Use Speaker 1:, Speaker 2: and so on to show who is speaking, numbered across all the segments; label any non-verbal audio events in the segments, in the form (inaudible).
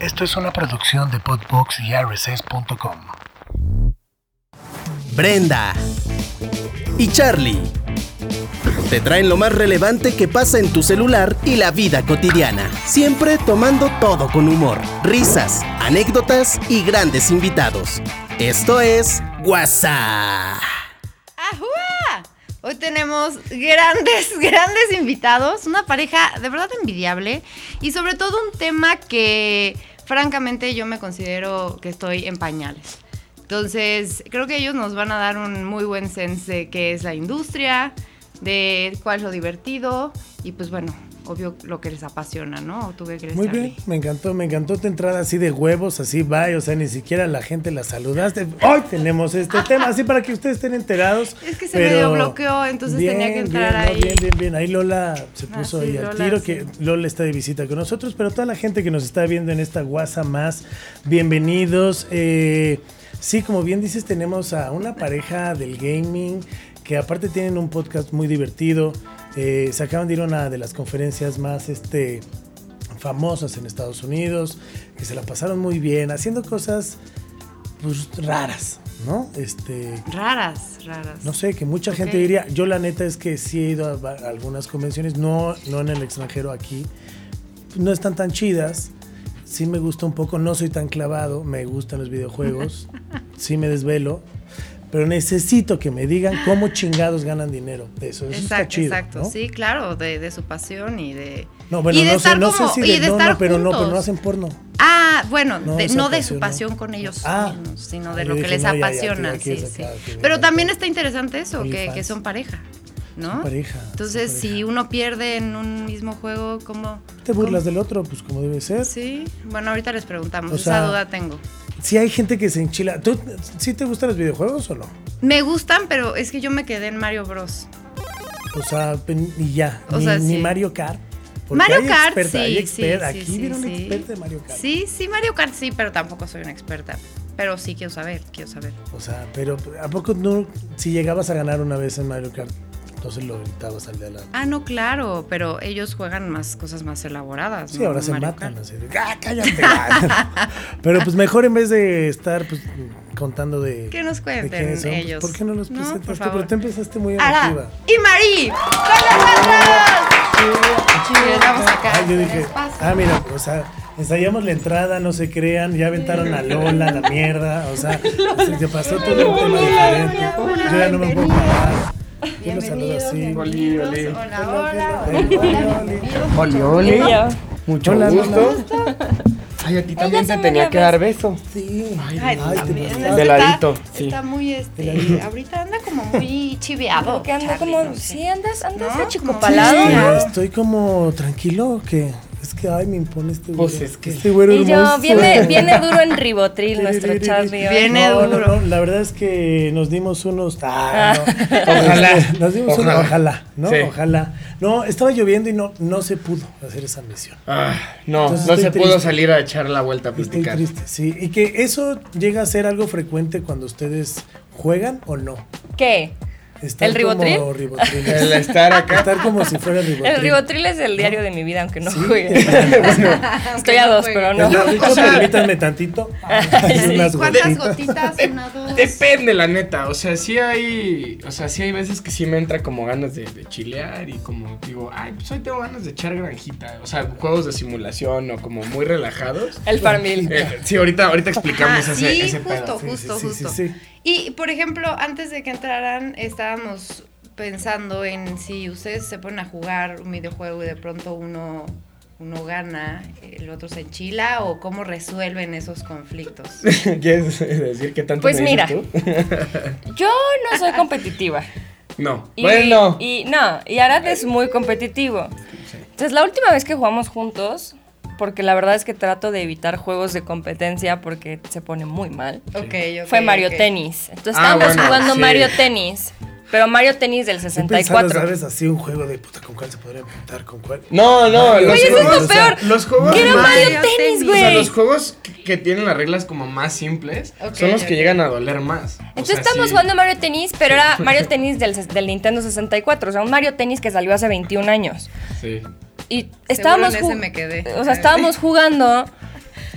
Speaker 1: Esto es una producción de Podbox y RSS.com.
Speaker 2: Brenda y Charlie te traen lo más relevante que pasa en tu celular y la vida cotidiana, siempre tomando todo con humor, risas, anécdotas y grandes invitados. Esto es WhatsApp.
Speaker 3: ¡Ajua! Hoy tenemos grandes, (laughs) grandes invitados, una pareja de verdad envidiable y sobre todo un tema que francamente yo me considero que estoy en pañales. Entonces, creo que ellos nos van a dar un muy buen sense de qué es la industria, de cuál es lo divertido y pues bueno, obvio lo que les apasiona, ¿no? ¿O tú qué crees?
Speaker 4: Muy
Speaker 3: Charlie?
Speaker 4: bien, me encantó, me encantó tu entrada así de huevos, así bye, o sea, ni siquiera la gente la saludaste. Hoy
Speaker 3: (laughs)
Speaker 4: tenemos este tema, así para que ustedes estén enterados.
Speaker 3: Es que se medio bloqueó, entonces tenía que entrar
Speaker 4: bien, no,
Speaker 3: ahí. Ah,
Speaker 4: bien, bien, bien, ahí Lola se puso
Speaker 3: sí,
Speaker 4: ahí al
Speaker 3: Lola,
Speaker 4: tiro,
Speaker 3: sí.
Speaker 4: que Lola está de visita con nosotros, pero toda la gente que nos está viendo en esta guasa más, bienvenidos. Eh, sí, como bien dices, tenemos a una pareja del gaming que aparte tienen un podcast muy divertido. Eh, se acaban de ir a una de las conferencias más este, famosas en Estados Unidos, que se la pasaron muy bien, haciendo cosas pues, raras, ¿no? Este,
Speaker 3: Raras, raras.
Speaker 4: no sé, que mucha
Speaker 3: Ok.
Speaker 4: gente diría, yo la neta es que sí he ido a, va- a algunas convenciones, no, no en el extranjero aquí, no están tan chidas, sí me gusta un poco, no soy tan clavado, me gustan
Speaker 3: (laughs)
Speaker 4: los videojuegos, sí me desvelo, pero necesito que me digan cómo chingados ganan dinero, eso, eso está
Speaker 3: Exacto,
Speaker 4: chido.
Speaker 3: exacto,
Speaker 4: ¿no?
Speaker 3: sí, claro, de, de su pasión y de...
Speaker 4: No, bueno,
Speaker 3: y de
Speaker 4: no, sé,
Speaker 3: estar
Speaker 4: no sé
Speaker 3: como-
Speaker 4: si
Speaker 3: y
Speaker 4: de,
Speaker 3: de
Speaker 4: no,
Speaker 3: estar
Speaker 4: no, pero no, pero no
Speaker 3: juntos.
Speaker 4: hacen porno.
Speaker 3: Ah, bueno,
Speaker 4: No,
Speaker 3: de-
Speaker 4: esa
Speaker 3: no de su
Speaker 4: pasión,
Speaker 3: pasión
Speaker 4: no.
Speaker 3: con ellos
Speaker 4: Ah.
Speaker 3: mismos, sino de
Speaker 4: Yo
Speaker 3: lo que
Speaker 4: dije,
Speaker 3: les
Speaker 4: no, ya, ya,
Speaker 3: apasiona,
Speaker 4: aquí,
Speaker 3: sí,
Speaker 4: aquí,
Speaker 3: sí.
Speaker 4: acá, aquí,
Speaker 3: Pero
Speaker 4: acá.
Speaker 3: también está interesante eso, que,
Speaker 4: OnlyFans.
Speaker 3: que son pareja, ¿no?
Speaker 4: Son pareja, son
Speaker 3: Entonces, si
Speaker 4: pareja.
Speaker 3: uno pierde en un mismo juego, ¿cómo?
Speaker 4: Te burlas
Speaker 3: cómo-
Speaker 4: del otro, pues como debe ser.
Speaker 3: Sí, bueno, ahorita les preguntamos,
Speaker 4: O
Speaker 3: esa
Speaker 4: sea-
Speaker 3: duda tengo.
Speaker 4: Si hay gente que se enchila, ¿tú sí te gustan los videojuegos o no?
Speaker 3: Me gustan, pero es que yo me quedé en Mario Bros.
Speaker 4: O sea, pen- y ya.
Speaker 3: O
Speaker 4: ni,
Speaker 3: sea,
Speaker 4: ni
Speaker 3: sí.
Speaker 4: Mario Kart. porque
Speaker 3: Mario
Speaker 4: hay
Speaker 3: Kart,
Speaker 4: experta,
Speaker 3: sí,
Speaker 4: hay
Speaker 3: sí,
Speaker 4: experta.
Speaker 3: sí,
Speaker 4: Aquí
Speaker 3: sí,
Speaker 4: viene un
Speaker 3: sí.
Speaker 4: experto de Mario Kart.
Speaker 3: Sí, sí, Mario Kart sí, pero tampoco soy una experta. Pero sí quiero saber, quiero saber.
Speaker 4: O sea, pero ¿a poco no? Si llegabas a ganar una vez en Mario Kart, entonces lo gritabas al de la.
Speaker 3: Ah, no, claro, pero ellos juegan más cosas más elaboradas.
Speaker 4: Sí,
Speaker 3: ¿no?
Speaker 4: ahora
Speaker 3: Como
Speaker 4: se
Speaker 3: Mm, Mario
Speaker 4: matan.
Speaker 3: Kart.
Speaker 4: así de, ¡Ah, cállate! (laughs) pero pues mejor en vez de estar pues, contando de.
Speaker 3: Que nos
Speaker 4: de
Speaker 3: cuenten
Speaker 4: quiénes son, pues,
Speaker 3: ellos.
Speaker 4: ¿Por qué no los
Speaker 3: No, por
Speaker 4: presentaste?
Speaker 3: favor.
Speaker 4: Pero te empezaste muy
Speaker 3: Ara
Speaker 4: emotiva.
Speaker 3: y Marí, con nosotros. Y les damos acá
Speaker 4: Ah, yo
Speaker 3: el
Speaker 4: dije,
Speaker 3: espacio.
Speaker 4: ah, mira, o sea, ensayamos la entrada, no se crean, ya aventaron a Lola, la mierda, o sea, se te pasó todo un tema diferente. Yo ya no me puedo parar. Yo los saludo así.
Speaker 3: Bienvenidos, hola, hola.
Speaker 5: Oli, oli. Mucho
Speaker 4: Hola,
Speaker 5: gusto. Ay, a ti también te tenía que dar beso.
Speaker 4: Sí.
Speaker 3: Ay,
Speaker 4: Ay, te
Speaker 3: también,
Speaker 4: pasaste.
Speaker 3: es que
Speaker 5: De ladito,
Speaker 3: está,
Speaker 5: sí.
Speaker 3: está muy este, ahorita anda como muy chiveado.
Speaker 6: Porque anda
Speaker 3: Charlie,
Speaker 6: como.
Speaker 3: no sé.
Speaker 6: Sí, andas, andas
Speaker 3: No,
Speaker 6: de chico
Speaker 3: como-
Speaker 6: palado.
Speaker 3: Sí.
Speaker 4: Pero estoy como tranquilo ¿o qué? Es que ay me impone este güero.
Speaker 5: Pues es que-
Speaker 4: este güero
Speaker 6: Y yo,
Speaker 4: hermoso.
Speaker 6: viene, viene duro en
Speaker 4: (laughs)
Speaker 6: ribotril nuestro Charlie. hoy.
Speaker 3: Viene
Speaker 4: No, no,
Speaker 3: duro.
Speaker 4: no, la verdad es que nos dimos unos. Ah, no.
Speaker 6: (laughs)
Speaker 5: Ojalá.
Speaker 4: Nos dimos unos.
Speaker 5: Ojalá.
Speaker 4: Ojalá, ¿no?
Speaker 5: Sí.
Speaker 4: Ojalá. No, estaba lloviendo y no, no se pudo hacer esa misión.
Speaker 5: Ah, no,
Speaker 4: Entonces
Speaker 5: no
Speaker 4: estoy
Speaker 5: se pudo
Speaker 4: triste.
Speaker 5: salir a echar la vuelta a
Speaker 4: Estoy
Speaker 5: platicar.
Speaker 4: triste, sí. Y que eso llega a ser algo frecuente cuando ustedes juegan o no.
Speaker 6: ¿Qué?
Speaker 4: Estar
Speaker 6: ¿El Ribotril?
Speaker 4: como ribotriles.
Speaker 5: (laughs) El estar acá.
Speaker 4: Estar como si fuera ribotril.
Speaker 6: El ribotril es el diario de mi vida, aunque no
Speaker 4: Sí.
Speaker 6: juegue. (laughs) Estoy a dos, pero no.
Speaker 4: Señor Rico, permítanme
Speaker 6: (laughs)
Speaker 4: tantito. Unas
Speaker 3: ¿Cuántas
Speaker 4: gotitas.
Speaker 3: gotitas?
Speaker 4: (laughs)
Speaker 3: Una, dos.
Speaker 5: Depende, la neta. O sea, sí hay. O sea, sí hay veces que sí me entra como ganas de, de chilear y como digo, ay, pues hoy tengo ganas de echar granjita. O sea, juegos de simulación o como muy relajados.
Speaker 6: El farmil.
Speaker 5: Eh, sí, ahorita, ahorita
Speaker 3: Ajá,
Speaker 5: explicamos ese,
Speaker 3: sí,
Speaker 5: ese
Speaker 3: justo,
Speaker 5: pedo.
Speaker 4: Sí, sí,
Speaker 3: justo,
Speaker 4: sí, sí,
Speaker 3: justo.
Speaker 4: sí.
Speaker 3: Y, por ejemplo, antes de que entraran, estábamos pensando en si ustedes se ponen a jugar un videojuego y de pronto uno, uno gana, el otro se enchila, o cómo resuelven esos
Speaker 4: (laughs)
Speaker 3: conflictos.
Speaker 5: (laughs) ¿Quieres decir qué tanto
Speaker 6: Pues
Speaker 5: me dices
Speaker 6: mira.
Speaker 5: tú?
Speaker 6: Yo no soy competitiva.
Speaker 5: No.
Speaker 6: Y,
Speaker 5: bueno.
Speaker 6: Y no, y Arad es muy competitivo. Entonces, la última vez que jugamos juntos, porque la verdad es que trato de evitar juegos de competencia porque se pone muy mal.
Speaker 3: Ok, ok,
Speaker 6: Fue Mario
Speaker 3: ok.
Speaker 6: Tennis. Entonces
Speaker 5: Ah,
Speaker 6: estábamos
Speaker 5: bueno,
Speaker 6: jugando
Speaker 5: sí.
Speaker 6: Mario Tennis, pero Mario Tennis del
Speaker 4: Estoy pensando,
Speaker 6: 64.
Speaker 4: ¿sabes? Así un juego de puta, ¿con cuál se podría apuntar? ¿Con cuál?
Speaker 5: No, no, los
Speaker 6: Oye, eso es lo
Speaker 5: juegos.
Speaker 6: peor.
Speaker 5: Los juegos.
Speaker 6: Que era
Speaker 5: más-
Speaker 6: Mario Tennis,
Speaker 5: O sea,
Speaker 6: güey.
Speaker 5: los juegos que- que tienen las reglas como más simples
Speaker 3: Ok,
Speaker 5: son los que
Speaker 3: ok.
Speaker 5: llegan a doler más. O
Speaker 6: Entonces
Speaker 5: sea,
Speaker 6: estamos
Speaker 5: sí.
Speaker 6: jugando Mario Tennis, pero era Mario Tennis del, ses- del Nintendo 64, o sea, un Mario Tennis que salió hace 21 años.
Speaker 5: Sí.
Speaker 6: Y estábamos
Speaker 3: en ese
Speaker 6: ju-
Speaker 3: me quedé. (laughs)
Speaker 6: O sea, estábamos jugando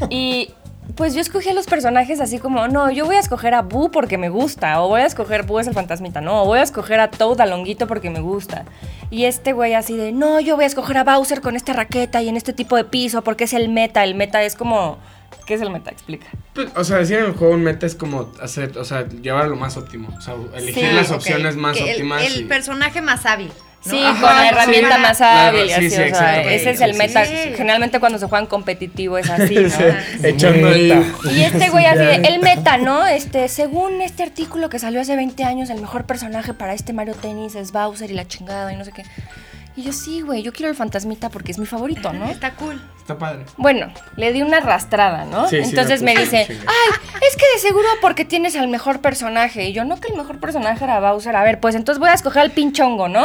Speaker 6: Y pues yo escogí a los personajes así como, no, yo voy a escoger a Boo porque me gusta, o voy a escoger Boo es el fantasmita, no, o voy a escoger a Toad a Longuito porque me gusta. Y este güey así de, no, yo voy a escoger a Bowser con esta raqueta y en este tipo de piso porque es el meta, el meta es como, ¿qué es el meta? Explica.
Speaker 5: Pues, o sea, decir en el juego un meta es como hacer, o sea, llevar a lo más óptimo. O sea, elegir
Speaker 3: Sí,
Speaker 5: las
Speaker 3: ok.
Speaker 5: opciones más
Speaker 3: Que el-
Speaker 5: óptimas.
Speaker 3: El,
Speaker 5: y-
Speaker 3: personaje más hábil. ¿no?
Speaker 6: Sí,
Speaker 5: Ajá,
Speaker 6: con la
Speaker 5: sí.
Speaker 6: herramienta más hábil, y
Speaker 5: Claro, sí,
Speaker 6: así,
Speaker 5: sí,
Speaker 6: o sea,
Speaker 5: exacto.
Speaker 6: ese es el
Speaker 5: Sí,
Speaker 6: meta.
Speaker 3: sí, sí.
Speaker 6: Generalmente cuando se juegan competitivo
Speaker 5: (laughs)
Speaker 6: es así, ¿no?
Speaker 5: Echando ahí.
Speaker 6: (laughs) Y este güey así, de, el meta, ¿no? Este, según este artículo que salió hace 20 años, el mejor personaje para este Mario Tennis es Bowser y la chingada y no sé qué. Y yo sí, güey, yo quiero el fantasmita porque es mi favorito, ¿no?
Speaker 3: Está cool.
Speaker 5: Está padre.
Speaker 6: Bueno, le di una arrastrada, ¿no?
Speaker 5: Sí, sí,
Speaker 6: Entonces
Speaker 5: la
Speaker 6: me
Speaker 5: puse
Speaker 6: dice,
Speaker 5: en chinga.
Speaker 6: ay, es que de seguro porque tienes al mejor personaje. Y yo, no que el mejor personaje era Bowser. A ver, pues entonces voy a escoger al pinchongo, ¿no?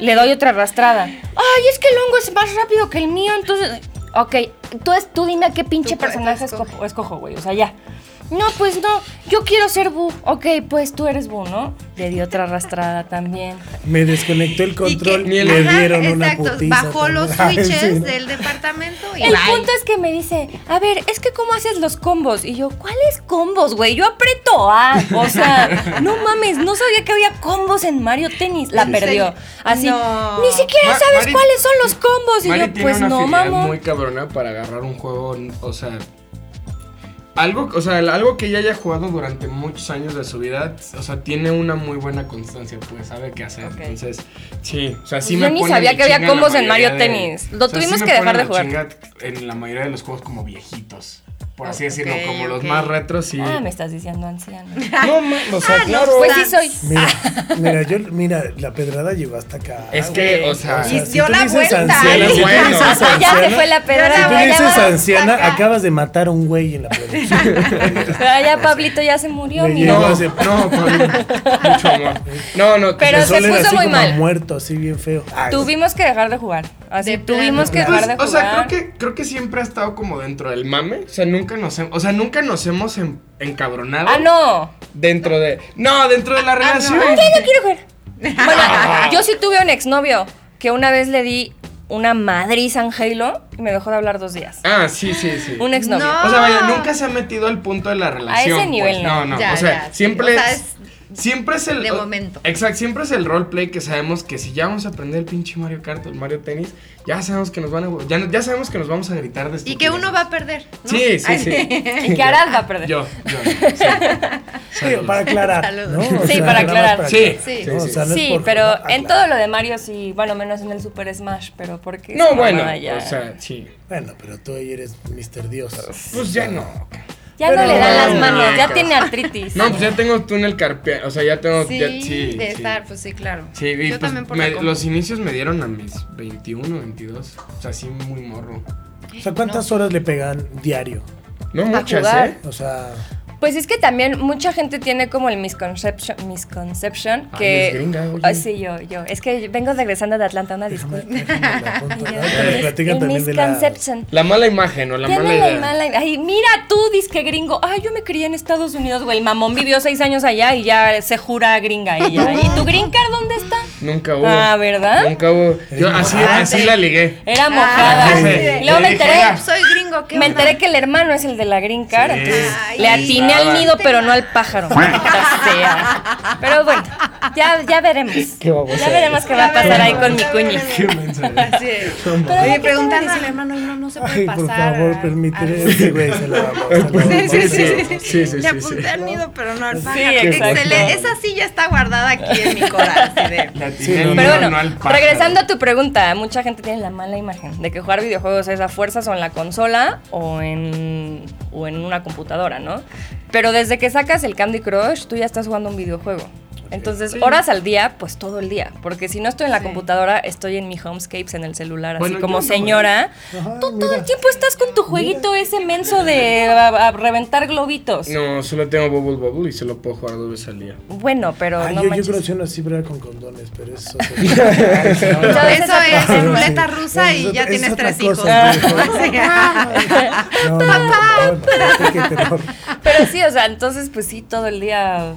Speaker 6: Le doy otra arrastrada. Ay, es que el hongo es más rápido que el mío, entonces... Ok, tú, es- tú dime a qué pinche
Speaker 3: Tú puedes,
Speaker 6: personaje
Speaker 3: escoge.
Speaker 6: escojo, escojo, güey, o sea, ya. No, pues no, yo quiero ser Boo. Ok, pues tú eres Boo, ¿no? Le di otra arrastrada también.
Speaker 4: Me desconectó el control
Speaker 3: que-
Speaker 4: y, le
Speaker 3: Ajá,
Speaker 4: dieron una
Speaker 3: exacto,
Speaker 4: putiza.
Speaker 3: Bajó los
Speaker 4: también.
Speaker 3: switches
Speaker 4: (laughs) Ay, sí, no.
Speaker 3: del departamento y
Speaker 6: El
Speaker 3: bye.
Speaker 6: punto es que me dice, a ver, es que cómo haces los combos. Y yo, ¿cuáles combos, güey? Yo aprieto A.
Speaker 3: (laughs)
Speaker 6: O sea, no mames, no sabía que había combos en Mario Tennis. La perdió. Así,
Speaker 3: No.
Speaker 6: ni siquiera
Speaker 5: Ma-
Speaker 6: sabes
Speaker 5: Mari-
Speaker 6: cuáles son los combos. Y
Speaker 5: Mari
Speaker 6: yo,
Speaker 5: tiene
Speaker 6: pues
Speaker 5: una
Speaker 6: no,
Speaker 5: afinidad
Speaker 6: mamón.
Speaker 5: muy cabrona para agarrar un juego, o sea, algo, o sea, algo que ella haya jugado durante muchos años de su vida, o sea, tiene una muy buena constancia, pues sabe qué hacer.
Speaker 6: Ok.
Speaker 5: Entonces, sí, o sea, sí
Speaker 6: Pues
Speaker 5: me
Speaker 6: yo ni
Speaker 5: pone
Speaker 6: sabía
Speaker 5: la
Speaker 6: que había
Speaker 5: chinga la
Speaker 6: combos en
Speaker 5: mayoría
Speaker 6: Mario Tennis. Lo
Speaker 5: sí
Speaker 6: tuvimos
Speaker 5: me
Speaker 6: que dejar
Speaker 5: pone
Speaker 6: de
Speaker 5: la
Speaker 6: jugar.
Speaker 5: chinga En la mayoría de los juegos como viejitos, por así
Speaker 3: Ok,
Speaker 5: decirlo, como los
Speaker 3: ok.
Speaker 5: más retros y
Speaker 6: Ah, me estás diciendo anciano.
Speaker 5: No, ma- o sea, claro.
Speaker 6: Pues
Speaker 3: Ah,
Speaker 6: sí soy.
Speaker 4: Mira, mira, yo, mira, la pedrada llegó hasta acá.
Speaker 5: Es que, o sea,
Speaker 3: Y
Speaker 5: sí,
Speaker 3: dio
Speaker 4: tú
Speaker 3: la
Speaker 4: dices
Speaker 3: vuelta.
Speaker 6: (laughs)
Speaker 4: anciana, si tú
Speaker 5: Bueno.
Speaker 4: dices
Speaker 5: Ya se
Speaker 6: Ya se
Speaker 4: anciana,
Speaker 6: fue la
Speaker 3: Yo
Speaker 4: Si
Speaker 3: la
Speaker 4: tú
Speaker 3: voy a
Speaker 6: pedrada.
Speaker 4: dices
Speaker 3: llevar
Speaker 4: anciana,
Speaker 3: acá.
Speaker 4: acabas de matar a un güey en la producción.
Speaker 6: Ah, ya Pablito ya se murió,
Speaker 4: Me
Speaker 6: mira.
Speaker 4: llegó
Speaker 5: No, no,
Speaker 4: así.
Speaker 5: Pablo, mucho amor. No, no,
Speaker 6: Pero
Speaker 4: El
Speaker 6: se
Speaker 4: sol era
Speaker 6: puso
Speaker 4: así
Speaker 6: muy
Speaker 4: como
Speaker 6: mal.
Speaker 4: muerto, así bien feo. Ay,
Speaker 6: Tuvimos que dejar de jugar. Así,
Speaker 3: De plano.
Speaker 6: tuvimos que
Speaker 5: Pues,
Speaker 6: dejar de jugar.
Speaker 5: o sea, creo que, creo que siempre ha estado como dentro del mame. O sea, nunca nos, hem- o sea, nunca nos hemos en- encabronado.
Speaker 6: Ah, no. Ah,
Speaker 5: Dentro de. No, eh. dentro de la relación.
Speaker 6: Ya no quiero jugar.
Speaker 5: (laughs)
Speaker 6: Bueno, yo sí tuve un exnovio que una vez le di una madriz a Halo y me dejó de hablar dos días.
Speaker 5: Ah, sí, sí, sí.
Speaker 6: Un exnovio.
Speaker 3: No.
Speaker 5: O sea, vaya, nunca se ha metido al punto de la relación.
Speaker 6: ese nivel
Speaker 5: pues.
Speaker 6: no.
Speaker 5: No, no.
Speaker 3: Ya,
Speaker 5: o sea,
Speaker 3: ya, sí.
Speaker 5: siempre
Speaker 3: O sea,
Speaker 5: es. Siempre es el.
Speaker 3: de
Speaker 5: o-
Speaker 3: momento.
Speaker 5: Exacto, siempre es el roleplay que sabemos que si ya vamos a aprender el pinche Mario Kart o el Mario Tennis, ya sabemos que nos van a. Ya, ya sabemos que nos vamos a gritar de este
Speaker 3: Y que uno va a perder. ¿no?
Speaker 5: Sí, sí,
Speaker 3: Ay, (laughs)
Speaker 5: sí.
Speaker 6: Y que Arad va a perder.
Speaker 5: Yo, yo. sí.
Speaker 4: sí, para aclarar.
Speaker 3: Saludos.
Speaker 4: ¿no? O
Speaker 6: Sí,
Speaker 4: sea, nada más
Speaker 6: para aclarar.
Speaker 5: Sí,
Speaker 3: Sí.
Speaker 5: sí,
Speaker 4: No, o
Speaker 5: sí.
Speaker 4: sea, no es
Speaker 6: Sí,
Speaker 4: por-
Speaker 6: pero
Speaker 4: no,
Speaker 6: en
Speaker 4: aclarar.
Speaker 6: todo lo de Mario sí, bueno, menos en el Super Smash, pero porque
Speaker 5: No,
Speaker 6: esa
Speaker 5: bueno,
Speaker 6: mamada ya-
Speaker 5: o sea, sí.
Speaker 4: Bueno, pero tú ahí eres Mr. Dios.
Speaker 5: Pues ya no.
Speaker 6: ya no
Speaker 4: pero
Speaker 6: le dan
Speaker 4: no,
Speaker 6: las
Speaker 4: no,
Speaker 6: manos,
Speaker 5: no,
Speaker 6: ya
Speaker 5: no.
Speaker 6: tiene artritis.
Speaker 5: No, pues ya tengo túnel carpiano, o sea, ya tengo
Speaker 3: Sí,
Speaker 5: ya- sí,
Speaker 3: de
Speaker 5: sí.
Speaker 3: estar, pues sí, claro.
Speaker 5: Sí, y
Speaker 3: Yo
Speaker 5: pues,
Speaker 3: también por
Speaker 5: me-
Speaker 3: la compu.
Speaker 5: los inicios me dieron a mis 21, 22, o sea, sí muy morro.
Speaker 4: O sea, ¿cuántas horas le pegan diario?
Speaker 5: No
Speaker 6: Pa'
Speaker 5: muchas,
Speaker 6: jugar.
Speaker 5: ¿eh?
Speaker 4: O sea,
Speaker 6: Pues es que también mucha gente tiene como el misconception, misconception
Speaker 5: Ay,
Speaker 6: que...
Speaker 5: es gringa, oye.
Speaker 6: Ah, sí, yo, yo. Es que vengo regresando de Atlanta, una disculpa.
Speaker 4: déjame déjame la apunto.
Speaker 6: Y yo,
Speaker 4: Ahorita nos platican
Speaker 6: el
Speaker 4: también de la...
Speaker 6: misconception.
Speaker 5: La mala imagen o la
Speaker 6: Tiene
Speaker 5: mala
Speaker 6: la
Speaker 5: idea.
Speaker 6: mala idea. Ay, mira tú, disque gringo. Ay, yo me crié en Estados Unidos, güey. El mamón vivió seis años allá y ya se jura gringa ella. ¿Y tu green card dónde está?
Speaker 5: Nunca hubo.
Speaker 6: Ah, ¿verdad?
Speaker 5: Nunca hubo. Yo así, así la ligué.
Speaker 6: Era
Speaker 3: Ah,
Speaker 6: mojada.
Speaker 5: sí.
Speaker 6: Y
Speaker 5: Le
Speaker 6: luego me
Speaker 5: dije,
Speaker 6: enteré,
Speaker 5: "Oiga,
Speaker 3: Soy gringo, ¿qué
Speaker 6: me
Speaker 3: onda?
Speaker 6: enteré que el hermano es el de la green card.
Speaker 5: Sí.
Speaker 6: entonces,
Speaker 5: Ay,
Speaker 6: le atiné al
Speaker 5: estaba.
Speaker 6: nido, pero no al pájaro. Maldita sea. Pero bueno, ya, ya veremos.
Speaker 5: Qué babosa
Speaker 6: ya veremos
Speaker 5: eres.
Speaker 6: qué va a pasar ahí con mi
Speaker 3: Ya
Speaker 6: cuñi.
Speaker 3: veremos.
Speaker 5: Qué mensa eres.
Speaker 3: Así es. Oye, preguntando al hermano, no, no se puede
Speaker 4: (laughs) Ay,
Speaker 3: pasar.
Speaker 4: por favor,
Speaker 3: a-
Speaker 4: permítele.
Speaker 3: al-
Speaker 4: Este güey se la vamos, se la vamos.
Speaker 5: Sí, sí, sí, sí,
Speaker 3: Le
Speaker 5: sí, sí.
Speaker 3: apunté al nido, pero no al pájaro.
Speaker 6: Sí, exacto.
Speaker 3: Excelente. Esa sí ya está guardada aquí en
Speaker 6: (laughs)
Speaker 3: mi corazón. así de-
Speaker 5: La atiné al
Speaker 6: Pero
Speaker 5: nido,
Speaker 6: bueno,
Speaker 5: no al pájaro.
Speaker 6: regresando a tu pregunta, mucha gente tiene la mala imagen de que jugar videojuegos es a fuerzas o en la consola o en, o en una computadora, ¿no? Pero desde que sacas el Candy Crush, tú ya estás jugando un videojuego. Entonces, horas al día, pues todo el día. Porque si no estoy en la computadora, estoy en mi homescapes, en el celular,
Speaker 5: Bueno, yo
Speaker 6: así como
Speaker 5: no. ¿eh?
Speaker 6: señora.
Speaker 4: Ajá,
Speaker 6: tú todo
Speaker 4: mira.
Speaker 6: el tiempo estás con tu jueguito ese menso de a- a reventar globitos.
Speaker 5: No, solo tengo Bubble Bubble y solo puedo jugar dos veces al día.
Speaker 6: Bueno, pero
Speaker 4: Ay,
Speaker 6: no
Speaker 4: Ah, yo, yo
Speaker 6: manches. (laughs)
Speaker 4: conocí una cifra con condones, pero eso es
Speaker 6: Yo a veces
Speaker 3: Eso es
Speaker 6: otra-
Speaker 3: ruleta rusa y
Speaker 4: Es
Speaker 3: ya
Speaker 4: otra- es
Speaker 3: tienes
Speaker 4: otra
Speaker 3: tres hijos.
Speaker 4: cosa,
Speaker 3: (laughs) Sí.
Speaker 4: No, no, no, no, no, qué terror.
Speaker 6: Pero sí, o sea, entonces pues sí, todo el día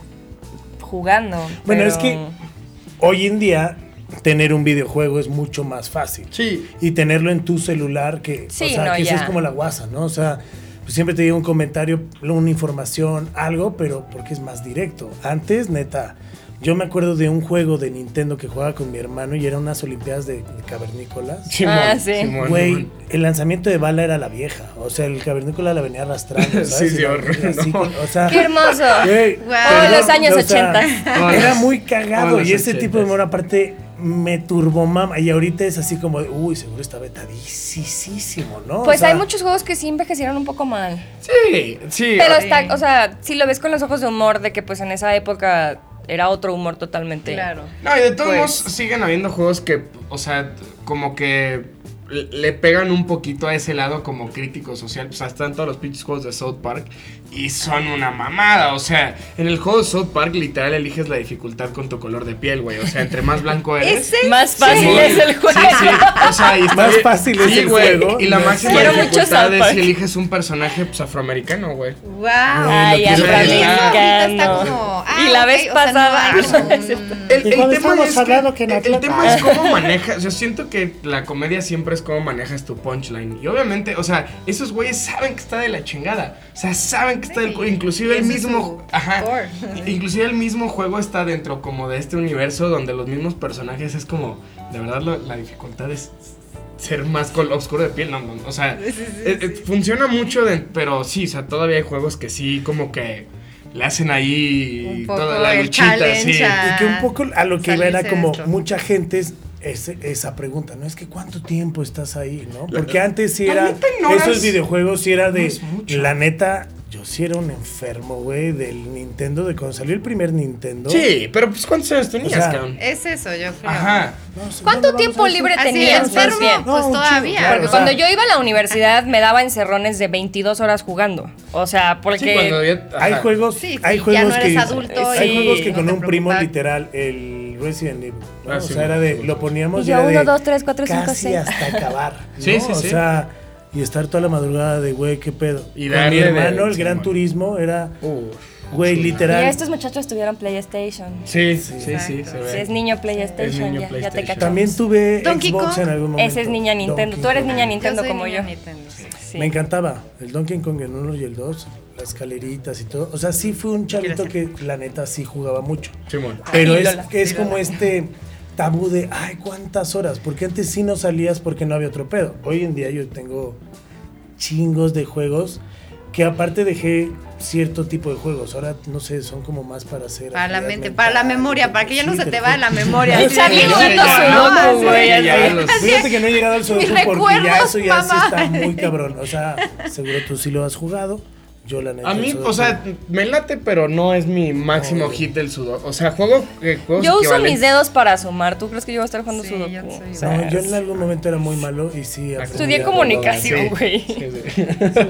Speaker 6: jugando.
Speaker 4: Bueno,
Speaker 6: pero-
Speaker 4: es que hoy en día tener un videojuego es mucho más fácil.
Speaker 5: Sí.
Speaker 4: Y tenerlo en tu celular, que,
Speaker 6: Sí,
Speaker 4: o sea,
Speaker 6: no,
Speaker 4: que eso
Speaker 6: ya.
Speaker 4: es como la guasa, ¿no? O sea, pues siempre te llega un comentario, una información, algo, pero porque es más directo. Antes, neta, yo me acuerdo de un juego de Nintendo que jugaba con mi hermano y eran unas Olimpiadas de, de Cavernícolas.
Speaker 5: Simón,
Speaker 6: Ah, sí.
Speaker 5: Simón,
Speaker 4: Güey,
Speaker 5: Simón.
Speaker 4: el lanzamiento de bala era la vieja. O sea, el cavernícola la venía
Speaker 5: (laughs)
Speaker 4: arrastrando. ¿sabes?
Speaker 5: Sí,
Speaker 4: Y
Speaker 5: sí,
Speaker 4: la-
Speaker 5: horrible,
Speaker 4: así
Speaker 5: ¿no?
Speaker 4: con- o sea,
Speaker 6: ¡Qué hermoso!
Speaker 4: güey,
Speaker 3: Wow. Oh,
Speaker 6: los años
Speaker 4: o sea,
Speaker 6: 80.
Speaker 4: Era
Speaker 5: Todos.
Speaker 4: muy
Speaker 5: Todos
Speaker 4: cagado.
Speaker 5: los
Speaker 4: Y ese
Speaker 5: 80.
Speaker 4: tipo de humor, aparte, me turbomama. Y ahorita es así como, de, uy, seguro está vetadísimo, ¿no? O
Speaker 6: Pues
Speaker 4: sea,
Speaker 6: hay muchos juegos que sí envejecieron un poco mal.
Speaker 5: Sí, sí.
Speaker 6: Pero
Speaker 5: o-
Speaker 6: está, o sea, si lo ves con los ojos de humor, de que pues en esa época era otro humor totalmente.
Speaker 3: Claro.
Speaker 5: No, y de todos
Speaker 6: Pues-
Speaker 5: modos siguen habiendo juegos que, o sea, t- como que le- le pegan un poquito a ese lado como crítico social. Pues están todos los pinches juegos de South Park y son una mamada. O sea, en el juego de South Park literal eliges la dificultad con tu color de piel, güey. O sea, entre más
Speaker 6: (laughs)
Speaker 5: blanco eres.
Speaker 3: Ese-
Speaker 6: Más fácil
Speaker 5: Sí,
Speaker 6: es el juego.
Speaker 5: Sí, sí. O sea, y
Speaker 4: (laughs)
Speaker 5: está
Speaker 4: Más
Speaker 5: bien-
Speaker 4: fácil es
Speaker 5: sí,
Speaker 4: el
Speaker 5: güey,
Speaker 4: juego.
Speaker 5: Y la
Speaker 4: No.
Speaker 5: máxima
Speaker 6: Quiero mucho
Speaker 5: dificultad
Speaker 6: South
Speaker 5: es
Speaker 6: Park.
Speaker 5: si eliges un personaje pues, afroamericano, güey.
Speaker 3: Wow.
Speaker 6: Ay,
Speaker 5: Lo que sea,
Speaker 3: ahorita está
Speaker 6: afroamericano.
Speaker 3: como. ah,
Speaker 6: y la
Speaker 3: ok,
Speaker 6: vez
Speaker 3: o sea,
Speaker 6: (laughs) pasada.
Speaker 3: no hay como un-
Speaker 5: Mm. El,
Speaker 4: Y
Speaker 5: el
Speaker 4: cuando
Speaker 5: tema
Speaker 4: estábamos
Speaker 5: es que-
Speaker 4: hablando que en
Speaker 5: el- el
Speaker 4: Atlanta-
Speaker 5: tema es cómo manejas. Yo siento que la comedia siempre es cómo manejas tu punchline. Y obviamente, o sea, esos güeyes saben que está de la chingada. O sea, saben que está del cu- Inclusive el
Speaker 3: ese es
Speaker 5: mismo.
Speaker 3: su
Speaker 5: ajá.
Speaker 3: core.
Speaker 5: (laughs) Inclusive el mismo juego está dentro como de este universo donde los mismos personajes es como. De verdad, lo- la dificultad es ser más col- oscuro de piel, no, no, o sea, eh, eh, funciona mucho, de- pero sí, o sea, todavía hay juegos que sí, como que le hacen ahí
Speaker 3: Un poco
Speaker 5: toda la
Speaker 3: el
Speaker 5: luchita,
Speaker 3: challenge
Speaker 5: sí.
Speaker 3: a-
Speaker 4: Y que un poco a lo que iba era
Speaker 3: Salirse
Speaker 4: como
Speaker 3: de esto.
Speaker 4: mucha gente es, es- esa pregunta, ¿no? Es que cuánto tiempo estás ahí, ¿no?
Speaker 5: La-
Speaker 4: Porque antes sí
Speaker 5: la
Speaker 4: era.
Speaker 5: neta ignoras-
Speaker 4: Esos videojuegos sí era de.
Speaker 5: ignoras mucho.
Speaker 4: La neta, yo sí era un enfermo, güey, del Nintendo, de cuando salió el primer Nintendo.
Speaker 5: Sí, pero pues ¿cuántos años tenías,
Speaker 4: O sea,
Speaker 5: cabrón?
Speaker 6: eh,
Speaker 3: Es eso, yo creo.
Speaker 5: Ajá.
Speaker 4: No, sí,
Speaker 6: ¿Cuánto
Speaker 4: no, vamos
Speaker 6: tiempo
Speaker 4: a eso.
Speaker 6: libre
Speaker 3: Así,
Speaker 6: tenías? más
Speaker 3: enfermo,
Speaker 6: bien?
Speaker 3: pues
Speaker 4: No, un chingo,
Speaker 3: todavía.
Speaker 4: claro,
Speaker 6: Porque
Speaker 4: o sea,
Speaker 6: cuando yo iba a la universidad me daba encerrones de 22 horas jugando. O sea, porque...
Speaker 5: Sí, cuando ya- ajá.
Speaker 4: Hay juegos,
Speaker 3: Sí, sí,
Speaker 4: hay
Speaker 3: ya
Speaker 4: juegos
Speaker 3: no eres
Speaker 4: que,
Speaker 3: adulto
Speaker 4: hay
Speaker 6: y
Speaker 4: juegos que
Speaker 3: no
Speaker 4: con
Speaker 3: te
Speaker 4: un primo
Speaker 3: preocupa.
Speaker 4: literal el Resident Evil, ¿no?
Speaker 5: Ah,
Speaker 4: o
Speaker 5: sí,
Speaker 4: sea, era de
Speaker 5: sí.
Speaker 4: lo poníamos
Speaker 6: Y Pues ya
Speaker 4: era de
Speaker 6: uno, dos, tres, cuatro, cinco,
Speaker 4: casi
Speaker 6: seis.
Speaker 4: hasta
Speaker 5: (laughs)
Speaker 4: acabar,
Speaker 5: Sí,
Speaker 4: ¿no?
Speaker 5: sí, sí.
Speaker 4: o sea, y estar toda la madrugada de güey, qué pedo. con
Speaker 5: Y
Speaker 4: mi
Speaker 5: darle de-
Speaker 4: hermano el
Speaker 5: sí,
Speaker 4: Gran
Speaker 5: bueno.
Speaker 4: Turismo era
Speaker 5: Uf.
Speaker 4: güey
Speaker 6: Y
Speaker 4: literal.
Speaker 6: estos muchachos tuvieron PlayStation.
Speaker 5: Sí, sí, sí,
Speaker 3: Exacto.
Speaker 5: se ve.
Speaker 6: Si es niño PlayStation,
Speaker 5: Es niño
Speaker 6: ya, ya te
Speaker 5: PlayStation.
Speaker 6: cachamos.
Speaker 4: También tuve
Speaker 3: Donkey
Speaker 4: Xbox
Speaker 3: Kong.
Speaker 4: en algún momento.
Speaker 6: Ese es niña Nintendo.
Speaker 4: Donkey
Speaker 6: Tú eres
Speaker 4: Kong.
Speaker 6: niña Nintendo
Speaker 3: soy
Speaker 6: como
Speaker 3: niña
Speaker 6: yo.
Speaker 3: Nintendo, sí.
Speaker 6: Sí.
Speaker 4: Me encantaba el Donkey Kong en uno y el 2, las escaleritas y todo. O sea, sí fue un chavito que la neta sí jugaba mucho.
Speaker 5: Simón.
Speaker 4: Pero
Speaker 6: Ay,
Speaker 4: es,
Speaker 6: Lola.
Speaker 4: es como este tabú de, ay, ¿cuántas horas? Porque antes sí no salías porque no había otro pedo. Hoy en día yo tengo chingos de juegos que aparte dejé cierto tipo de juegos. Ahora, no sé, son como más para hacer...
Speaker 3: Para la
Speaker 4: actividad
Speaker 3: mente, para la
Speaker 4: mental,
Speaker 3: memoria, para que ya no
Speaker 4: sí,
Speaker 3: se te
Speaker 4: pero-
Speaker 3: vaya la memoria.
Speaker 6: El
Speaker 3: así de
Speaker 6: Charlie
Speaker 3: que- No,
Speaker 6: Bonito Sudoku,
Speaker 3: así de-
Speaker 6: güey,
Speaker 5: Ya, ya,
Speaker 6: así.
Speaker 5: los-
Speaker 3: (laughs)
Speaker 4: Fíjate que no he llegado al Sudoku
Speaker 3: Mis
Speaker 4: porque ya
Speaker 3: recuerdos,
Speaker 4: eso ya sí está
Speaker 3: mamá.
Speaker 4: muy cabrón. O sea, seguro tú sí lo has jugado. Yo la neta...
Speaker 5: A mí,
Speaker 4: el Sudoku-
Speaker 5: o sea, me late, pero no es mi máximo hit del sudor. O sea, juego eh, juegos
Speaker 6: Yo uso
Speaker 5: equivalentes.
Speaker 6: mis dedos para sumar. ¿Tú crees que yo voy a estar jugando
Speaker 3: Sí,
Speaker 6: sudoku?
Speaker 3: yo soy
Speaker 6: O sea,
Speaker 4: No, yo en algún momento era muy malo y sí... aprendí
Speaker 6: Estudié
Speaker 4: a-
Speaker 6: comunicación,
Speaker 5: Sí.
Speaker 6: güey.
Speaker 5: Sí,
Speaker 6: (laughs)
Speaker 5: sí.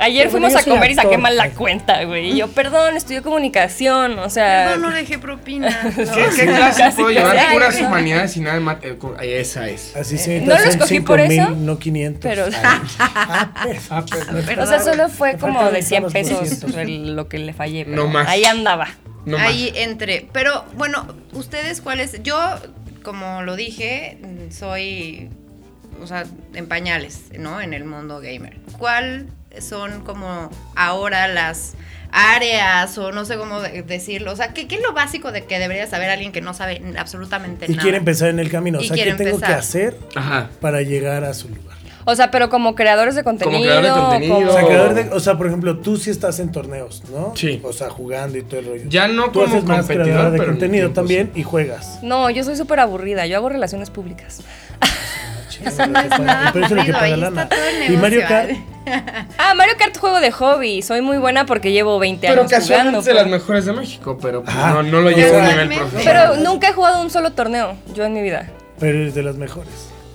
Speaker 6: Ayer
Speaker 4: Pero
Speaker 6: fuimos
Speaker 4: yo
Speaker 6: a
Speaker 4: soy
Speaker 6: comer y saqué
Speaker 4: actor.
Speaker 6: mal la cuenta, güey. Y yo, perdón, estudié comunicación. O sea,
Speaker 3: No, no dejé propina. no.
Speaker 5: ¿Qué, qué clase
Speaker 6: Casi,
Speaker 5: puedo llevar?
Speaker 6: casi.
Speaker 5: Puras humanidades y nada de mate. eh, cu- ay, Esa es.
Speaker 4: Así se
Speaker 6: Eh, no lo escogí por eso,
Speaker 4: no 500.
Speaker 6: pero- (laughs)
Speaker 4: Ah, ah, pues.
Speaker 5: Ah, pero-
Speaker 6: o sea, solo fue
Speaker 4: Me
Speaker 6: como
Speaker 4: faltan
Speaker 6: de 100
Speaker 4: los
Speaker 6: pesos
Speaker 4: 200.
Speaker 6: el- lo que le fallé. pero
Speaker 5: No más.
Speaker 6: Ahí andaba.
Speaker 5: no más.
Speaker 3: Ahí entre. Pero bueno, ustedes cuáles. Yo, como lo dije, soy. O sea, en pañales, ¿no? En el mundo gamer. ¿Cuál son como ahora las áreas o no sé cómo de- decirlo? O sea, ¿qué, qué es lo básico de que debería saber alguien que no sabe absolutamente
Speaker 4: Y
Speaker 3: nada?
Speaker 4: quiere empezar en el camino. O
Speaker 3: Y
Speaker 4: sea, ¿qué
Speaker 3: quiere
Speaker 4: tengo que
Speaker 3: empezar.
Speaker 4: hacer
Speaker 5: Ajá.
Speaker 4: para llegar a su lugar?
Speaker 6: O sea, pero como creadores de contenido.
Speaker 5: creador de contenido.
Speaker 4: O sea,
Speaker 5: Oh.
Speaker 4: creador de- o sea, por ejemplo, tú sí estás en torneos, ¿no?
Speaker 5: Sí.
Speaker 4: O sea, jugando y todo el rollo.
Speaker 5: Ya no
Speaker 4: tú
Speaker 5: como
Speaker 4: haces más
Speaker 5: competidor,
Speaker 4: creadora de
Speaker 5: pero en
Speaker 4: contenido
Speaker 5: tiempos.
Speaker 4: también y
Speaker 6: (laughs)
Speaker 4: juegas.
Speaker 6: No, yo soy súper aburrida. Yo hago relaciones públicas.
Speaker 3: Eso no es nada
Speaker 4: Pero eso es lo que
Speaker 3: aburrido,
Speaker 4: paga
Speaker 3: ahí
Speaker 4: lana.
Speaker 3: está todo el
Speaker 4: Y Mario
Speaker 3: negocio,
Speaker 4: Kart,
Speaker 3: ¿eh?
Speaker 6: Ah, Mario Kart juego de hobby. Soy muy buena porque llevo 20
Speaker 5: Pero
Speaker 6: años jugando.
Speaker 5: casualmente es de
Speaker 6: pues.
Speaker 5: las mejores de México, pero pues,
Speaker 4: Ah.
Speaker 5: no, no lo llevo a un nivel
Speaker 3: Casualmente.
Speaker 5: profesional.
Speaker 6: Pero nunca he jugado un solo torneo, yo en mi vida.
Speaker 4: pero es de las mejores.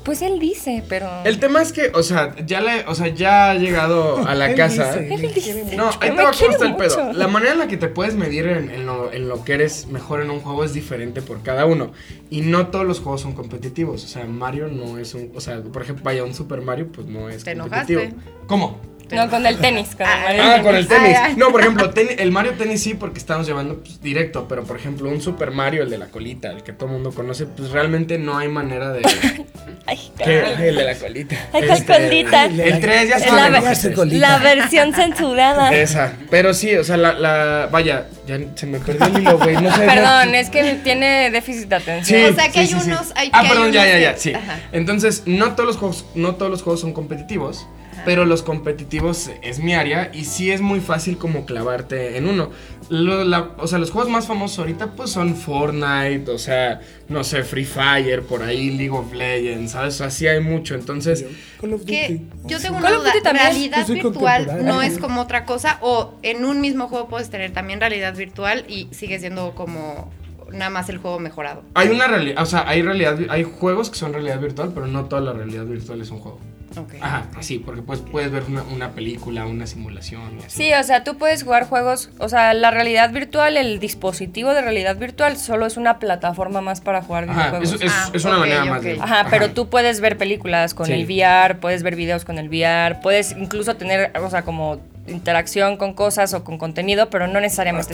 Speaker 6: Pues él dice, pero...
Speaker 5: El tema es que, o sea, ya le, o sea, ya ha llegado a la
Speaker 4: Él
Speaker 5: casa.
Speaker 4: dice,
Speaker 6: Él dice.
Speaker 5: No, ahí
Speaker 6: Me
Speaker 5: te va cómo
Speaker 6: quiere
Speaker 5: está el
Speaker 6: mucho.
Speaker 5: pedo. La manera en la que te puedes medir en, en lo, en lo que eres mejor en un juego es diferente por cada uno. Y no todos los juegos son competitivos. O sea, Mario no es un. O sea, por ejemplo, vaya un Super Mario, pues no es
Speaker 3: Te
Speaker 5: competitivo.
Speaker 3: enojaste.
Speaker 5: ¿Cómo?
Speaker 6: No, con el tenis. Con el
Speaker 3: Ah,
Speaker 6: Mario
Speaker 5: Ah, con el tenis.
Speaker 3: Ay, ay.
Speaker 5: No, por ejemplo, teni- el Mario Tenis sí, porque estamos llevando pues, directo, pero por ejemplo, un Super Mario, el de la colita, el que todo el mundo conoce, pues realmente no hay manera de.
Speaker 6: (laughs) Ay,
Speaker 5: que-
Speaker 6: caray.
Speaker 5: el de la colita.
Speaker 6: Ay, con
Speaker 5: Este,
Speaker 6: colita.
Speaker 5: El 3 ya
Speaker 6: Es
Speaker 5: está.
Speaker 6: la,
Speaker 5: de
Speaker 6: ve-
Speaker 5: los tres.
Speaker 6: la versión censurada.
Speaker 5: Esa. Pero sí, o sea, la. la- vaya, ya se me perdió el hilo, güey. No sé.
Speaker 6: Perdón, es que tiene déficit de atención.
Speaker 3: O sea, que hay unos- hay-
Speaker 5: ah,
Speaker 3: que hay
Speaker 5: perdón, ya,
Speaker 3: unos
Speaker 5: ya, ya.
Speaker 3: que-
Speaker 5: Sí.
Speaker 3: Ajá.
Speaker 5: Entonces, no todos los juegos, no todos los juegos son competitivos. Pero los competitivos es mi área y sí es muy fácil como clavarte en uno. Lo- la- o sea, los juegos más famosos ahorita pues son Fortnite, o sea, no sé, Free Fire, por ahí League of Legends, ¿sabes? O sea, sí hay mucho. Entonces,
Speaker 4: Call of Duty.
Speaker 3: Que yo tengo una
Speaker 6: Call of
Speaker 3: duda,
Speaker 6: Duty también.
Speaker 4: Yo
Speaker 3: ¿realidad
Speaker 4: soy
Speaker 3: virtual
Speaker 6: ¿eh?
Speaker 4: contemporáneo.
Speaker 3: no es como otra cosa? ¿O en un mismo juego puedes tener también realidad virtual y sigue siendo como nada más el juego mejorado?
Speaker 5: hay una realidad, o sea, hay realidad, vi- hay juegos que son realidad virtual, pero no toda la realidad virtual es un juego.
Speaker 3: Ok.
Speaker 5: Ajá, sí, porque pues puedes ver una, una película, una simulación y así.
Speaker 6: Sí, o sea, tú puedes jugar juegos, o sea, la realidad virtual, el dispositivo de realidad virtual solo es una plataforma más para jugar
Speaker 5: Ajá,
Speaker 6: videojuegos.
Speaker 5: es, es-
Speaker 3: Ah,
Speaker 5: es una
Speaker 3: ok,
Speaker 5: manera
Speaker 3: ok.
Speaker 5: más de...
Speaker 6: Ajá, pero tú puedes ver películas con
Speaker 5: Sí.
Speaker 6: el VR, puedes ver videos con el VR, puedes incluso tener, o sea, como interacción con cosas o con contenido, pero no necesariamente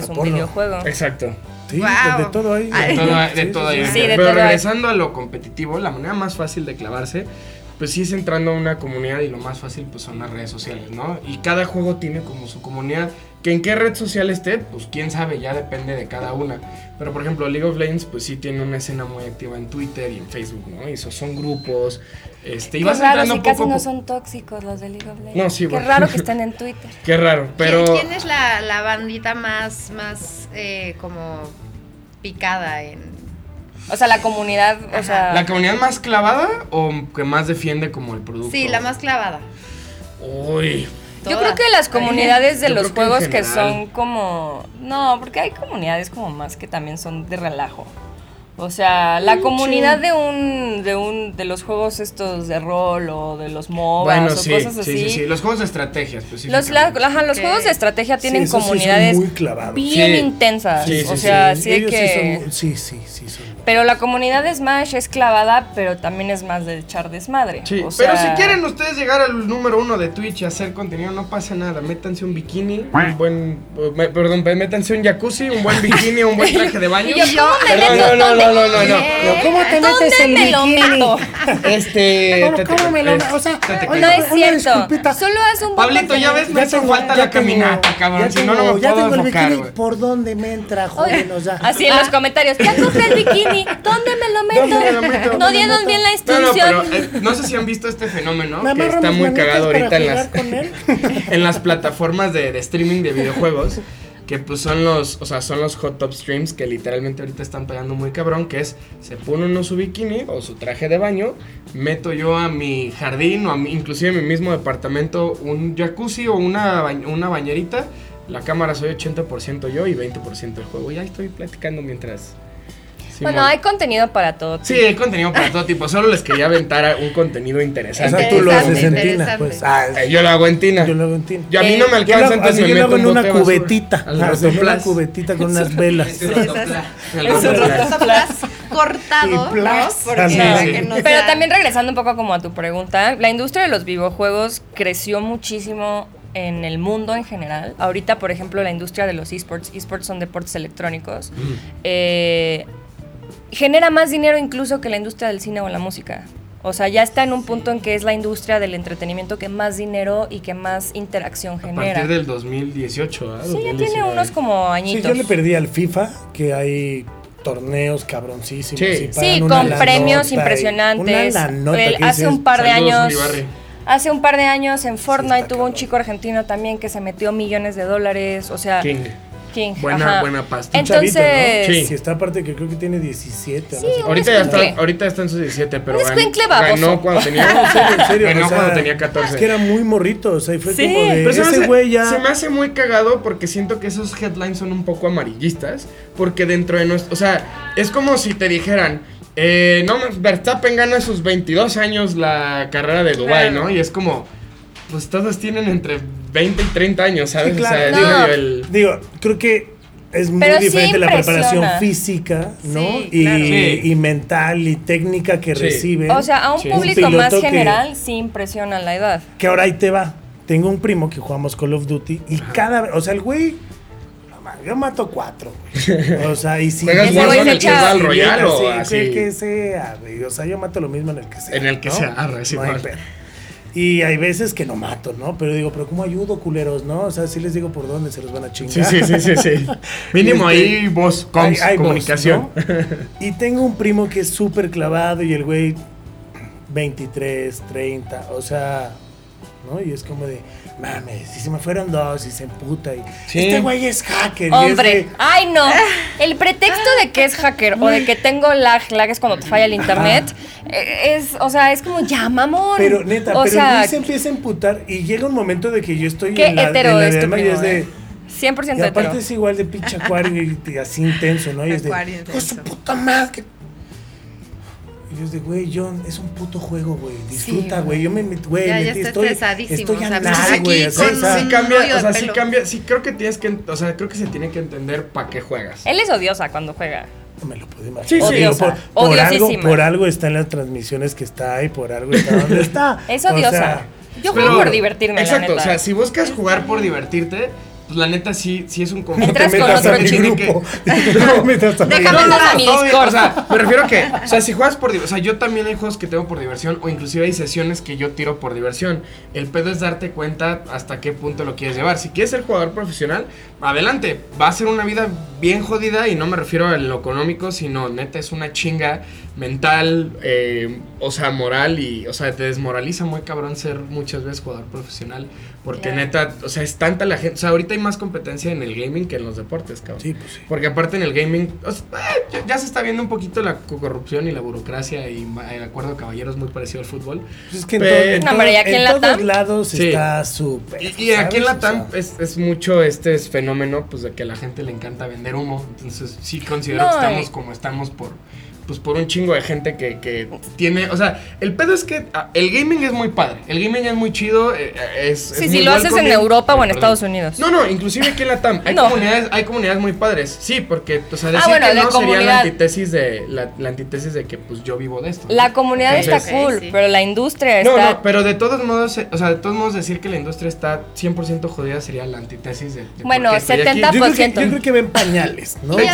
Speaker 4: Hasta
Speaker 6: es un
Speaker 4: porno.
Speaker 6: Videojuego
Speaker 5: Exacto.
Speaker 4: Sí,
Speaker 3: Wow.
Speaker 4: de todo ahí.
Speaker 3: Ay.
Speaker 5: De todo, de todo hay.
Speaker 6: Sí, de
Speaker 5: Pero
Speaker 6: todo hay.
Speaker 5: regresando a lo competitivo, la manera más fácil de clavarse, pues sí es entrando a una comunidad y lo más fácil pues son las redes sociales, ¿no? Y cada juego tiene como su comunidad. Que en qué red social esté, pues quién sabe, ya depende de cada una. Pero por ejemplo, League of Legends, pues sí tiene una escena muy activa en Twitter y en Facebook, ¿no? Y so- son grupos. Este, y
Speaker 6: Qué
Speaker 5: vas
Speaker 6: raro,
Speaker 5: entrando
Speaker 6: si
Speaker 5: poco
Speaker 6: casi
Speaker 5: a
Speaker 6: no
Speaker 5: poco-
Speaker 6: son tóxicos los de League of Legends.
Speaker 5: No, sí,
Speaker 6: Qué
Speaker 5: bueno.
Speaker 6: raro
Speaker 5: (laughs)
Speaker 6: que estén en Twitter.
Speaker 5: Qué raro, pero.
Speaker 3: ¿Quién, quién es la, la bandita más, más eh, como picada en...?
Speaker 6: O sea, la comunidad, o sea...
Speaker 5: ¿La comunidad más clavada o que más defiende como el producto?
Speaker 3: Sí, la más clavada.
Speaker 5: Uy.
Speaker 6: Yo
Speaker 3: Todas.
Speaker 6: creo que las comunidades de
Speaker 5: Yo
Speaker 6: los
Speaker 5: creo que en
Speaker 6: juegos que
Speaker 5: general.
Speaker 6: son como... No, porque hay comunidades como más que también son de relajo. O sea,
Speaker 3: Mm,
Speaker 6: la comunidad de un, de un, de los juegos estos de rol o de los MOBAs
Speaker 5: Bueno,
Speaker 6: o
Speaker 5: sí,
Speaker 6: cosas
Speaker 5: sí,
Speaker 6: así.
Speaker 5: sí, sí. Los juegos de pues, estrategia
Speaker 6: Los, la-
Speaker 5: específicamente.
Speaker 6: ajá, los
Speaker 3: Ok.
Speaker 6: juegos de estrategia tienen
Speaker 4: eso sí son
Speaker 6: comunidades
Speaker 4: muy clavados.
Speaker 6: bien
Speaker 5: Sí.
Speaker 6: intensas.
Speaker 5: Sí, sí,
Speaker 6: o sea,
Speaker 4: Sí,
Speaker 6: sí, de
Speaker 4: ellos
Speaker 6: que.
Speaker 4: sí, son, sí, sí, sí son.
Speaker 6: Pero la comunidad de Smash es clavada, pero también es más de echar desmadre.
Speaker 5: Sí,
Speaker 6: o
Speaker 5: pero si
Speaker 6: sea,
Speaker 5: quieren ustedes llegar al número uno de Twitch y hacer contenido, no pasa nada. Métanse un bikini, un buen. eh, me- Perdón, pe- métanse un jacuzzi, un buen bikini, un buen traje de
Speaker 7: (laughs)
Speaker 5: baño.
Speaker 6: Y yo, ¿cómo me
Speaker 5: Perdón,
Speaker 6: meto?
Speaker 5: no, no, no, no, no, no.
Speaker 3: ¿Qué?
Speaker 7: ¿Cómo te metes en
Speaker 6: ¿Dónde me lo
Speaker 7: bikini?
Speaker 6: meto?
Speaker 5: Este.
Speaker 7: ¿Cómo-
Speaker 5: te-
Speaker 7: cómo
Speaker 5: te-
Speaker 7: me lo-
Speaker 5: es-
Speaker 7: o sea,
Speaker 5: te- te-
Speaker 7: oye,
Speaker 6: No es
Speaker 7: Una
Speaker 6: cierto.
Speaker 7: disculpita.
Speaker 6: Solo haz un buen
Speaker 5: Pablito, ya
Speaker 6: contenido.
Speaker 5: ves, me hace
Speaker 7: tengo-
Speaker 5: falta
Speaker 7: ya
Speaker 5: la
Speaker 7: tengo-
Speaker 5: caminata,
Speaker 7: ya
Speaker 5: cabrón. Si no,
Speaker 7: tengo-
Speaker 5: no me
Speaker 7: Ya
Speaker 5: puedo
Speaker 7: tengo el
Speaker 5: enfocar,
Speaker 7: bikini.
Speaker 5: güey.
Speaker 7: ¿Por dónde me entra? Jóvenos ya.
Speaker 6: Así en los comentarios. Ya compré el bikini. ¿Dónde me lo meto?
Speaker 5: ¿Dónde me lo meto?
Speaker 6: No dieron bien la
Speaker 5: No, no,
Speaker 6: instrucción.
Speaker 5: pero eh, no sé si han visto este fenómeno
Speaker 7: Me
Speaker 5: que
Speaker 7: amarro
Speaker 5: está
Speaker 7: mis
Speaker 5: muy
Speaker 7: manitas
Speaker 5: cagado
Speaker 7: para
Speaker 5: ahorita en
Speaker 7: jugar
Speaker 5: las,
Speaker 7: con él.
Speaker 5: (laughs) en las plataformas de, de streaming de videojuegos. Que pues son los, o sea, son los hot top streams que literalmente ahorita están pegando muy cabrón, que es, se pone uno su bikini o su traje de baño, meto yo a mi jardín o a mi, inclusive a mi mismo departamento un jacuzzi o una, ba- una bañerita, la cámara soy 80% yo y 20% el juego, y ahí estoy platicando mientras...
Speaker 6: Bueno,
Speaker 5: Simón.
Speaker 6: hay contenido para todo. tipo.
Speaker 5: Sí, hay contenido para todo tipo. Solo les quería aventar un contenido
Speaker 4: O
Speaker 5: interesante.
Speaker 4: sea, tú lo haces en
Speaker 3: Interesante,
Speaker 4: Tina, pues.
Speaker 3: interesante.
Speaker 4: Ah,
Speaker 5: Eh, Yo lo hago en tina.
Speaker 4: yo lo hago en Tina.
Speaker 5: Yo a mí no me
Speaker 4: Eh, Yo lo hago-
Speaker 5: alcanza, entonces
Speaker 4: yo
Speaker 5: me
Speaker 4: lo
Speaker 5: meto
Speaker 4: hago en
Speaker 5: un bote
Speaker 4: una
Speaker 5: de basura.
Speaker 4: cubetita.
Speaker 5: Al Este
Speaker 4: Ah, en una
Speaker 5: rotoplas.
Speaker 4: cubetita
Speaker 5: (laughs)
Speaker 4: con unas velas.
Speaker 5: Al
Speaker 6: Es un
Speaker 5: rotoplas.
Speaker 3: Rotoplas cortado,
Speaker 4: Y
Speaker 3: ¿no?
Speaker 4: plas.
Speaker 3: Porque
Speaker 4: Sí,
Speaker 3: para
Speaker 5: sí.
Speaker 3: que no
Speaker 6: Pero
Speaker 3: sea-
Speaker 6: también regresando un poco como a tu pregunta, la industria de los videojuegos creció muchísimo en el mundo en general. Ahorita, por ejemplo, la industria de los esports, esports son deportes electrónicos,
Speaker 5: Mm.
Speaker 6: eh, genera más dinero incluso que la industria del cine o la música. O sea, ya está en un punto en que es la industria del entretenimiento que más dinero y que más interacción
Speaker 5: A
Speaker 6: genera.
Speaker 5: partir del 2018, ¿ah?
Speaker 6: sí, ya
Speaker 5: 2019.
Speaker 6: tiene unos como
Speaker 4: Sí,
Speaker 6: añitos.
Speaker 4: yo le perdí al FIFA, que hay torneos cabroncísimos.
Speaker 5: Sí.
Speaker 4: y
Speaker 5: Sí,
Speaker 4: pagan
Speaker 6: Sí,
Speaker 4: una
Speaker 6: con
Speaker 4: lanota
Speaker 6: premios
Speaker 4: y-
Speaker 6: impresionantes.
Speaker 4: una lanota
Speaker 6: Él
Speaker 4: que
Speaker 6: hace
Speaker 4: dices,
Speaker 6: un par de
Speaker 5: Saludos,
Speaker 6: años.
Speaker 5: Ulibarri.
Speaker 6: Hace un par de años en Fortnite
Speaker 4: está
Speaker 6: tuvo un
Speaker 4: cabrón.
Speaker 6: chico argentino también que se metió millones de dólares. O sea,
Speaker 5: King.
Speaker 6: King,
Speaker 5: Buena-
Speaker 6: ajá.
Speaker 5: buena pasta.
Speaker 4: un chavito, ¿no?
Speaker 6: Entonces,
Speaker 5: Sí.
Speaker 4: Si está aparte que creo que tiene 17.
Speaker 6: Sí, un
Speaker 5: Ahorita ya está,
Speaker 6: escuincle.
Speaker 5: ahorita está en sus 17, pero
Speaker 6: Un
Speaker 5: gan-
Speaker 6: escuincle baboso.
Speaker 5: ganó
Speaker 4: (laughs)
Speaker 5: cuando tenía,
Speaker 4: En
Speaker 5: (laughs)
Speaker 4: serio,
Speaker 5: ganó
Speaker 4: o sea,
Speaker 5: cuando tenía
Speaker 4: Es que
Speaker 5: 14.
Speaker 4: era muy morrito, o sea, y fue
Speaker 6: Sí.
Speaker 4: como de,
Speaker 5: Pero se me
Speaker 4: Eh, ese
Speaker 5: hace-
Speaker 4: güey ya...
Speaker 5: se me hace muy cagado porque siento que esos headlines son un poco amarillistas. Porque dentro de nuestro. O sea, es como si te dijeran. Eh, no, Verstappen gana a sus 22 años la carrera de Dubai,
Speaker 6: Claro.
Speaker 5: ¿no? Y es como. Pues todos tienen entre 20 y 30 años, ¿sabes?
Speaker 4: Sí, claro.
Speaker 5: O sea,
Speaker 6: No.
Speaker 5: digo yo, el-
Speaker 4: Digo, creo que es muy
Speaker 6: Pero sí
Speaker 4: diferente la preparación
Speaker 6: impresiona.
Speaker 4: física, ¿no?
Speaker 3: Sí,
Speaker 4: y,
Speaker 3: claro.
Speaker 5: Sí.
Speaker 4: y mental y técnica que
Speaker 5: Sí.
Speaker 4: reciben.
Speaker 6: o sea, a un
Speaker 5: Sí.
Speaker 6: público
Speaker 4: Un piloto
Speaker 6: más
Speaker 4: que-
Speaker 6: general sí impresiona la edad.
Speaker 4: que ahora ahí te va. Tengo un primo que jugamos Call of Duty y cada vez, o sea, el güey, no mames, yo mato cuatro, güey. O sea, y si
Speaker 5: (laughs) Juegas
Speaker 4: y-
Speaker 6: Ese güey Warzone,
Speaker 4: y-
Speaker 6: se echa-
Speaker 5: Battle Royale o
Speaker 4: sí,
Speaker 5: así.
Speaker 4: el que sea, güey. O sea, yo mato lo mismo en el que sea.
Speaker 5: En el que
Speaker 4: ¿no?
Speaker 5: sea, arre, sí,
Speaker 4: No hay
Speaker 5: mal.
Speaker 4: pedo. Y hay veces que no mato, ¿no? Pero digo, pero ¿cómo ayudo, culeros, no? O sea, sí les digo por dónde se los van a chingar.
Speaker 5: Sí, sí, sí, sí, sí. (laughs) Mínimo
Speaker 4: Este,
Speaker 5: ahí voz, comms,
Speaker 4: Hay- hay voz,
Speaker 5: comunicación. (laughs)
Speaker 4: Pues ¿no? (laughs) Y tengo un primo que es súper clavado y el güey 23, 30, o sea, ¿no? Y es como de, mames, si se me fueron dos y se emputa y
Speaker 5: Sí.
Speaker 4: este güey es hacker. y es
Speaker 6: Hombre,
Speaker 4: de-
Speaker 6: ay no. El pretexto de que es hacker o de que tengo lag, lag es cuando te falla el internet, eh, es, o sea, es como ya mamón.
Speaker 4: pero neta,
Speaker 6: o
Speaker 4: pero el
Speaker 6: sea,
Speaker 4: güey se empieza a emputar y llega un momento de que yo estoy
Speaker 6: qué
Speaker 4: en la, en
Speaker 6: hetero
Speaker 4: la
Speaker 6: es
Speaker 4: de
Speaker 6: tu
Speaker 4: alma y
Speaker 6: primo,
Speaker 4: es de-
Speaker 6: eh. 100%
Speaker 4: Y aparte
Speaker 6: hetero.
Speaker 4: es igual de pinche acuario y, y así intenso, ¿no? Y es de,
Speaker 3: Acuario
Speaker 4: "Hijo de su
Speaker 3: intenso".
Speaker 4: puta madre. que-". Y yo es de, güey, John, es un puto juego, güey. Disfruta,
Speaker 6: Sí,
Speaker 4: güey. Yo me met- güey,
Speaker 3: Ya, ya
Speaker 4: metí-
Speaker 3: está
Speaker 4: estoy,
Speaker 3: estresadísimo,
Speaker 4: estoy
Speaker 3: o sea,
Speaker 4: anal,
Speaker 3: estás aquí
Speaker 4: güey.
Speaker 3: con-
Speaker 4: así, o sea,
Speaker 5: sí
Speaker 3: un
Speaker 5: cambia,
Speaker 3: rollo
Speaker 5: o sea,
Speaker 3: de
Speaker 5: sí
Speaker 3: pelo.
Speaker 5: cambia, sí creo que tienes que, en- o sea, creo que se tiene que entender para qué juegas.
Speaker 6: Él es odiosa cuando juega.
Speaker 4: No me lo puedo imaginar.
Speaker 5: Sí, sí.
Speaker 4: Digo, por,
Speaker 6: Odiosa.
Speaker 4: por algo,
Speaker 6: Odiosísima.
Speaker 4: por algo está en las transmisiones que está y por algo está donde está.
Speaker 6: (laughs) Es
Speaker 4: O sea,
Speaker 6: odiosa. Yo juego
Speaker 5: Pero-
Speaker 6: por divertirme,
Speaker 5: Exacto,
Speaker 6: la neta.
Speaker 5: o sea, si buscas jugar por divertirte, pues la neta sí, sí es un conflicto.
Speaker 6: Entras
Speaker 4: no te
Speaker 6: con
Speaker 4: metas
Speaker 6: otro
Speaker 4: a mi
Speaker 6: chico
Speaker 5: (laughs)
Speaker 6: (laughs)
Speaker 4: grupo. (laughs) No te metas a mi
Speaker 6: Déjame
Speaker 5: No,
Speaker 6: en
Speaker 5: no,
Speaker 6: paz.
Speaker 5: no,
Speaker 6: mi
Speaker 5: todo bien,
Speaker 6: Discord.
Speaker 5: O sea, me refiero
Speaker 6: (laughs)
Speaker 5: que, o sea, si juegas por diversión, o sea, yo también hay juegos que tengo por diversión, o inclusive hay sesiones que yo tiro por diversión. El pedo es darte cuenta hasta qué punto lo quieres llevar. Si quieres ser jugador profesional, adelante. Va a ser una vida bien jodida y no me refiero a lo económico, sino neta es una chinga mental, eh, o sea, moral y, o sea, te desmoraliza muy cabrón ser muchas veces jugador profesional. Porque
Speaker 6: Claro.
Speaker 5: neta, o sea, es tanta la gente. O sea, ahorita hay más competencia en el gaming que en los deportes, cabrón.
Speaker 4: Sí, pues sí.
Speaker 5: Porque aparte en el gaming o sea, eh, ya, ya se está viendo un poquito la co- corrupción y la burocracia y ma- el acuerdo de caballeros muy parecido al fútbol.
Speaker 4: Pues es que en,
Speaker 5: Pero-
Speaker 4: todo- en
Speaker 6: No, hombre, ¿y
Speaker 4: todo-
Speaker 6: aquí en
Speaker 4: en
Speaker 6: Latam?
Speaker 4: todos lados
Speaker 5: Sí.
Speaker 4: está súper.
Speaker 5: Y, y aquí
Speaker 4: ¿sabes?
Speaker 5: en la TAM
Speaker 4: O sea,
Speaker 5: es, es mucho este es fenómeno pues de que a la gente le encanta vender humo. Entonces sí considero
Speaker 6: No,
Speaker 5: que estamos
Speaker 6: eh.
Speaker 5: como estamos por pues por un chingo de gente que, que tiene, o sea, el pedo es que ah, el gaming es muy padre, el gaming es muy chido, eh, eh, es...
Speaker 6: Sí,
Speaker 5: es
Speaker 6: si
Speaker 5: muy
Speaker 6: lo haces en
Speaker 5: welcoming.
Speaker 6: Europa o en
Speaker 5: Perdón.
Speaker 6: Estados Unidos.
Speaker 5: No, no, inclusive aquí en la
Speaker 6: (laughs)
Speaker 5: TAM hay,
Speaker 6: No.
Speaker 5: comunidades, hay comunidades muy padres, sí, porque, o sea,
Speaker 6: Ah,
Speaker 5: decir
Speaker 6: bueno,
Speaker 5: que
Speaker 6: de
Speaker 5: no sería la
Speaker 6: comunidad.
Speaker 5: antítesis, de, la, la antítesis de que pues yo vivo de esto. ¿no?
Speaker 6: La comunidad
Speaker 5: Entonces-
Speaker 6: está cool,
Speaker 3: Ok, sí.
Speaker 6: pero la industria
Speaker 5: No,
Speaker 6: está
Speaker 5: no, pero de todos modos, eh, o sea, de todos modos decir que la industria está 100% jodida sería la antítesis de... de por
Speaker 6: Bueno,
Speaker 5: qué estoy aquí.
Speaker 6: 70.
Speaker 4: yo, creo que,
Speaker 6: 100%.
Speaker 4: yo creo que ven pañales, ¿no?
Speaker 3: Y
Speaker 4: O sea,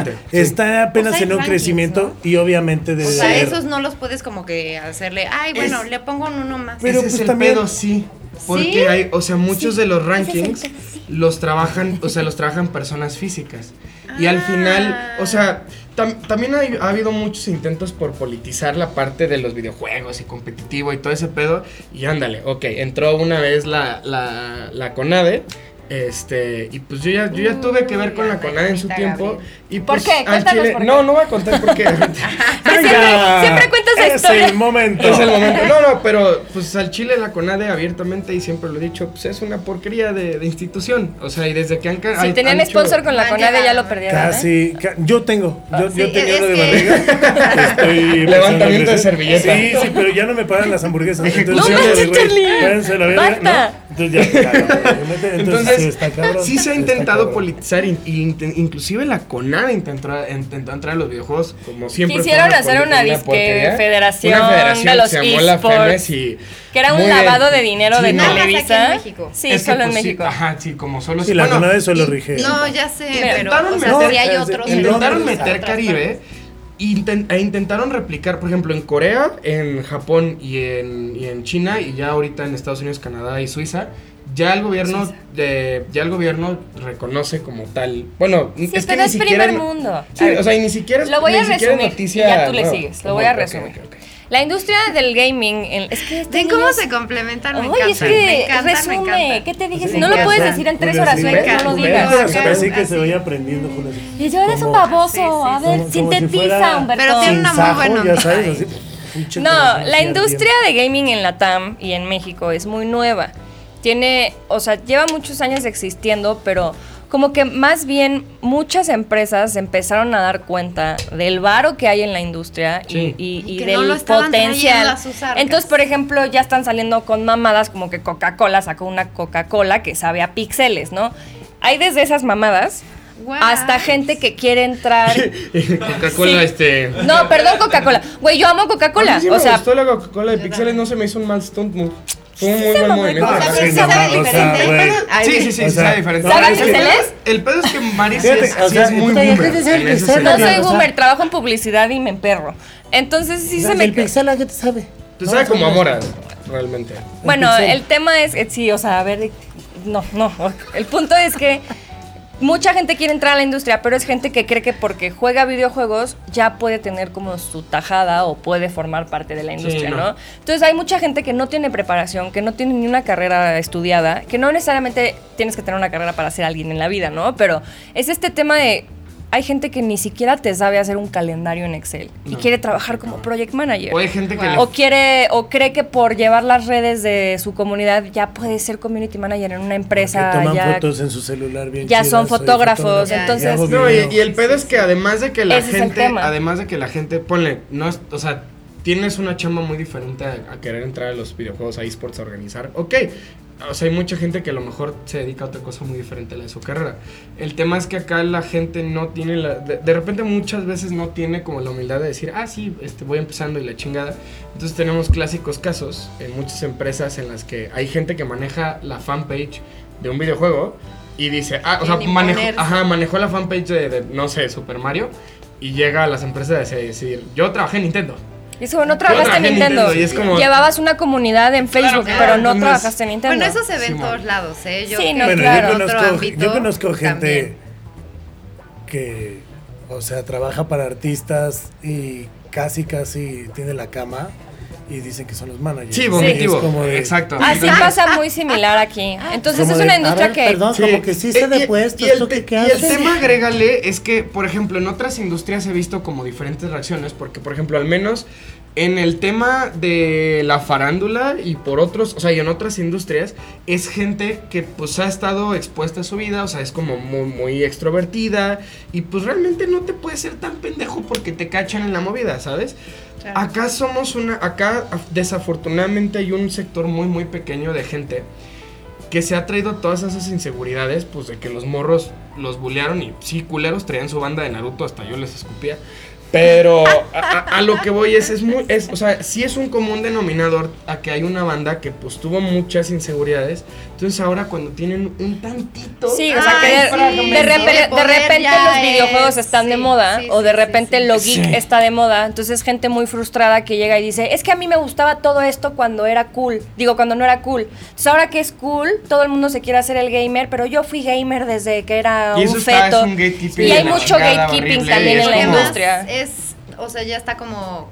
Speaker 5: además-
Speaker 4: está apenas
Speaker 3: O sea, hay
Speaker 4: en un
Speaker 3: rankings,
Speaker 4: crecimiento y obviamente de
Speaker 3: O sea,
Speaker 4: ser-
Speaker 3: esos no los puedes como que hacerle, ay, bueno, le pongo un uno más.
Speaker 4: Pero
Speaker 5: Ese
Speaker 4: pues
Speaker 5: es el
Speaker 4: también-
Speaker 5: pedo, sí. Porque
Speaker 3: ¿Sí?
Speaker 5: hay, o sea, muchos de los rankings los trabajan, o sea, los trabajan personas físicas. Y al final, o sea, tam- también hay- ha habido muchos intentos por politizar la parte de los videojuegos y competitivo y todo ese pedo. Y ándale, ok, entró una vez la, la, la CONADE. Este, y pues yo ya, yo ya tuve que ver con la
Speaker 3: ándale,
Speaker 5: CONADE en su
Speaker 3: Gabriel.
Speaker 5: tiempo. Y
Speaker 6: ¿Por
Speaker 5: pues,
Speaker 6: qué?
Speaker 5: al
Speaker 6: Cuéntanos
Speaker 5: chile-
Speaker 6: por qué.
Speaker 5: No, no voy a contar
Speaker 6: (laughs)
Speaker 5: por qué. (laughs)
Speaker 4: Venga,
Speaker 6: siempre, siempre cuentas la historia.
Speaker 4: Es el momento.
Speaker 5: Es el momento. No, no, pero pues al Chile la CONADE abiertamente y siempre lo he dicho, pues es una porquería de, de institución. O sea, y desde que han ca-
Speaker 6: Si
Speaker 5: han-
Speaker 6: tenían
Speaker 5: han hecho-
Speaker 6: sponsor con la
Speaker 3: Han
Speaker 6: CONADE ya
Speaker 3: llegado.
Speaker 6: lo perdieron. ¿eh?
Speaker 4: Casi, ca- yo tengo, yo, yo
Speaker 3: sí,
Speaker 4: tenía
Speaker 3: es
Speaker 4: lo de
Speaker 3: que- (laughs)
Speaker 4: barriga. Estoy empezando
Speaker 5: Levantamiento
Speaker 4: a
Speaker 5: de
Speaker 4: crecer.
Speaker 5: servilleta.
Speaker 4: Sí, sí, pero ya no me pagan las hamburguesas.
Speaker 5: Ejecución
Speaker 4: yo
Speaker 5: de
Speaker 4: de, güey,
Speaker 6: Charlie.
Speaker 4: váyanse a la verga,
Speaker 6: Basta.
Speaker 4: ¿no? Entonces ya, claro, obviamente, entonces,
Speaker 5: Entonces,
Speaker 4: sí, está cabrón,
Speaker 5: sí se ha
Speaker 4: está
Speaker 5: intentado
Speaker 4: cabrón.
Speaker 5: politizar, in- in- inclusive la CONADE intentó, intentó entrar a los videojuegos como siempre.
Speaker 6: Quisieron
Speaker 5: fue
Speaker 6: hacer
Speaker 5: poli-
Speaker 6: una disque
Speaker 5: porquería.
Speaker 6: federación
Speaker 5: Una
Speaker 6: de los
Speaker 5: que se llamó la
Speaker 6: esports,
Speaker 5: FEMES y
Speaker 6: Que era un
Speaker 5: muy-
Speaker 6: lavado de dinero
Speaker 5: Sí,
Speaker 6: de
Speaker 5: no.
Speaker 3: Nada más aquí en
Speaker 6: Televisa.
Speaker 3: México.
Speaker 6: Sí,
Speaker 5: Es que,
Speaker 6: solo en
Speaker 5: pues, sí,
Speaker 6: México.
Speaker 5: ajá, sí, como solo
Speaker 4: Sí, la
Speaker 5: bueno,
Speaker 4: moneda de eso lo
Speaker 5: y-
Speaker 4: rige.
Speaker 3: No, ya sé,
Speaker 6: Mira,
Speaker 3: pero,
Speaker 5: intentaron
Speaker 3: o sea,
Speaker 5: meter-
Speaker 3: sí hay
Speaker 4: no,
Speaker 3: otros.
Speaker 4: sí,
Speaker 5: Intentaron
Speaker 4: no,
Speaker 5: meter Caribe inten- e intentaron replicar, por ejemplo, en Corea, en Japón y en, y en China y ya ahorita en Estados Unidos, Canadá y Suiza. Ya el gobierno de- ya el gobierno reconoce como tal. Bueno,
Speaker 6: Sí,
Speaker 5: es que
Speaker 6: pero
Speaker 5: ni
Speaker 6: es
Speaker 5: siquiera
Speaker 6: primer mundo.
Speaker 5: Sí,
Speaker 6: A ver,
Speaker 5: o sea, y ni siquiera es
Speaker 6: lo voy
Speaker 5: ni
Speaker 6: a
Speaker 5: siquiera es
Speaker 6: resumir,
Speaker 5: noticia,
Speaker 6: y ya tú le
Speaker 5: no,
Speaker 6: sigues, lo
Speaker 5: como-
Speaker 6: voy a
Speaker 5: ok,
Speaker 6: resumir.
Speaker 5: ok, ok.
Speaker 6: La industria del gaming, el- es que este
Speaker 3: ¿Ven cómo
Speaker 6: niño-
Speaker 3: se complementan? Me
Speaker 6: Ay, es
Speaker 3: encanta, me
Speaker 6: que
Speaker 3: encanta, me
Speaker 6: resume,
Speaker 3: encanta.
Speaker 6: ¿qué te dije?
Speaker 3: Sí,
Speaker 6: Si no lo
Speaker 3: me
Speaker 6: puedes
Speaker 3: encanta.
Speaker 6: decir en tres
Speaker 4: Julio,
Speaker 6: horas,
Speaker 4: Pues sí,
Speaker 6: güey,
Speaker 4: ve-
Speaker 6: no lo
Speaker 3: me
Speaker 4: Julio,
Speaker 3: digas.
Speaker 4: sí,
Speaker 3: Acá,
Speaker 4: pero sí que
Speaker 3: así.
Speaker 4: se vaya aprendiendo, Julio. así.
Speaker 6: Y yo eres un
Speaker 4: Como-
Speaker 6: baboso,
Speaker 3: Sí, sí, sí.
Speaker 6: a ver,
Speaker 4: Como- como si
Speaker 6: sintetiza,
Speaker 4: fuera-
Speaker 6: Humberto.
Speaker 3: Pero tiene una
Speaker 4: Sin
Speaker 3: muy
Speaker 4: sajo,
Speaker 3: buena
Speaker 4: ya
Speaker 3: onda.
Speaker 4: sabes,
Speaker 3: Ay.
Speaker 4: así, pinche
Speaker 6: No,
Speaker 4: corazón
Speaker 6: la
Speaker 4: así
Speaker 6: industria de gaming en la TAM y en México es muy nueva. Tiene, o sea, lleva muchos años existiendo, pero como que más bien muchas empresas empezaron a dar cuenta del varo que hay en la industria y-
Speaker 5: Sí.
Speaker 6: y, y
Speaker 3: Y que no
Speaker 6: del
Speaker 3: lo estaban trayendo
Speaker 6: potencial.
Speaker 3: a sus arcas.
Speaker 6: Entonces, por ejemplo, ya están saliendo con mamadas como que Coca-Cola sacó una Coca-Cola que sabe a píxeles, ¿no? Hay desde esas mamadas
Speaker 3: Guau.
Speaker 6: hasta gente que
Speaker 5: (laughs)
Speaker 6: quiere entrar.
Speaker 5: Coca-Cola,
Speaker 6: Sí.
Speaker 5: este.
Speaker 6: No, perdón, Coca-Cola. Güey, yo amo
Speaker 5: A
Speaker 6: Coca-Cola.
Speaker 5: mí sí
Speaker 6: o
Speaker 5: me
Speaker 6: sea,
Speaker 5: gustó la Coca-Cola de Pixeles, no se me hizo un mal stunt move. Fue un muy buen movimiento.
Speaker 3: O
Speaker 5: la
Speaker 3: sea,
Speaker 5: verdad.
Speaker 3: pero sí
Speaker 4: Ah, no,
Speaker 3: sabe
Speaker 4: o sea,
Speaker 3: diferente.
Speaker 4: güey.
Speaker 3: Ay,
Speaker 5: Sí,
Speaker 3: Ah, güey.
Speaker 5: sí, sí,
Speaker 4: O
Speaker 5: sí,
Speaker 4: sea,
Speaker 5: sabe diferente.
Speaker 6: ¿saben
Speaker 5: El
Speaker 6: quién
Speaker 5: pedo-
Speaker 6: es?
Speaker 5: El pedo es que Mari sí
Speaker 4: Fíjate,
Speaker 5: es,
Speaker 4: o
Speaker 5: sí
Speaker 4: sea,
Speaker 5: es muy
Speaker 4: te
Speaker 7: dejaste
Speaker 5: boomer.
Speaker 7: de ser
Speaker 5: en ese
Speaker 7: pixel,
Speaker 5: sentido.
Speaker 6: No soy
Speaker 7: o sea-
Speaker 6: boomer, trabajo en publicidad y me emperro. Entonces sí se me...
Speaker 7: El pixel, ¿a qué te sabe?
Speaker 5: Te
Speaker 7: No,
Speaker 5: sabe
Speaker 7: no
Speaker 5: como
Speaker 7: sabe.
Speaker 5: amora, realmente.
Speaker 6: Bueno,
Speaker 7: pixel.
Speaker 6: el tema es, eh, sí, o sea, a ver, no, no. El punto es que mucha gente quiere entrar a la industria, pero es gente que cree que porque juega videojuegos ya puede tener como su tajada o puede formar parte de la industria,
Speaker 5: no.
Speaker 6: ¿no? Entonces hay mucha gente que no tiene preparación, que no tiene ni una carrera estudiada, que no necesariamente tienes que tener una carrera para ser alguien en la vida, ¿no? Pero es este tema de... Hay gente que ni siquiera te sabe hacer un calendario en Excel y quiere trabajar como project manager.
Speaker 5: O hay gente que le-
Speaker 6: O quiere o cree que por llevar las redes de su comunidad ya puede ser community manager en una
Speaker 4: Que
Speaker 6: empresa.
Speaker 4: toman
Speaker 6: ya-
Speaker 4: fotos en su celular bien
Speaker 6: ya
Speaker 4: chidas,
Speaker 6: son
Speaker 4: soy
Speaker 6: fotógrafos,
Speaker 4: fotógrafo, y
Speaker 6: entonces-
Speaker 4: hago
Speaker 5: No, y,
Speaker 4: video.
Speaker 5: y el pedo es que además de que la
Speaker 6: Ese es el
Speaker 5: gente,
Speaker 6: tema.
Speaker 5: además de que la gente, ponle, no, es- o sea, tienes una chamba muy diferente a, a querer entrar a los videojuegos, a esports, a organizar, ok. O sea, hay mucha gente que a lo mejor se dedica a otra cosa muy diferente a la de su carrera. El tema es que acá la gente no tiene la... De, de repente muchas veces no tiene como la humildad de decir, ah, sí, este, voy empezando y la chingada. Entonces tenemos clásicos casos en muchas empresas en las que hay gente que maneja la fanpage de un videojuego y dice, ah, o sea,
Speaker 3: Sin
Speaker 5: manejo,
Speaker 3: imponerse.
Speaker 5: ajá, manejó la fanpage de, de, no sé, Super Mario y llega a las empresas a decir, yo trabajé en Nintendo.
Speaker 6: Y eso, no
Speaker 5: Yo
Speaker 6: trabajaste en
Speaker 5: trabajé en
Speaker 6: Nintendo.
Speaker 5: Nintendo y es como-
Speaker 6: Llevabas una comunidad en Facebook,
Speaker 5: claro,
Speaker 6: pero no
Speaker 5: entonces-
Speaker 6: trabajaste en Nintendo.
Speaker 3: Bueno, eso se ve en
Speaker 5: Sí,
Speaker 3: todos
Speaker 5: mami.
Speaker 3: lados, ¿eh? Yo
Speaker 6: Sí,
Speaker 3: creo
Speaker 6: no,
Speaker 3: que
Speaker 4: Bueno,
Speaker 6: claro.
Speaker 4: yo
Speaker 3: en otro
Speaker 4: conozco,
Speaker 3: ámbito
Speaker 4: yo conozco gente
Speaker 3: también.
Speaker 4: que, o sea, trabaja para artistas y casi, casi tiene la cama y dicen que son los managers.
Speaker 5: Sí,
Speaker 4: Y
Speaker 5: vomitivo.
Speaker 4: es como de-
Speaker 5: Exacto.
Speaker 6: Así pasa muy similar aquí.
Speaker 5: Ah.
Speaker 6: Entonces
Speaker 4: Como
Speaker 6: es
Speaker 4: de,
Speaker 6: una
Speaker 4: a
Speaker 6: industria
Speaker 7: ver,
Speaker 6: que...
Speaker 7: perdón.
Speaker 5: Sí.
Speaker 7: Como que sí se
Speaker 5: Eh,
Speaker 7: de
Speaker 5: y-
Speaker 7: puestos,
Speaker 5: y el
Speaker 7: ¿tú
Speaker 5: te-
Speaker 7: qué- qué
Speaker 5: y el
Speaker 7: haces?
Speaker 5: tema, agrégale, es que, por ejemplo, en otras industrias he visto como diferentes reacciones, porque, por ejemplo, al menos en el tema de la farándula y por otros, o sea, y en otras industrias, es gente que pues ha estado expuesta a su vida, o sea, es como muy, muy extrovertida y pues realmente no te puedes ser tan pendejo porque te cachan en la movida, ¿sabes?
Speaker 3: Claro.
Speaker 5: Acá somos una, acá af- desafortunadamente hay un sector muy, muy pequeño de gente que se ha traído todas esas inseguridades, pues de que los morros los bulearon y sí, culeros traían su banda de Naruto, hasta yo les escupía. Pero a, a- a lo que voy es, es muy, es, o sea, sí es un común denominador a que hay una banda que pues tuvo muchas inseguridades, entonces ahora cuando tienen un tantito...
Speaker 6: Sí, o sea, que
Speaker 3: Ay,
Speaker 6: de,
Speaker 3: sí.
Speaker 6: de repe- de
Speaker 3: El poder
Speaker 6: repente
Speaker 3: ya
Speaker 6: los videojuegos
Speaker 3: es-
Speaker 6: están de
Speaker 3: sí,
Speaker 6: moda
Speaker 3: sí,
Speaker 6: o de
Speaker 3: sí, sí,
Speaker 6: repente
Speaker 3: sí.
Speaker 6: lo geek
Speaker 5: Sí.
Speaker 6: está de moda. Entonces gente muy frustrada que llega y dice, es que a mí me gustaba todo esto cuando era cool. Digo, cuando no era cool. Entonces ahora que es cool, todo el mundo se quiere hacer el gamer, pero yo fui gamer desde que era
Speaker 5: Y
Speaker 6: un
Speaker 5: eso está-
Speaker 6: feto.
Speaker 5: es un gatekeeping
Speaker 6: y hay
Speaker 5: de la
Speaker 6: mucho
Speaker 5: chingada
Speaker 6: gatekeeping
Speaker 5: horrible,
Speaker 6: también
Speaker 3: Y
Speaker 5: y es
Speaker 6: en la
Speaker 5: como-
Speaker 3: además
Speaker 6: industria.
Speaker 3: Es, o sea, ya está como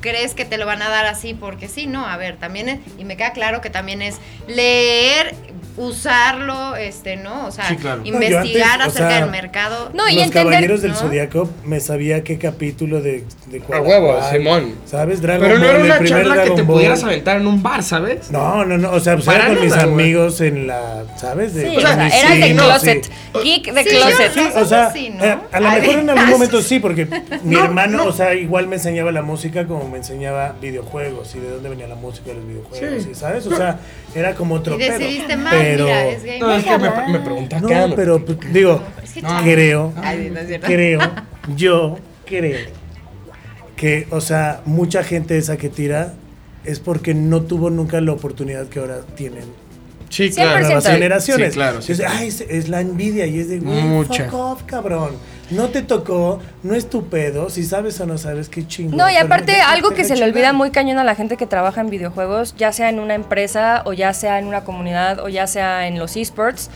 Speaker 3: crees que te lo van a dar así porque sí, no, a ver, también es- y me queda claro que también es leer, usarlo, este, ¿no? O sea,
Speaker 5: Sí, claro. No, yo
Speaker 3: investigar
Speaker 4: antes, o
Speaker 3: acerca
Speaker 4: sea,
Speaker 3: del mercado.
Speaker 6: No, y
Speaker 4: los
Speaker 6: entender,
Speaker 4: caballeros del
Speaker 3: ¿no?
Speaker 4: Zodíaco me sabía qué capítulo de, de cuál-
Speaker 5: huevo,
Speaker 4: cuál,
Speaker 5: Simón.
Speaker 4: ¿Sabes? Dragon
Speaker 5: Pero no
Speaker 4: Ball,
Speaker 5: era
Speaker 4: el
Speaker 5: una
Speaker 4: primer
Speaker 5: charla que
Speaker 4: Dragon
Speaker 5: te
Speaker 4: Ball.
Speaker 5: pudieras aventar en un bar, ¿sabes?
Speaker 4: No, no, no. O sea, pues
Speaker 5: Para
Speaker 4: era con mis
Speaker 5: nada, güey.
Speaker 4: amigos en la. ¿Sabes? De,
Speaker 6: Sí,
Speaker 5: o
Speaker 6: o
Speaker 5: sea,
Speaker 6: sea,
Speaker 4: mis
Speaker 6: era de
Speaker 4: primos,
Speaker 6: closet.
Speaker 4: sí.
Speaker 6: Geek de
Speaker 3: Sí,
Speaker 6: closet.
Speaker 4: Sí,
Speaker 3: No,
Speaker 4: o
Speaker 3: no,
Speaker 4: sea,
Speaker 3: sí, ¿no?
Speaker 4: eh, a lo
Speaker 3: Ay,
Speaker 4: mejor en algún
Speaker 3: ay.
Speaker 4: momento sí, porque mi
Speaker 5: No,
Speaker 4: hermano,
Speaker 5: no.
Speaker 4: o sea, igual me enseñaba la música como me enseñaba videojuegos y de dónde venía la música de los videojuegos,
Speaker 5: Sí.
Speaker 4: y, ¿sabes? O sea, era como otro
Speaker 3: Y
Speaker 4: pedo.
Speaker 3: decidiste mal,
Speaker 4: pero,
Speaker 3: mira, es gay.
Speaker 5: No, es que me, me pregunta
Speaker 4: No,
Speaker 5: acá, me-
Speaker 4: pero pues, digo,
Speaker 3: que
Speaker 5: No,
Speaker 4: creo,
Speaker 3: Ay, no es cierto.
Speaker 4: creo, yo creo que, o sea, mucha gente esa que tira es porque no tuvo nunca la oportunidad que ahora tienen
Speaker 5: Sí,
Speaker 6: Siempre
Speaker 5: claro.
Speaker 4: nuevas
Speaker 6: Siento-
Speaker 4: generaciones.
Speaker 5: Sí, claro, sí,
Speaker 4: es,
Speaker 5: claro.
Speaker 4: "Ay, es, es la envidia y es de, güey,
Speaker 5: Mucha.
Speaker 4: fuck off, cabrón. No te tocó, no es tu pedo. Si sabes o no sabes, qué chingo.
Speaker 6: No, y aparte algo
Speaker 5: (laughs)
Speaker 6: que se le olvida muy cañón a la gente que trabaja en videojuegos, ya sea en una empresa o ya sea en una comunidad o ya sea en los esports,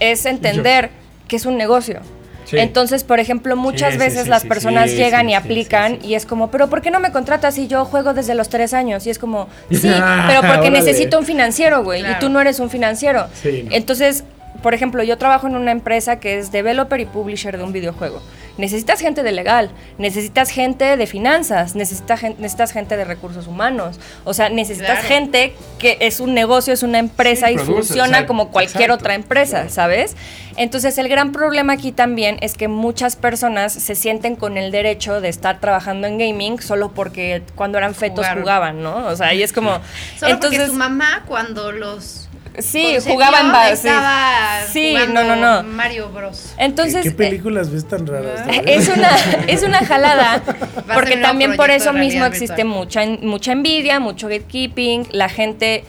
Speaker 6: es entender que es un negocio.
Speaker 5: Sí.
Speaker 6: Entonces, por ejemplo, muchas
Speaker 5: Sí, sí,
Speaker 6: veces
Speaker 5: sí,
Speaker 6: las
Speaker 5: sí,
Speaker 6: personas
Speaker 5: sí,
Speaker 6: llegan
Speaker 5: sí, sí,
Speaker 6: y aplican
Speaker 5: sí, sí.
Speaker 6: y es como, pero ¿por qué no me contratas si yo juego desde los tres años? Y es como,
Speaker 5: (laughs)
Speaker 6: sí,
Speaker 5: Ah,
Speaker 6: pero porque
Speaker 5: órale.
Speaker 6: necesito un financiero, güey, y
Speaker 3: Claro.
Speaker 6: tú no eres un financiero.
Speaker 5: Sí, no.
Speaker 6: Entonces, por ejemplo, yo trabajo en una empresa que es developer y publisher de un videojuego. Necesitas gente de legal, necesitas gente de finanzas, necesita gen- necesitas gente de recursos humanos. O sea, necesitas
Speaker 3: Claro.
Speaker 6: gente que es un negocio, es una empresa
Speaker 5: Sí,
Speaker 6: y
Speaker 5: produce,
Speaker 6: funciona
Speaker 5: exacto,
Speaker 6: como cualquier
Speaker 5: exacto,
Speaker 6: otra empresa,
Speaker 5: claro.
Speaker 6: ¿sabes? Entonces, el gran problema aquí también es que muchas personas se sienten con el derecho de estar trabajando en gaming solo porque cuando eran fetos
Speaker 3: Jugaron.
Speaker 6: jugaban, ¿no? O sea, y es como.
Speaker 3: Solo
Speaker 6: entonces,
Speaker 3: porque su mamá cuando los
Speaker 6: Sí,
Speaker 3: concibió,
Speaker 6: jugaba en base.
Speaker 3: estaba
Speaker 6: Sí,
Speaker 3: jugando
Speaker 6: no, no, no.
Speaker 3: Mario Bros.
Speaker 6: Entonces,
Speaker 4: ¿Qué,
Speaker 6: eh, Ah.
Speaker 4: películas ves tan raras?
Speaker 6: (laughs) es una, es una
Speaker 3: (laughs)
Speaker 6: jalada,
Speaker 3: a
Speaker 6: porque
Speaker 3: ser un
Speaker 6: también por
Speaker 3: proyecto
Speaker 6: eso
Speaker 3: de
Speaker 6: mismo
Speaker 3: realidad
Speaker 6: existe mucha, mucha envidia, mucho gatekeeping, la gente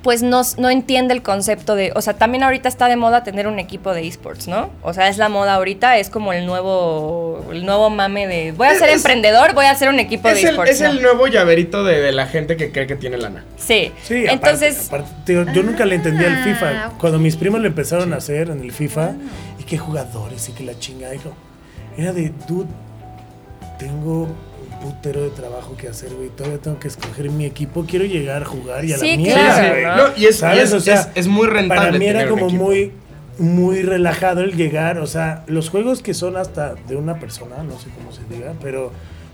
Speaker 6: pues no, no entiende el concepto de, o sea, también ahorita está de moda tener un equipo de esports, ¿no? O sea, es la moda ahorita, es como el nuevo, el nuevo mame de, voy a ser
Speaker 5: Es-
Speaker 6: emprendedor, voy a hacer un equipo
Speaker 5: Es
Speaker 6: de
Speaker 5: el,
Speaker 6: esports.
Speaker 5: es
Speaker 6: ¿no?
Speaker 5: el nuevo llaverito de, de la gente que cree que tiene lana.
Speaker 6: Sí.
Speaker 4: Sí,
Speaker 6: entonces,
Speaker 4: aparte- aparte, te digo, yo nunca le entendí al
Speaker 3: Ah,
Speaker 4: FIFA. Cuando mis primos lo empezaron a hacer en el FIFA, y qué jugadores y que la chingada, hijo. Era de, dude, tengo un putero de trabajo que hacer, güey. Todavía tengo que escoger mi equipo. Quiero llegar a jugar y a
Speaker 6: Sí,
Speaker 4: la mierda,
Speaker 6: claro,
Speaker 4: güey.
Speaker 6: ¿no?
Speaker 5: No, y es, y
Speaker 4: ¿Sabes?
Speaker 5: es-
Speaker 4: O sea,
Speaker 5: es- es muy rentable.
Speaker 4: Para mí era
Speaker 5: tener un
Speaker 4: como
Speaker 5: equipo.
Speaker 4: muy muy relajado el llegar, o sea, los juegos que son hasta de una persona, no sé cómo se diga, pero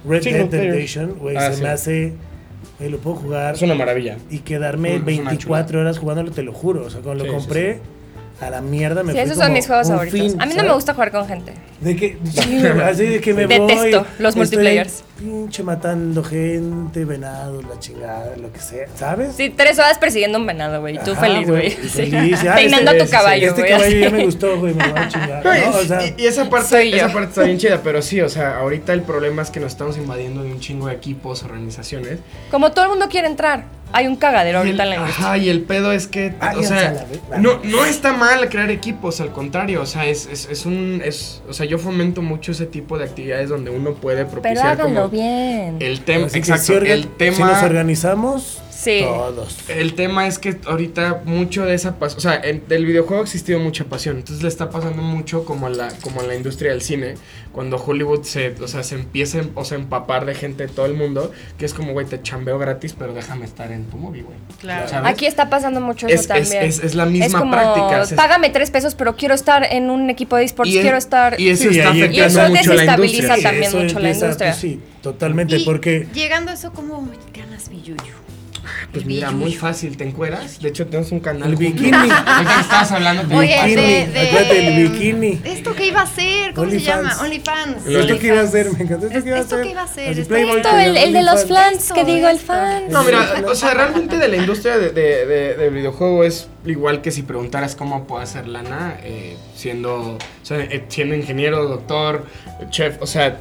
Speaker 4: Red
Speaker 5: Single
Speaker 4: Dead
Speaker 5: player.
Speaker 4: Redemption, güey,
Speaker 5: Ah,
Speaker 4: se
Speaker 5: sí.
Speaker 4: me hace eh, lo puedo jugar
Speaker 5: Es una maravilla.
Speaker 4: y quedarme
Speaker 5: Es una
Speaker 4: 24
Speaker 5: chulada.
Speaker 4: horas jugándolo, te lo juro, o sea, cuando
Speaker 5: Sí,
Speaker 4: lo
Speaker 5: sí,
Speaker 4: compré a la mierda me
Speaker 6: sí,
Speaker 4: fui
Speaker 6: esos
Speaker 4: como
Speaker 6: son mis juegos
Speaker 4: un
Speaker 6: favoritos.
Speaker 4: fin,
Speaker 6: a mí no
Speaker 4: ¿sabes?
Speaker 6: me gusta jugar con gente.
Speaker 4: De
Speaker 6: (laughs)
Speaker 4: que, sí, güey, (laughs) así de que me
Speaker 6: Detesto
Speaker 4: voy,
Speaker 6: los
Speaker 4: estoy
Speaker 6: multiplayers.
Speaker 4: Pinche matando gente, venado, la chingada, lo que sea, ¿sabes?
Speaker 6: Sí, tres horas persiguiendo un venado, güey, y tú
Speaker 4: Ajá,
Speaker 6: feliz, güey. (laughs)
Speaker 4: y
Speaker 6: Sí.
Speaker 4: feliz,
Speaker 5: ah,
Speaker 4: ya,
Speaker 6: Peinando
Speaker 4: este-
Speaker 6: a tu caballo,
Speaker 4: Este
Speaker 6: güey,
Speaker 4: caballo
Speaker 6: así.
Speaker 4: ya
Speaker 6: (laughs)
Speaker 4: me gustó, güey, me lo voy a chingar.
Speaker 5: No, y,
Speaker 4: ¿no? O sea,
Speaker 5: y- y esa parte
Speaker 6: soy yo.
Speaker 5: esa parte está bien chida, pero sí, o sea, ahorita el problema es que nos estamos invadiendo de un chingo de equipos, organizaciones.
Speaker 6: Como todo el mundo quiere entrar, hay un cagadero
Speaker 5: Y el-
Speaker 6: ahorita en la industria.
Speaker 5: Ajá, y el pedo es que,
Speaker 4: Váyanse
Speaker 5: o
Speaker 4: a la
Speaker 5: sea,
Speaker 4: verga.
Speaker 5: no, no está mal crear equipos, al contrario, o sea, es, es, es un, es, o sea, yo fomento mucho ese tipo de actividades donde uno puede
Speaker 6: Pero
Speaker 5: propiciar
Speaker 6: háganlo
Speaker 5: como
Speaker 6: bien.
Speaker 5: el tema,
Speaker 4: así que
Speaker 5: exacto,
Speaker 4: si orga-
Speaker 5: el tema,
Speaker 4: Si nos organizamos,
Speaker 6: Sí.
Speaker 4: todos.
Speaker 5: el tema es que ahorita mucho de esa pasión, o sea, en- del videojuego ha existido mucha pasión, entonces le está pasando mucho como a la, como a la industria del cine, cuando Hollywood se, o sea, se empieza em- o sea, a empapar de gente de todo el mundo, que es como, güey, te chambeo gratis, pero déjame estar en tu movie, güey.
Speaker 3: Claro.
Speaker 5: ¿Sabes?
Speaker 6: Aquí está pasando mucho
Speaker 5: Es-
Speaker 6: eso también.
Speaker 5: es- es- es la misma
Speaker 6: Es como,
Speaker 5: práctica, se-
Speaker 6: Págame tres pesos, pero quiero estar en un equipo de esports,
Speaker 5: Y es-
Speaker 6: quiero estar.
Speaker 5: Y eso
Speaker 4: Sí,
Speaker 5: está
Speaker 4: ahí
Speaker 5: afectando
Speaker 6: empieza.
Speaker 5: mucho a la
Speaker 6: desestabiliza
Speaker 5: industria.
Speaker 6: también. mucho la
Speaker 4: empieza,
Speaker 6: industria.
Speaker 4: pues, sí, totalmente,
Speaker 3: Y
Speaker 4: porque
Speaker 3: Llegando a eso, ¿cómo ganas mi yuyu?
Speaker 5: Pues
Speaker 3: El
Speaker 5: mira,
Speaker 3: billuyo.
Speaker 5: muy fácil, te encueras. De hecho, tenemos un canal.
Speaker 4: el
Speaker 5: juntos.
Speaker 4: bikini,
Speaker 5: Ahorita que estabas hablando, te
Speaker 3: Oye,
Speaker 4: bikini,
Speaker 3: de, de-
Speaker 4: acuérdate, el bikini.
Speaker 3: ¿Esto qué iba a ser? ¿Cómo se
Speaker 4: OnlyFans.
Speaker 3: llama? Onlyfans.
Speaker 5: Lo-
Speaker 4: ¿Esto qué iba a hacer? Me encantó. ¿Esto qué iba a
Speaker 3: ¿Esto
Speaker 4: hacer?
Speaker 3: qué iba a hacer?
Speaker 4: Así,
Speaker 3: Esto-
Speaker 4: Playboy
Speaker 6: Esto,
Speaker 4: con
Speaker 6: el, el de los
Speaker 4: OnlyFans.
Speaker 6: flans que
Speaker 3: Esto,
Speaker 6: digo, el
Speaker 3: esto.
Speaker 6: fan.
Speaker 5: No, mira, o sea, realmente de la industria de, de- de- del videojuego es igual que si preguntaras cómo puedo hacer lana eh, siendo, o sea, eh, siendo ingeniero, doctor, chef, o sea,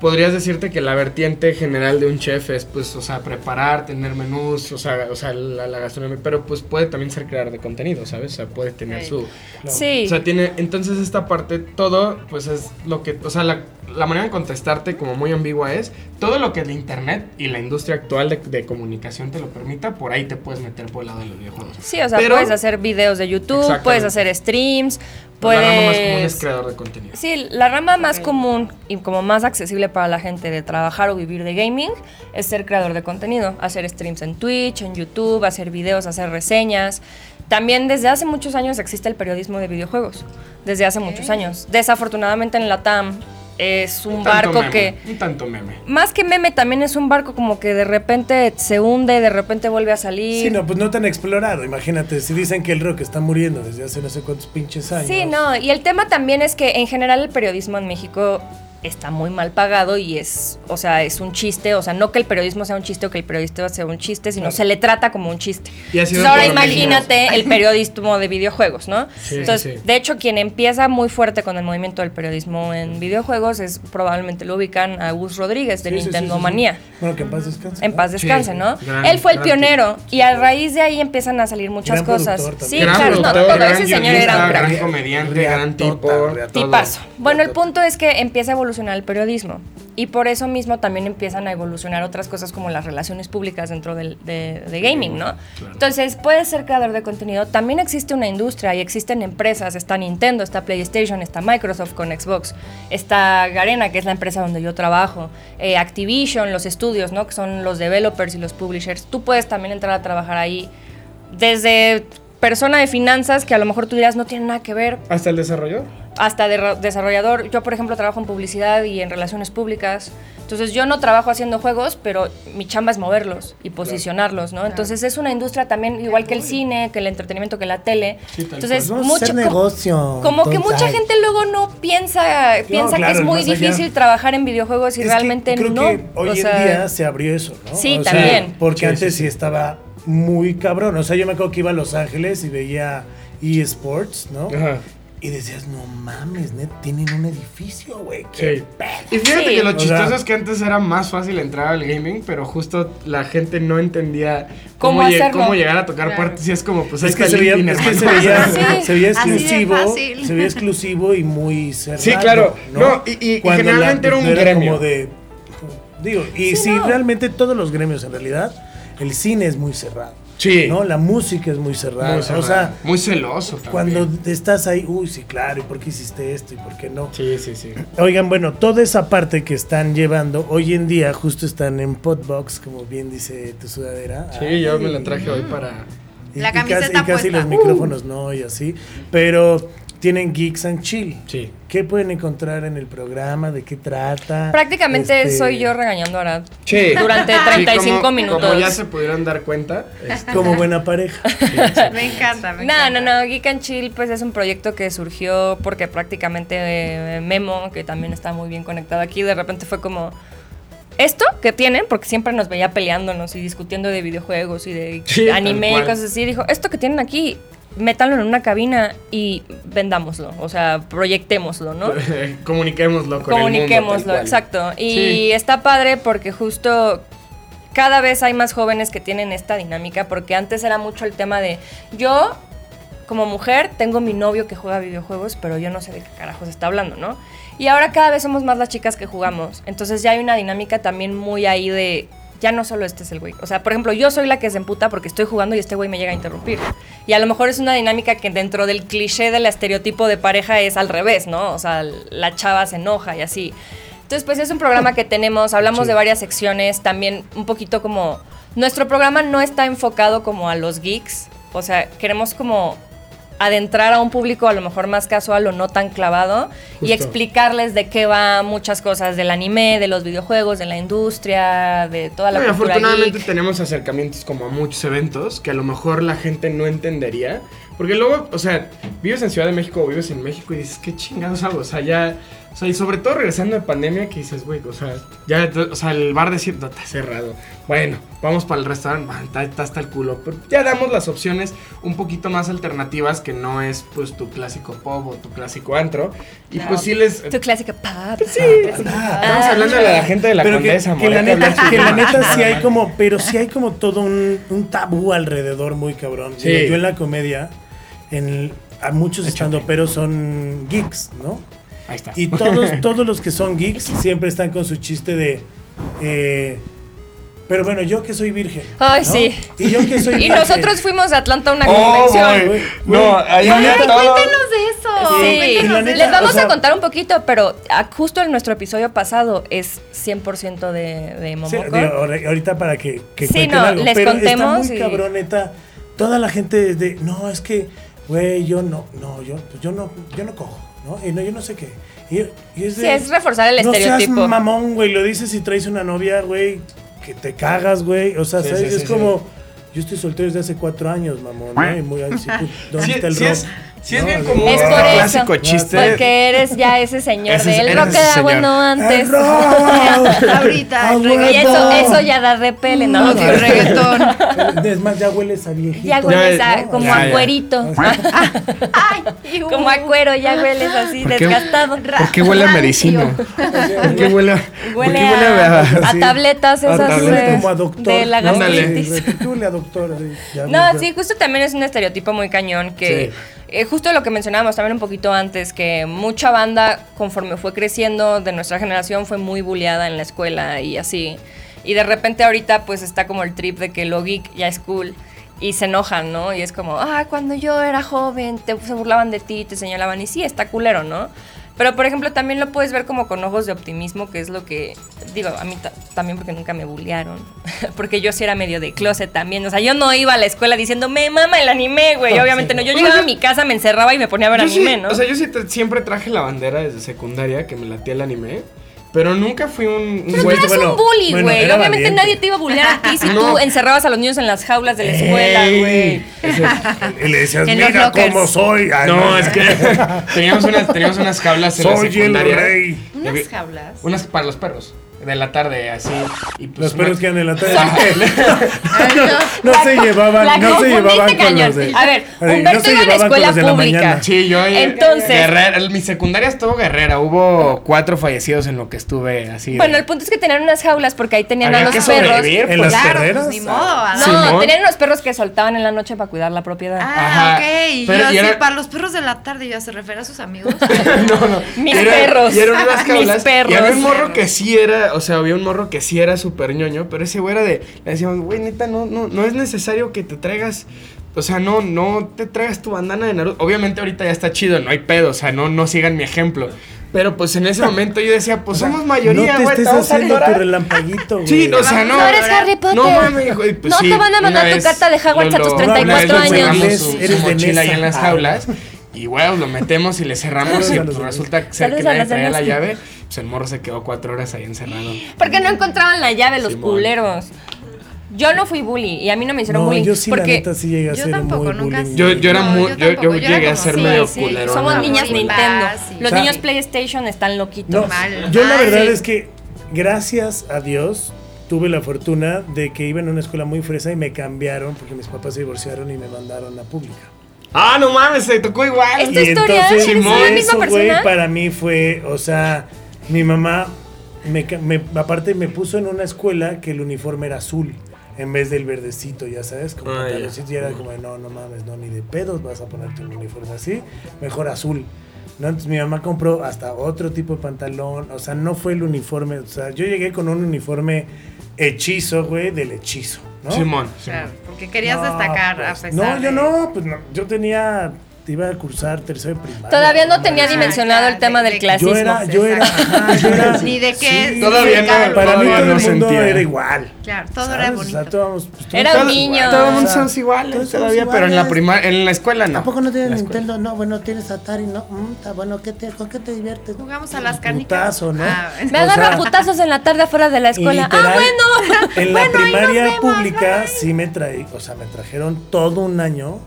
Speaker 5: podrías decirte que la vertiente general de un chef es, pues, o sea, preparar, tener menús, o sea, o sea la, la gastronomía, pero pues puede también ser crear de contenido, ¿sabes? O sea, puede tener
Speaker 3: Sí.
Speaker 5: su...
Speaker 6: Sí.
Speaker 5: O sea, tiene, entonces esta parte, todo, pues es lo que, o sea, la, la manera de contestarte como muy ambigua es, todo lo que el Internet y la industria actual de, de comunicación te lo permita, por ahí te puedes meter por el lado de los videojuegos.
Speaker 6: Sí, o sea,
Speaker 5: Pero-
Speaker 6: puedes hacer videos de YouTube,
Speaker 5: Exactamente.
Speaker 6: puedes hacer streams,
Speaker 5: La rama más común es
Speaker 6: puedes.
Speaker 5: creador de contenido.
Speaker 6: Pues, Sí, la rama más común y como más accesible para la gente de trabajar o vivir de gaming es ser creador de contenido, hacer streams en Twitch, en YouTube, hacer videos, hacer reseñas. También desde hace muchos años existe el periodismo de videojuegos, desde hace muchos años. Desafortunadamente en la TAM es un
Speaker 5: tanto
Speaker 6: barco
Speaker 5: meme,
Speaker 6: que...
Speaker 5: Un tanto meme.
Speaker 6: Más que meme, también es un barco como que de repente se hunde, de repente vuelve a salir.
Speaker 4: Sí, no, pues no tan explorado. Imagínate, si dicen que el rock está muriendo desde hace no sé cuántos pinches años.
Speaker 6: Sí, no, y el tema también es que en general el periodismo en México está muy mal pagado y es, o sea, es un chiste, o sea, no que el periodismo sea un chiste o que el periodista sea un chiste, sino se le trata como un chiste.
Speaker 5: Y ha sido
Speaker 6: Entonces, ahora
Speaker 5: por lo menos- (laughs)
Speaker 6: imagínate el periodismo de videojuegos, ¿no?
Speaker 5: Sí,
Speaker 6: Entonces,
Speaker 5: sí.
Speaker 6: de hecho, quien empieza muy fuerte con el movimiento del periodismo en videojuegos es probablemente lo ubican a Gus Rodríguez de
Speaker 4: Sí, sí, sí,
Speaker 6: Nintendo
Speaker 4: sí, sí.
Speaker 6: Manía.
Speaker 4: Bueno, que en paz descanse.
Speaker 6: En
Speaker 4: ¿no?
Speaker 6: paz descanse,
Speaker 5: Sí,
Speaker 6: ¿no?
Speaker 5: gran-
Speaker 6: Él fue el
Speaker 5: gran
Speaker 6: pionero y a raíz de ahí empiezan a salir muchas
Speaker 4: Gran
Speaker 6: cosas.
Speaker 4: productor
Speaker 6: Sí,
Speaker 4: también. Gran
Speaker 6: claro, no,
Speaker 5: productor,
Speaker 6: todo
Speaker 5: gran
Speaker 6: ese señor
Speaker 5: guionista,
Speaker 6: era un crack.
Speaker 5: gran comediante, gran tota, tipo.
Speaker 4: Riatota,
Speaker 6: Tipazo.
Speaker 4: riatota.
Speaker 6: Bueno, el punto es que empieza a evolucionar el periodismo y por eso mismo también empiezan a evolucionar otras cosas como las relaciones públicas dentro del, de, de gaming, ¿no? Entonces, puedes ser creador de contenido. También existe una industria y existen empresas. Está Nintendo, está PlayStation, está Microsoft con Xbox, está Garena, que es la empresa donde yo trabajo, eh, Activision, los estudios, ¿no? Que son los developers y los publishers. Tú puedes también entrar a trabajar ahí desde persona de finanzas que a lo mejor tú dirás no tiene nada que ver,
Speaker 5: Hasta el desarrollador.
Speaker 6: hasta de- desarrollador. Yo, por ejemplo, trabajo en publicidad y en relaciones públicas. Entonces, yo no trabajo haciendo juegos, pero mi chamba es moverlos y posicionarlos, ¿no? Entonces, es una industria también, igual que el cine, que el entretenimiento, que la tele.
Speaker 5: Sí, tal
Speaker 6: Entonces,
Speaker 7: cual. Vamos a hacer
Speaker 6: co-
Speaker 7: negocio,
Speaker 6: Como que
Speaker 7: entonces,
Speaker 6: mucha
Speaker 7: ay.
Speaker 6: gente luego no piensa, piensa que
Speaker 4: claro,
Speaker 6: es muy
Speaker 4: más allá.
Speaker 6: difícil trabajar en videojuegos y
Speaker 4: Es que
Speaker 6: realmente
Speaker 4: creo
Speaker 6: no.
Speaker 4: que hoy
Speaker 6: O
Speaker 4: en
Speaker 6: sea,
Speaker 4: día se abrió eso, ¿no?
Speaker 6: Sí,
Speaker 4: O sea,
Speaker 6: también.
Speaker 4: porque
Speaker 5: Sí, sí,
Speaker 4: antes sí estaba muy cabrón. O sea, yo me acuerdo que iba a Los Ángeles y veía eSports, ¿no?
Speaker 5: Ajá.
Speaker 4: Y decías, no mames, net, tienen un edificio, güey. qué
Speaker 5: Sí.
Speaker 4: pedo".
Speaker 5: Eh, Y fíjate
Speaker 6: Sí.
Speaker 5: que lo
Speaker 4: O
Speaker 5: chistoso
Speaker 4: sea-
Speaker 5: es que antes era más fácil entrar al gaming, pero justo la gente no entendía
Speaker 6: ¿Cómo
Speaker 5: cómo, lle-
Speaker 6: hacerlo?
Speaker 5: cómo llegar a tocar
Speaker 6: Claro.
Speaker 5: puertas. Y es como, pues ahí
Speaker 4: Es que, se
Speaker 5: está el
Speaker 4: veía,
Speaker 5: LinkedIn,
Speaker 4: es que se
Speaker 5: hermano.
Speaker 4: veía, (laughs) se veía
Speaker 3: así de
Speaker 4: exclusivo,
Speaker 3: fácil.
Speaker 4: se veía exclusivo y muy cerrado.
Speaker 5: Sí, claro. No, y- y- y
Speaker 4: Cuando
Speaker 5: generalmente era un
Speaker 4: pues,
Speaker 5: gremio.
Speaker 4: como de- digo, y sí,
Speaker 6: no.
Speaker 4: realmente todos los gremios en realidad, el cine es muy cerrado.
Speaker 5: Sí.
Speaker 4: ¿no? La música es muy cerrada.
Speaker 5: Muy,
Speaker 4: O sea,
Speaker 5: cerrado, muy celoso también.
Speaker 4: cuando estás ahí, uy, sí, claro, ¿y por qué hiciste esto y por qué no?
Speaker 5: Sí, sí, sí.
Speaker 4: Oigan, bueno, toda esa parte que están llevando hoy en día justo están en Podbox, como bien dice tu sudadera.
Speaker 5: Sí, yo me
Speaker 4: Ay.
Speaker 5: la traje hoy para...
Speaker 4: Y-
Speaker 3: La
Speaker 4: y casi-
Speaker 3: camiseta
Speaker 4: y
Speaker 3: puesta.
Speaker 4: casi los micrófonos no y así, pero tienen Geeks and Chill.
Speaker 5: Sí.
Speaker 4: ¿Qué pueden encontrar en el programa? ¿De qué trata?
Speaker 6: Prácticamente
Speaker 4: Este,
Speaker 6: soy yo regañando a Arad.
Speaker 5: Sí.
Speaker 6: Durante
Speaker 5: Sí,
Speaker 6: 35
Speaker 5: como-
Speaker 6: minutos.
Speaker 5: Como ya se pudieron dar cuenta. (laughs) es-
Speaker 4: como buena pareja.
Speaker 3: Me encanta, me
Speaker 6: No,
Speaker 3: encanta.
Speaker 6: no, no, Geek and Chill pues es un proyecto que surgió porque prácticamente eh, Memo, que también está muy bien conectado aquí, de repente fue como esto que tienen, porque siempre nos veía peleándonos y discutiendo de videojuegos y de
Speaker 5: Sí, tal
Speaker 6: anime y
Speaker 5: cual.
Speaker 6: cosas así, dijo, esto que tienen aquí, métanlo en una cabina y vendámoslo, o sea, proyectémoslo, ¿no?
Speaker 5: Comuniquémoslo con
Speaker 6: Comuniquémoslo,
Speaker 5: el mundo, tal cual.
Speaker 6: exacto. Y
Speaker 5: Sí.
Speaker 6: está padre porque justo cada vez hay más jóvenes que tienen esta dinámica, porque antes era mucho el tema de yo como mujer tengo mi novio que juega videojuegos, pero yo no sé de qué carajos está hablando, ¿no? Y ahora cada vez somos más las chicas que jugamos. Entonces ya hay una dinámica también muy ahí de ya no solo este es el güey. O sea, por ejemplo, yo soy la que se emputa porque estoy jugando y este güey me llega a interrumpir. Y a lo mejor es una dinámica que dentro del cliché del estereotipo de pareja es al revés, ¿no? O sea, la chava se enoja y así. Entonces, pues es un programa que tenemos, hablamos de varias secciones, también un poquito como... Nuestro programa no está enfocado como a los geeks, o sea, queremos como adentrar a un público a lo mejor más casual o no tan clavado y explicarles de qué va muchas cosas del anime, de los videojuegos, de la industria, de toda la
Speaker 5: No, y
Speaker 6: cultura
Speaker 5: afortunadamente
Speaker 6: geek.
Speaker 5: tenemos acercamientos como a muchos eventos que a lo mejor la gente no entendería. Porque luego, o sea, vives en Ciudad de México o vives en México y dices, ¿qué chingados hago? O sea, ya. O sea, y sobre todo regresando de pandemia que dices, güey, o sea, ya, o sea, el bar de cierto está cerrado. Bueno, vamos para el restaurante, ah, está, está hasta el culo. Pero ya damos las opciones un poquito más alternativas que no es, pues, tu clásico pop o tu clásico antro. Y pues sí les.
Speaker 6: Tu clásica pop.
Speaker 5: Sí, estamos hablando de (laughs) la gente de la
Speaker 4: pero que,
Speaker 5: condesa,
Speaker 4: que la
Speaker 5: Morelia,
Speaker 4: neta,
Speaker 5: Blanco,
Speaker 4: que la
Speaker 5: Chimapa,
Speaker 4: neta sí
Speaker 5: nada
Speaker 4: hay
Speaker 5: más.
Speaker 4: como, pero sí hay como todo un, un tabú alrededor muy cabrón.
Speaker 5: Sí.
Speaker 4: Digo, yo en la comedia, en el- a muchos estando pero son geeks, ¿no?
Speaker 5: Ahí está. (laughs)
Speaker 4: Y todos, todos los que son geeks siempre están con su chiste de. eh, pero bueno, yo que soy virgen.
Speaker 6: Ay,
Speaker 4: ¿no?
Speaker 6: sí.
Speaker 4: Y yo que soy
Speaker 6: (laughs) Y
Speaker 4: virgen.
Speaker 6: nosotros fuimos a Atlanta a una
Speaker 5: Oh,
Speaker 6: convención.
Speaker 5: boy.
Speaker 4: güey.
Speaker 5: No,
Speaker 4: Ay,
Speaker 5: ahí había todo.
Speaker 3: Cuéntanos de eso.
Speaker 6: Sí,
Speaker 4: Y la
Speaker 3: Cuéntanos de
Speaker 4: neta,
Speaker 6: les vamos
Speaker 4: o sea-
Speaker 6: a contar un poquito, pero ah, justo en nuestro episodio pasado es 100% de, de
Speaker 4: Sí,
Speaker 6: Momoko.
Speaker 4: digo, ahora- ahorita para que, que
Speaker 6: Sí,
Speaker 4: cuenten
Speaker 6: no,
Speaker 4: algo,
Speaker 6: les
Speaker 4: pero
Speaker 6: contemos
Speaker 4: Está muy
Speaker 6: y-
Speaker 4: cabrón, neta. Toda la gente de. No, es que, güey, yo no, no, yo, pues yo no, yo no cojo, ¿no? Y no, yo no sé qué. Y, y es
Speaker 6: Sí, es reforzar el
Speaker 4: no
Speaker 6: estereotipo.
Speaker 4: Seas mamón, güey, lo dices si traes una novia, güey, que te cagas, güey. O sea,
Speaker 5: Sí,
Speaker 4: ¿sabes?
Speaker 5: sí,
Speaker 4: es
Speaker 5: sí,
Speaker 4: como. Yo estoy soltero desde hace cuatro años, mamón. ¿no? Y muy, ay, sí, pues, ¿Dónde
Speaker 5: Sí,
Speaker 4: está el
Speaker 5: sí
Speaker 4: rock?
Speaker 5: es- sí es
Speaker 4: No,
Speaker 5: bien
Speaker 4: o sea,
Speaker 5: común.
Speaker 6: Es por
Speaker 5: Ah,
Speaker 6: eso.
Speaker 5: clásico chiste.
Speaker 6: Porque eres ya ese señor
Speaker 5: Ese-
Speaker 6: del
Speaker 5: eres
Speaker 6: rock
Speaker 5: ese
Speaker 6: era
Speaker 5: señor.
Speaker 6: bueno antes.
Speaker 4: ¡El
Speaker 6: (laughs)
Speaker 4: rock!
Speaker 3: Ahorita,
Speaker 4: ¡A
Speaker 3: el reggae-
Speaker 4: huevo!
Speaker 6: Y eso, eso ya da repele, ¿no?
Speaker 3: No, que el Ah, reggaetón.
Speaker 4: Es más, ya hueles a viejito.
Speaker 6: Ya hueles
Speaker 5: Ya,
Speaker 6: a-
Speaker 5: ya,
Speaker 6: como
Speaker 5: ya,
Speaker 6: a
Speaker 5: ya.
Speaker 6: cuerito.
Speaker 3: Ay,
Speaker 6: Como a cuero, ya hueles así,
Speaker 5: ¿Por qué-
Speaker 6: desgastado.
Speaker 5: ¿Por qué huele a medicina? ¿Por qué huele a, por qué
Speaker 6: Huele
Speaker 5: huele a-
Speaker 6: a, a
Speaker 5: sí?
Speaker 6: tabletas
Speaker 5: A
Speaker 6: esas
Speaker 5: tabletas.
Speaker 6: eh,
Speaker 4: como a doctor.
Speaker 6: de la
Speaker 5: ¿no? Ándale.
Speaker 6: gastritis.
Speaker 4: Sí, Tú le a doctor. sí, ya
Speaker 6: No,
Speaker 4: me-
Speaker 6: sí, justo también es un estereotipo muy cañón que eh, justo lo que mencionábamos también un poquito antes, que mucha banda conforme fue creciendo de nuestra generación fue muy bulleada en la escuela y así. Y de repente ahorita pues está como el trip de que lo geek ya es cool y se enojan, ¿no? Y es como, ah, cuando yo era joven te, se burlaban de ti, te señalaban y sí, está culero, ¿no? Pero por ejemplo también lo puedes ver como con ojos de optimismo, que es lo que digo, a mí ta- también porque nunca me bullearon, (laughs) porque yo sí era medio de closet también, o sea, yo no iba a la escuela diciendo, me mama el anime, güey,
Speaker 5: Ah,
Speaker 6: obviamente no, yo llegaba a mi casa, me encerraba y me ponía a ver
Speaker 5: Yo sí,
Speaker 6: anime, ¿no?
Speaker 5: O sea, yo sí tra- siempre traje la bandera desde secundaria, que me latía el anime, pero nunca fui un, un
Speaker 6: Pero
Speaker 5: güey-
Speaker 6: tú eras
Speaker 4: bueno,
Speaker 6: Pues un bully, güey.
Speaker 4: bueno, era
Speaker 6: Obviamente
Speaker 4: valiente.
Speaker 6: nadie te iba a bullear a ti si
Speaker 5: (laughs) No.
Speaker 6: tú encerrabas a los niños en las jaulas de la escuela,
Speaker 5: Ey.
Speaker 6: güey.
Speaker 5: Ese-
Speaker 4: Y le decías,
Speaker 6: En los
Speaker 4: mira
Speaker 6: lockers.
Speaker 4: cómo soy. Ay,
Speaker 5: No, es que (laughs) teníamos unas, teníamos unas jaulas en la
Speaker 4: Ah, Soy el
Speaker 5: secundaria.
Speaker 4: rey.
Speaker 5: Y había-
Speaker 3: Unas jaulas.
Speaker 5: Unas para los perros. de la tarde, así. Y pues,
Speaker 4: Los perros
Speaker 5: me-
Speaker 4: que andan en la tarde.
Speaker 3: Ay,
Speaker 4: no, no
Speaker 6: La
Speaker 4: se
Speaker 6: co- la
Speaker 4: llevaban, no se
Speaker 6: confundiste,
Speaker 4: llevaban con
Speaker 6: cañón.
Speaker 4: los de.
Speaker 6: A ver,
Speaker 4: Ay, no
Speaker 6: Humberto
Speaker 4: se
Speaker 6: iba a la
Speaker 4: llevaban con
Speaker 6: escuela
Speaker 4: los de la
Speaker 6: pública.
Speaker 4: mañana.
Speaker 5: Sí, yo.
Speaker 6: Entonces-
Speaker 5: Guerrera- mi secundaria estuvo guerrera. Hubo cuatro fallecidos en lo que estuve así. de-
Speaker 6: Bueno, el punto es que tenían unas jaulas porque ahí tenían
Speaker 5: Había
Speaker 6: a
Speaker 5: que
Speaker 6: los perros.
Speaker 5: sobrevivir,
Speaker 4: En
Speaker 5: pues.
Speaker 4: las
Speaker 3: Claro,
Speaker 4: carreras.
Speaker 3: pues, ni modo. ¿ah?
Speaker 6: No,
Speaker 5: Simón.
Speaker 6: tenían los perros que soltaban en la noche para cuidar la propiedad.
Speaker 3: Ah,
Speaker 5: Ajá.
Speaker 3: ok. Y
Speaker 5: Pero
Speaker 3: yo
Speaker 5: y
Speaker 3: así,
Speaker 5: era-
Speaker 3: para los perros de la tarde, ya se refiere a sus
Speaker 4: (laughs)
Speaker 3: amigos.
Speaker 5: (laughs) no, no.
Speaker 6: Mis
Speaker 5: Era-
Speaker 6: perros.
Speaker 5: Y eran unas jaulas.
Speaker 6: (laughs) Mis perros.
Speaker 5: Y había un morro que sí era, o sea, había un morro que sí era súper ñoño, pero ese güey era de, le decíamos, güey, neta, no, no, no es necesario que te traigas, o sea, no, no te traigas tu bandana de Naruto. Obviamente ahorita ya está chido, no hay pedo, o sea, no, no sigan mi ejemplo. Pero pues en ese momento yo decía, pues somos mayoría,
Speaker 4: no te
Speaker 5: güey, te
Speaker 4: estés
Speaker 5: vamos a
Speaker 4: haciendo tu
Speaker 5: ignorar.
Speaker 4: relampaguito, güey.
Speaker 5: Sí, no, o sea, no.
Speaker 6: No eres Harry Potter.
Speaker 5: No mames, güey, pues
Speaker 6: No
Speaker 5: sí,
Speaker 6: te van a
Speaker 5: una
Speaker 6: mandar tu
Speaker 5: vez
Speaker 6: carta de Hogwarts a tus
Speaker 5: lo-
Speaker 6: 34
Speaker 5: una vez le
Speaker 6: años.
Speaker 5: cerramos Su,
Speaker 4: Eres-
Speaker 6: (laughs)
Speaker 4: eres
Speaker 5: su
Speaker 4: de
Speaker 5: mochila ahí
Speaker 4: Nesa.
Speaker 5: en las
Speaker 4: Ah.
Speaker 5: jaulas. Y güey, lo metemos y le cerramos
Speaker 4: Saludos
Speaker 5: y
Speaker 4: a los
Speaker 5: pues,
Speaker 4: de
Speaker 5: resulta que,
Speaker 6: Saludos
Speaker 5: que
Speaker 6: a
Speaker 5: nadie
Speaker 6: los de
Speaker 5: traía la
Speaker 6: Nesa.
Speaker 5: llave. Pues el morro se quedó cuatro horas ahí encerrado.
Speaker 6: Porque no encontraban la llave los
Speaker 5: Simón.
Speaker 6: culeros. Yo no fui bully y a mí no me hicieron
Speaker 4: No,
Speaker 6: bullying
Speaker 4: yo sí, la
Speaker 6: porque
Speaker 4: neta, sí llegué a
Speaker 3: Yo
Speaker 4: ser
Speaker 3: tampoco,
Speaker 4: muy
Speaker 3: nunca
Speaker 4: bullying.
Speaker 3: sí.
Speaker 5: Yo, yo era
Speaker 3: No,
Speaker 5: muy,
Speaker 3: yo
Speaker 5: yo, yo
Speaker 3: tampoco, yo era
Speaker 5: llegué a
Speaker 3: como,
Speaker 5: ser
Speaker 3: sí,
Speaker 5: medio
Speaker 3: sí,
Speaker 5: culero.
Speaker 6: somos
Speaker 3: no,
Speaker 6: niñas
Speaker 3: sí,
Speaker 6: Nintendo.
Speaker 3: va, sí.
Speaker 6: Los
Speaker 4: O sea,
Speaker 6: niños PlayStation están
Speaker 4: No,
Speaker 6: loquitos.
Speaker 3: Mal.
Speaker 4: yo la
Speaker 3: Mal.
Speaker 4: verdad
Speaker 3: Sí.
Speaker 4: es que gracias a Dios tuve la fortuna de que iba en una escuela muy fresa y me cambiaron porque mis papás se divorciaron y me mandaron a pública.
Speaker 5: Ah, no mames, se tocó igual.
Speaker 6: Esto- ¿Tu historia?
Speaker 5: ¿Eres
Speaker 4: Simón,
Speaker 5: una
Speaker 6: misma
Speaker 4: eso, güey,
Speaker 6: persona?
Speaker 4: para mí fue, o sea, mi mamá, me, ca- me- aparte me puso en una escuela que el uniforme era azul en vez del verdecito, ya sabes, como
Speaker 5: Ah, ya.
Speaker 4: pantaloncito, y era como, de, no, no mames, no, ni de pedos vas a ponerte un uniforme así, mejor azul. No, entonces mi mamá compró hasta otro tipo de pantalón, o sea, no fue el uniforme, o sea, yo llegué con un uniforme hechizo, güey, del hechizo, ¿no?
Speaker 5: Simón, Simón.
Speaker 3: Claro, porque querías
Speaker 4: No,
Speaker 3: destacar a
Speaker 4: pues,
Speaker 3: pesar
Speaker 4: No, yo
Speaker 3: de-
Speaker 4: no, pues no, yo tenía, iba a cursar tercero de primaria.
Speaker 6: Todavía no tenía
Speaker 3: Ah, ya,
Speaker 6: dimensionado el tema
Speaker 3: de-
Speaker 6: del
Speaker 3: de-
Speaker 6: clasismo.
Speaker 4: Yo era, yo era,
Speaker 3: Exacto.
Speaker 4: ajá, yo era-
Speaker 3: (laughs) Ni de qué.
Speaker 4: Sí,
Speaker 5: Todavía no,
Speaker 4: Para mí
Speaker 5: Todavía
Speaker 4: todo
Speaker 5: no
Speaker 4: el mundo
Speaker 5: sentía.
Speaker 4: era igual.
Speaker 3: Claro, todo
Speaker 4: ¿sabes?
Speaker 3: era
Speaker 4: O sea,
Speaker 3: bonito.
Speaker 4: todos- pues, todos
Speaker 6: Era un
Speaker 4: éramos
Speaker 6: niño.
Speaker 4: iguales,
Speaker 5: Todo el
Speaker 4: o
Speaker 5: mundo
Speaker 4: sea,
Speaker 5: somos
Speaker 4: todos
Speaker 5: iguales
Speaker 4: somos
Speaker 5: todavía, pero en la,
Speaker 7: iguales.
Speaker 5: prima- en la escuela no.
Speaker 7: ¿A poco no tienes
Speaker 5: La escuela.
Speaker 7: Nintendo? No, bueno, tienes Atari, ¿no? Mm, está bueno, ¿qué te, ¿con qué te diviertes?
Speaker 3: Jugamos a las canicas.
Speaker 4: Putazo, ¿no? (laughs)
Speaker 3: Ah,
Speaker 6: Me
Speaker 4: O
Speaker 6: agarra
Speaker 4: sea,
Speaker 6: putazos en la tarde afuera de la escuela.
Speaker 4: literal,
Speaker 6: ah, bueno.
Speaker 4: (laughs) En la
Speaker 6: bueno, ahí nos
Speaker 4: primaria
Speaker 6: vemos,
Speaker 4: pública
Speaker 6: bye.
Speaker 4: sí me traí, o sea, me trajeron todo un año,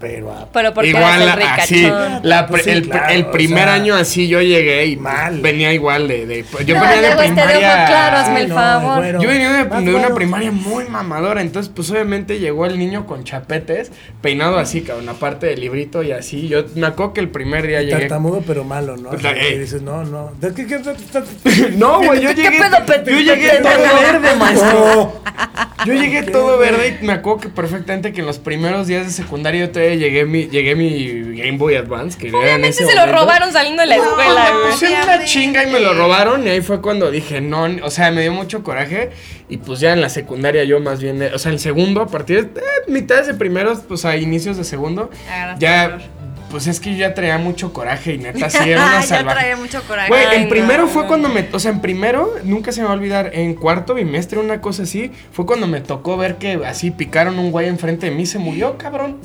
Speaker 4: pero a
Speaker 6: (laughs) Pero porque
Speaker 5: igual
Speaker 6: eras el
Speaker 5: la- así,
Speaker 6: ricachón.
Speaker 5: la
Speaker 4: Pues
Speaker 5: pr-
Speaker 4: sí,
Speaker 5: el, pr-
Speaker 4: claro,
Speaker 5: el
Speaker 4: o
Speaker 5: primer
Speaker 4: sea,
Speaker 5: año así yo llegué y
Speaker 4: mal.
Speaker 5: venía igual de, de- yo
Speaker 6: No,
Speaker 5: venía de
Speaker 6: luego este de ojos
Speaker 5: primaria
Speaker 6: claros,
Speaker 5: sí,
Speaker 6: hazme el
Speaker 4: no,
Speaker 6: favor.
Speaker 4: güero,
Speaker 5: Yo venía de,
Speaker 4: más
Speaker 5: de una
Speaker 4: güero.
Speaker 5: primaria muy mamadora, entonces pues obviamente llegó el niño con chapetes, peinado así, cabrón, aparte del librito y así. Yo me acuerdo que el primer día llegué.
Speaker 4: Tartamudo, pero malo, ¿no?
Speaker 5: Pues la-
Speaker 4: Y
Speaker 5: eh.
Speaker 4: dices, no, no. ¿De qué- qué- qué-
Speaker 5: (laughs) No, güey, yo
Speaker 6: ¿Qué
Speaker 5: llegué.
Speaker 6: pedo, Pepe?
Speaker 5: yo (laughs) llegué
Speaker 6: ¿Qué
Speaker 5: todo
Speaker 6: pedo?
Speaker 5: verde, maestro.
Speaker 4: No.
Speaker 5: Yo llegué todo verde y me acuerdo que perfectamente que en los primeros días de secundaria yo todavía llegué mi, llegué mi Game Boy Advance. Que era en
Speaker 6: Obviamente
Speaker 5: ese
Speaker 6: se lo
Speaker 5: momento.
Speaker 6: robaron saliendo de la escuela.
Speaker 5: Me
Speaker 6: güey.
Speaker 5: puse una
Speaker 3: Obviamente.
Speaker 5: chinga y me lo robaron. Y ahí fue cuando dije, no, ni- o sea, me dio mucho coraje. Y pues ya en la secundaria yo más bien, eh, o sea, en segundo, a partir de eh, mitades de primeros, pues a inicios de segundo,
Speaker 3: Agarraste
Speaker 5: ya,
Speaker 3: valor.
Speaker 5: pues es que yo ya traía mucho coraje y neta,
Speaker 6: (laughs)
Speaker 5: sí, era una
Speaker 3: Yo traía
Speaker 5: salvaje.
Speaker 3: mucho coraje.
Speaker 5: Güey,
Speaker 6: Ay,
Speaker 5: en
Speaker 6: no,
Speaker 5: primero
Speaker 6: no,
Speaker 5: fue
Speaker 6: no.
Speaker 5: cuando me, o sea, en primero, nunca se me va a olvidar, en cuarto bimestre, una cosa así, fue cuando me tocó ver que así picaron un güey enfrente de mí, se murió, cabrón.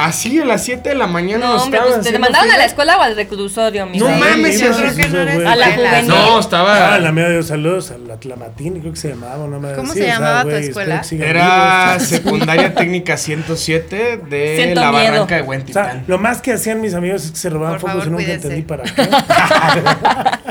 Speaker 5: Así a las 7 de la mañana
Speaker 6: No,
Speaker 5: nos
Speaker 6: hombre,
Speaker 5: estaban
Speaker 6: pues te
Speaker 5: haciendo
Speaker 6: mandaron a
Speaker 5: fila.
Speaker 6: la escuela o al reclusorio, mi
Speaker 5: No
Speaker 6: rey.
Speaker 4: Ibas
Speaker 5: mames, yo creo
Speaker 4: a
Speaker 5: que
Speaker 4: esos
Speaker 3: no eres
Speaker 4: güeyes.
Speaker 6: A la
Speaker 3: No,
Speaker 6: juvenil.
Speaker 5: No, estaba.
Speaker 4: Ah, la mía de saludos a la Tlamatini, creo que se llamaba, no me
Speaker 3: ¿Cómo
Speaker 4: sí,
Speaker 3: se
Speaker 4: o sea,
Speaker 3: llamaba tu
Speaker 4: güey, espero
Speaker 3: escuela?
Speaker 4: que sigan
Speaker 5: Era
Speaker 4: vivos.
Speaker 5: (laughs) secundaria técnica 107 de
Speaker 6: Siento
Speaker 5: la
Speaker 6: miedo.
Speaker 5: barranca de Buen
Speaker 4: O sea,
Speaker 5: Titán.
Speaker 4: lo más que hacían mis amigos es que se robaban
Speaker 3: Por
Speaker 4: focos y
Speaker 3: favor,
Speaker 4: nunca
Speaker 3: cuídese.
Speaker 4: entendí para qué.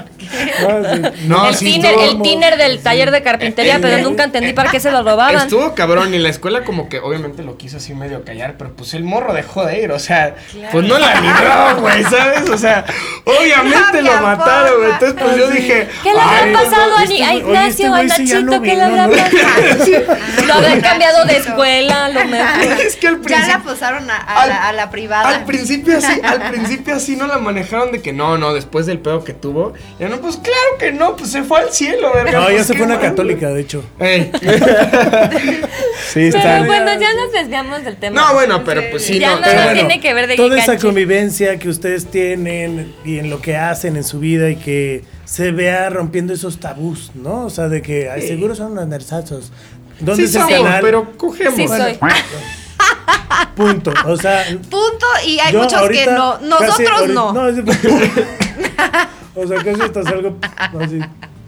Speaker 4: No, sí,
Speaker 5: No,
Speaker 6: el,
Speaker 5: sí,
Speaker 6: tiner,
Speaker 5: estuvo-
Speaker 6: el tiner del taller de carpintería,
Speaker 5: Eh, eh,
Speaker 6: pero
Speaker 5: eh,
Speaker 6: nunca entendí para qué se lo robaban.
Speaker 5: Estuvo cabrón y la escuela como que obviamente lo quiso así medio callar, pero pues el morro dejó de ir, o sea, pues no la libró, güey, ¿sabes? O sea, obviamente lo
Speaker 3: Cambia
Speaker 5: mataron, güey.
Speaker 3: forma.
Speaker 5: Entonces pues yo dije,
Speaker 6: ¿Qué le
Speaker 5: "Ay,
Speaker 6: habrá
Speaker 5: no,
Speaker 6: pasado a,
Speaker 4: este
Speaker 6: Ni- a
Speaker 4: güey- oye, este
Speaker 6: Ignacio, a
Speaker 4: güey sí ya
Speaker 6: Nachito?
Speaker 4: no
Speaker 6: ¿Qué le
Speaker 4: vino,
Speaker 6: habrá
Speaker 4: ¿no?
Speaker 5: (laughs)
Speaker 6: pasado? Lo habrán cambiado de
Speaker 3: Nachito.
Speaker 6: escuela, a lo mejor.
Speaker 5: es que
Speaker 3: Ya
Speaker 5: al
Speaker 3: la
Speaker 5: principio
Speaker 3: pasaron a, a
Speaker 5: al-
Speaker 3: la, a la privada.
Speaker 5: Al principio así, al principio así no la manejaron de que no, no, después del pedo que tuvo, ya no, pues claro que no, pues se fue al cielo, verga.
Speaker 4: No,
Speaker 5: pues,
Speaker 4: ya se
Speaker 5: qué
Speaker 4: fue una
Speaker 5: mal,
Speaker 4: católica, de hecho.
Speaker 5: güey. Ey. sí,
Speaker 6: Pero bueno, ya nos desviamos del tema.
Speaker 5: No, bueno, pero pues sí,
Speaker 6: ya
Speaker 5: no.
Speaker 6: nada
Speaker 5: pero
Speaker 4: bueno,
Speaker 6: tiene que ver de
Speaker 4: Toda
Speaker 6: Giganchi.
Speaker 4: esa convivencia que ustedes tienen y en lo que hacen en su vida y que se vea rompiendo esos tabús, ¿no? O sea, de que ay, seguro son unos nersazos. ¿Dónde
Speaker 5: sí
Speaker 4: es el
Speaker 5: somos,
Speaker 4: canal?
Speaker 5: pero cogemos.
Speaker 6: Sí,
Speaker 4: Bueno,
Speaker 6: soy.
Speaker 4: Punto. O sea,
Speaker 3: Punto. Y hay
Speaker 4: yo
Speaker 3: muchos que
Speaker 4: ahorita
Speaker 3: no.
Speaker 4: casi
Speaker 3: Nosotros
Speaker 4: ahorita- (laughs)
Speaker 3: no.
Speaker 4: es- o sea, casi hasta salgo así.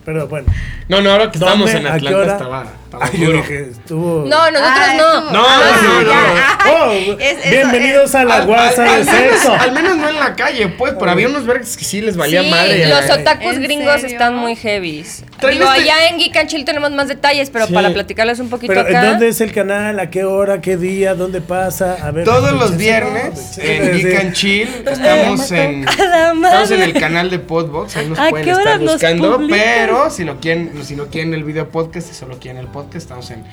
Speaker 4: Pero bueno.
Speaker 5: No, no, ahora que
Speaker 4: ¿Dónde?
Speaker 5: estamos en
Speaker 4: ¿A qué
Speaker 5: Atlanta
Speaker 4: hora?
Speaker 5: estaba. Estamos
Speaker 4: yo
Speaker 5: duro.
Speaker 4: dije, estuvo. (laughs)
Speaker 6: No, nosotros
Speaker 3: Ah,
Speaker 6: no.
Speaker 3: estuvo-
Speaker 5: No,
Speaker 3: Ah,
Speaker 5: no, no,
Speaker 3: ya.
Speaker 5: no.
Speaker 3: Ay, (laughs)
Speaker 4: Oh,
Speaker 3: es- eso,
Speaker 4: bienvenidos a la
Speaker 5: Al-
Speaker 4: guasa
Speaker 5: al-
Speaker 4: de
Speaker 5: al menos-
Speaker 4: sexo.
Speaker 5: Al menos no en la calle, pues, pero había unos vergas que sí les valía
Speaker 6: sí,
Speaker 5: madre.
Speaker 6: los
Speaker 5: Eh,
Speaker 6: otakus
Speaker 3: ¿En
Speaker 6: gringos
Speaker 3: serio?
Speaker 6: están muy heavies.
Speaker 5: Traen
Speaker 6: Digo,
Speaker 5: este-
Speaker 6: allá en Geek and Chill tenemos más detalles, pero
Speaker 4: Sí.
Speaker 6: para platicarles un poquito
Speaker 4: Pero
Speaker 6: acá.
Speaker 4: ¿dónde es el canal? ¿A qué hora? ¿Qué día? ¿Dónde pasa? A ver.
Speaker 5: Todos los
Speaker 4: pinches-
Speaker 5: viernes
Speaker 4: no,
Speaker 5: en
Speaker 4: pinches-
Speaker 5: Geek and
Speaker 6: (laughs)
Speaker 5: Chill estamos en,
Speaker 6: A (laughs) la madre.
Speaker 5: estamos en el canal de Podbox, ahí nos
Speaker 6: ¿A
Speaker 5: pueden
Speaker 6: qué hora
Speaker 5: estar
Speaker 6: los
Speaker 5: buscando,
Speaker 6: publican?
Speaker 5: pero si no quieren, si no quieren el video podcast y solo quieren el podcast, estamos en,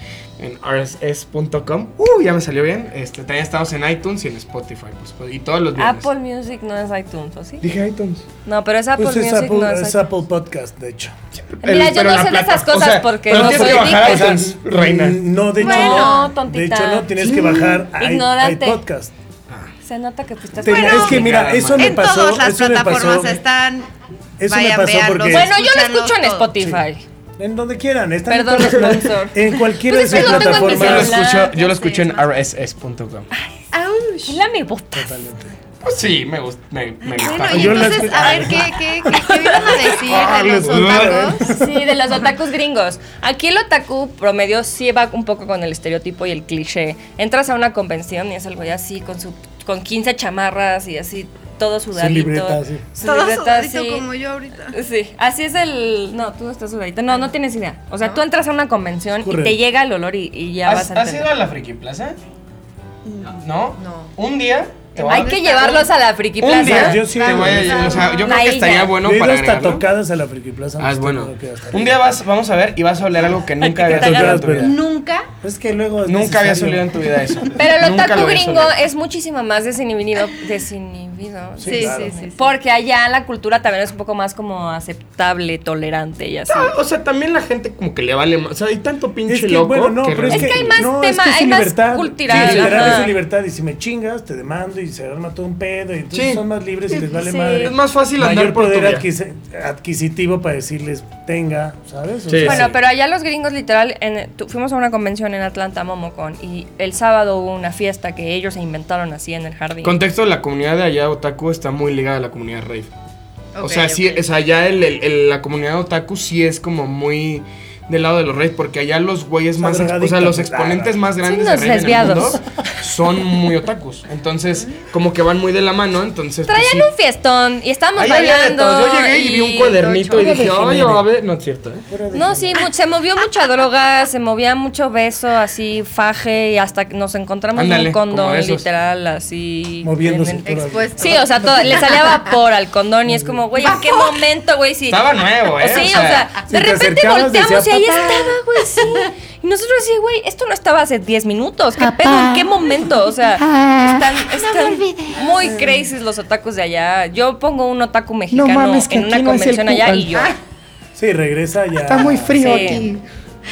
Speaker 5: en rss.com. Uh, ya me salió bien. Este, también estamos en iTunes y en Spotify, pues, pues, y todos los viernes.
Speaker 6: Apple Music no es iTunes, ¿o sí?
Speaker 5: Dije iTunes.
Speaker 6: No, pero es Apple
Speaker 4: Pues es
Speaker 6: Music,
Speaker 4: Apple,
Speaker 6: no es
Speaker 4: es
Speaker 6: iTunes.
Speaker 4: Apple Podcast, de hecho.
Speaker 6: Mira, yo
Speaker 5: pero
Speaker 6: no
Speaker 5: la
Speaker 6: sé de esas
Speaker 5: plata-
Speaker 6: cosas porque
Speaker 5: pero
Speaker 6: no
Speaker 5: tienes
Speaker 6: soy
Speaker 5: que bajar
Speaker 6: geek.
Speaker 5: iTunes, reina.
Speaker 4: Mm, No, de hecho
Speaker 6: Bueno,
Speaker 4: no.
Speaker 6: tontita.
Speaker 4: De hecho no, tienes
Speaker 6: Sí.
Speaker 4: que bajar a
Speaker 6: Ignorante.
Speaker 4: podcast.
Speaker 6: Se nota que fuiste
Speaker 4: Te-
Speaker 6: bueno,
Speaker 4: es que mira, eso me
Speaker 3: En
Speaker 4: pasó.
Speaker 3: todas las
Speaker 4: eso me
Speaker 3: plataformas
Speaker 4: pasó.
Speaker 3: están.
Speaker 4: Eso me
Speaker 3: Vayan,
Speaker 4: pasó
Speaker 3: véanlos.
Speaker 4: porque-
Speaker 6: bueno, yo lo
Speaker 3: escúchanlos
Speaker 6: escucho en
Speaker 3: todos.
Speaker 6: Spotify.
Speaker 4: En donde quieran. Están en
Speaker 6: Perdón,
Speaker 4: todas las-
Speaker 6: sponsor.
Speaker 4: En cualquiera
Speaker 6: Pues
Speaker 4: de
Speaker 6: es
Speaker 4: sus
Speaker 6: que lo tengo en mi
Speaker 5: Yo lo
Speaker 4: plataformas.
Speaker 6: celular.
Speaker 5: escucho, yo lo
Speaker 6: Ya
Speaker 5: escucho
Speaker 6: sé,
Speaker 5: en
Speaker 6: es más-
Speaker 5: rss.com.
Speaker 3: Aush.
Speaker 6: La me botas.
Speaker 5: Pues sí, me gusta. Me, me gusta.
Speaker 3: Bueno, y
Speaker 4: Yo la
Speaker 3: entonces,
Speaker 4: escucho-
Speaker 3: a ver, ¿qué, qué, qué, qué vienen a
Speaker 5: Ah,
Speaker 3: decir de los
Speaker 5: les duele.
Speaker 3: otakus?
Speaker 6: Sí, de los otakus gringos. Aquí el otaku promedio sí va un poco con el estereotipo y el cliché. Entras a una convención y es algo ya así, con, su, con 15 chamarras y así, todo sudadito.
Speaker 4: libreta, sí.
Speaker 6: Su
Speaker 3: Todo
Speaker 6: libreta,
Speaker 3: sudadito
Speaker 6: sí.
Speaker 3: como yo ahorita.
Speaker 6: Sí, así es el... No, tú no estás sudadita. No, no tienes idea. O sea, tú entras a una convención y
Speaker 4: Correcto.
Speaker 6: te llega el olor y, y ya
Speaker 5: ¿Has,
Speaker 6: vas a
Speaker 5: has ido
Speaker 6: entender.
Speaker 5: a la Friki Plaza? No.
Speaker 3: No.
Speaker 5: Un día. te voy a-
Speaker 6: Hay que llevarlos a la friki
Speaker 5: Un
Speaker 6: plaza.
Speaker 5: día.
Speaker 4: Yo sí
Speaker 5: te
Speaker 4: hago
Speaker 5: voy a-
Speaker 4: eso.
Speaker 5: o sea, yo creo
Speaker 6: Ahí
Speaker 5: que
Speaker 6: ya.
Speaker 5: estaría bueno
Speaker 4: Yo he ido
Speaker 5: para
Speaker 4: hasta
Speaker 5: agregarlo.
Speaker 4: tocadas a la friki plaza.
Speaker 5: Ah, es
Speaker 4: no
Speaker 5: bueno.
Speaker 4: tengo que gastar.
Speaker 5: Un día vas, vamos a ver y vas a oler algo que nunca
Speaker 6: que
Speaker 5: habías
Speaker 6: te
Speaker 5: olido en tu
Speaker 4: agarras,
Speaker 5: vida.
Speaker 3: Nunca.
Speaker 4: Es que luego. es
Speaker 5: Nunca habías
Speaker 4: necesario.
Speaker 5: olido en tu vida eso.
Speaker 6: Pero el
Speaker 5: Nunca
Speaker 6: otaku
Speaker 5: lo habías
Speaker 6: gringo
Speaker 5: olido.
Speaker 6: es muchísimo más desinhibido. desinhibido
Speaker 3: Sí,
Speaker 4: claro.
Speaker 3: sí, sí, sí.
Speaker 6: Porque allá la cultura también es un poco más como aceptable, tolerante y así.
Speaker 5: Ah, O sea, también la gente como que le vale más. O sea, hay tanto pinche
Speaker 4: Es que,
Speaker 5: loco.
Speaker 4: bueno, no, pero es,
Speaker 6: Es que hay más
Speaker 4: no,
Speaker 6: tema,
Speaker 4: es que es
Speaker 6: hay más
Speaker 4: libertad.
Speaker 6: cultural,
Speaker 4: Sí, libertad,
Speaker 6: ajá.
Speaker 4: eso es libertad. Y si me chingas, te demando y se arma todo un pedo. Y entonces
Speaker 5: Sí.
Speaker 4: son más libres y les vale
Speaker 6: Sí.
Speaker 4: madre.
Speaker 5: Es más fácil
Speaker 4: Mayor
Speaker 5: andar por tu
Speaker 4: poder
Speaker 5: vida.
Speaker 4: adquis- adquisitivo para decirles, tenga, ¿sabes? O
Speaker 5: Sí.
Speaker 4: sea,
Speaker 6: Bueno, pero allá los gringos literal, en- tu- fuimos a una convención en Atlanta, Momocon, y el sábado hubo una fiesta que ellos se inventaron así en el jardín.
Speaker 5: Contexto de la comunidad de allá otaku está muy ligada a la comunidad rave. o
Speaker 3: Ok,
Speaker 5: sea, sí,
Speaker 3: ok.
Speaker 5: o sea, allá el- el- el- la comunidad otaku sí es como muy del lado de los raves, porque allá los güeyes más, ex- o sea, los
Speaker 4: drogadictos.
Speaker 5: exponentes más grandes
Speaker 6: unos
Speaker 5: de rave en el
Speaker 6: desviados.
Speaker 5: mundo son muy otakus. Entonces, como que van muy de la mano, entonces pues,
Speaker 6: Traían
Speaker 5: sí.
Speaker 6: un fiestón y estábamos
Speaker 5: Ahí había de
Speaker 6: bailando.
Speaker 5: todo. Yo llegué y vi un cuadernito y
Speaker 4: todo
Speaker 5: dije,
Speaker 4: chorro.
Speaker 5: "Ay, a ver, no es cierto, ¿eh?"
Speaker 4: fuera de-
Speaker 6: No, sí, mu- se movió mucha droga, se movía mucho beso, así, faje, y hasta que nos encontramos
Speaker 5: Ándale,
Speaker 6: un
Speaker 5: como
Speaker 6: condón,
Speaker 5: esos.
Speaker 6: literal, así.
Speaker 4: Moviéndose
Speaker 6: en el-
Speaker 4: todavía.
Speaker 3: Expuesto.
Speaker 6: Sí, o sea, todo- le salía vapor al condón y es como, güey, ¿en qué momento, güey? Sí.
Speaker 5: Estaba nuevo, ¿eh?
Speaker 6: Sí,
Speaker 5: O
Speaker 6: o
Speaker 5: sea,
Speaker 6: sea,
Speaker 4: si
Speaker 6: de
Speaker 4: te
Speaker 6: repente
Speaker 4: acercabas,
Speaker 6: volteamos
Speaker 4: decía,
Speaker 6: y ahí
Speaker 4: "Papá".
Speaker 6: estaba, güey, sí. Y nosotros así, güey, esto no estaba hace 10 minutos. ¿Qué pedo? ¿En qué momento? O sea,
Speaker 8: Ah,
Speaker 6: están, están muy crazy los otakus de allá. Yo pongo un otaku mexicano
Speaker 8: mames, que
Speaker 6: en una
Speaker 8: aquí no es el Ah.
Speaker 6: convención allá
Speaker 8: Kukan.
Speaker 6: y yo.
Speaker 4: Sí, regresa ya.
Speaker 8: Está muy frío
Speaker 6: Sí.
Speaker 8: aquí.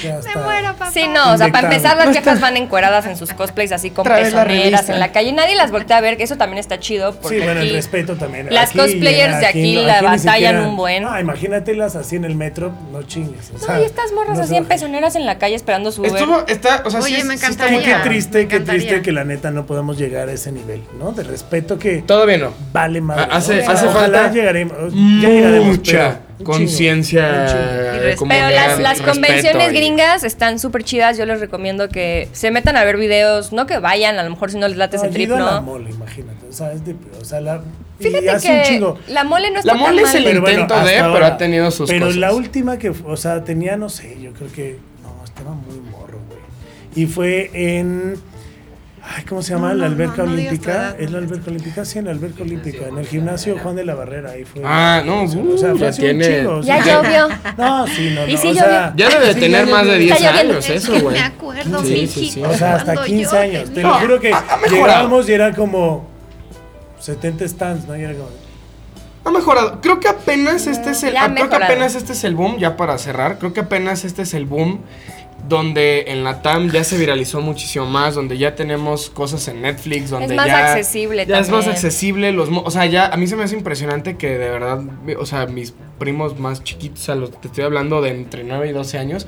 Speaker 4: ya
Speaker 3: Me
Speaker 4: está.
Speaker 3: muero, papá.
Speaker 6: Sí, no, o sea, para
Speaker 4: Inyectado.
Speaker 6: empezar, las viejas van encueradas en sus cosplays así con
Speaker 5: Trae la
Speaker 6: pezoneras
Speaker 5: revista.
Speaker 6: en la calle. Nadie las voltea a ver, que eso también está chido. Porque
Speaker 4: Sí, bueno, el
Speaker 6: aquí-
Speaker 4: respeto también.
Speaker 6: Las
Speaker 4: Aquí y
Speaker 6: cosplayers de aquí
Speaker 4: no,
Speaker 6: la
Speaker 4: ni
Speaker 6: batallan
Speaker 4: siquiera-
Speaker 6: un buen.
Speaker 4: Ah, imagínatelas así en el metro, no chingues. o
Speaker 6: No,
Speaker 4: sea,
Speaker 6: y estas morras
Speaker 4: no
Speaker 6: así
Speaker 4: se
Speaker 6: en
Speaker 4: bajan.
Speaker 6: pezoneras en la calle esperando su Uber.
Speaker 5: estuvo está, o sea, sí
Speaker 3: Oye,
Speaker 5: es-
Speaker 3: me
Speaker 5: sí está
Speaker 4: Y
Speaker 5: muy
Speaker 4: qué
Speaker 3: encantaría.
Speaker 5: cabrón.
Speaker 4: triste,
Speaker 3: me
Speaker 4: qué triste
Speaker 3: encantaría.
Speaker 4: que la neta no podamos llegar a ese nivel, ¿no? De respeto que
Speaker 5: Todavía no.
Speaker 4: vale más.
Speaker 5: Ha- Ah, hace- hace
Speaker 4: Ojalá
Speaker 5: falta
Speaker 4: llegaremos, ya llegaremos,
Speaker 5: Mucha
Speaker 4: pero un chingo,
Speaker 5: conciencia.
Speaker 3: un chingo.
Speaker 6: Pero
Speaker 5: comunidad,
Speaker 6: las, las
Speaker 5: respeto
Speaker 6: convenciones
Speaker 5: y-
Speaker 6: gringas están súper chidas. Yo les recomiendo que se metan a ver videos. No que vayan, a lo mejor si no les late
Speaker 4: No,
Speaker 6: ese
Speaker 4: yo he
Speaker 6: trip,
Speaker 4: ido a la
Speaker 6: ¿no?
Speaker 4: mole, imagínate. O sea, es de- o sea, la, y
Speaker 6: Fíjate
Speaker 4: hace un
Speaker 6: que
Speaker 4: chingo.
Speaker 6: la mole no está
Speaker 5: La mole
Speaker 6: tan
Speaker 5: es el
Speaker 6: mal.
Speaker 4: Pero bueno,
Speaker 5: intento
Speaker 4: hasta
Speaker 5: de, pero
Speaker 4: ahora.
Speaker 5: ha tenido sus
Speaker 4: Pero
Speaker 5: cosas.
Speaker 4: la última que, o sea, tenía, no sé, yo creo que, no, estaba muy morro, güey. Y fue en, ay, ¿cómo se llama?
Speaker 3: No,
Speaker 4: la
Speaker 3: no,
Speaker 4: alberca
Speaker 3: no, no digas tu
Speaker 4: olímpica.
Speaker 3: edad,
Speaker 4: ¿Es la
Speaker 3: no.
Speaker 4: alberca olímpica? Sí, en la alberca olímpica. En el gimnasio Juan de la Barrera, ahí fue.
Speaker 5: Ah, no,
Speaker 4: O sea,
Speaker 5: uh,
Speaker 4: o sea, fue
Speaker 5: ya
Speaker 4: hace
Speaker 5: tiene-
Speaker 4: un chingo. o
Speaker 6: Ya
Speaker 4: sea,
Speaker 6: llovió.
Speaker 4: (laughs) No, sí, no, no.
Speaker 6: Y sí
Speaker 4: o
Speaker 6: llovió.
Speaker 4: sea,
Speaker 5: Ya
Speaker 4: (laughs)
Speaker 5: debe de
Speaker 4: sí,
Speaker 5: tener
Speaker 4: ya
Speaker 5: más de
Speaker 4: llovió.
Speaker 5: 10
Speaker 6: lloviendo.
Speaker 5: años
Speaker 3: Es
Speaker 5: Pues eso,
Speaker 3: que
Speaker 6: (laughs)
Speaker 5: güey.
Speaker 3: Me acuerdo,
Speaker 5: Sí,
Speaker 3: mi
Speaker 5: sí, sí.
Speaker 4: O sea, hasta 15 años. Te lo juro que llegábamos y era como 70 stands, ¿no? Y era como,
Speaker 5: Ha mejorado. Creo que apenas este es el
Speaker 6: Mm, ya ha
Speaker 5: creo que
Speaker 6: mejorado.
Speaker 5: apenas este es el boom ya para cerrar. Creo que apenas este es el boom donde en la TAM ya se viralizó muchísimo más, donde ya tenemos cosas en Netflix, donde
Speaker 6: más
Speaker 5: ya
Speaker 6: accesible
Speaker 5: ya es más
Speaker 6: también.
Speaker 5: accesible los, mo- o sea, ya a mí se me hace impresionante que de verdad, o sea, mis primos más chiquitos, o sea, los te estoy hablando de entre 9 y 12 años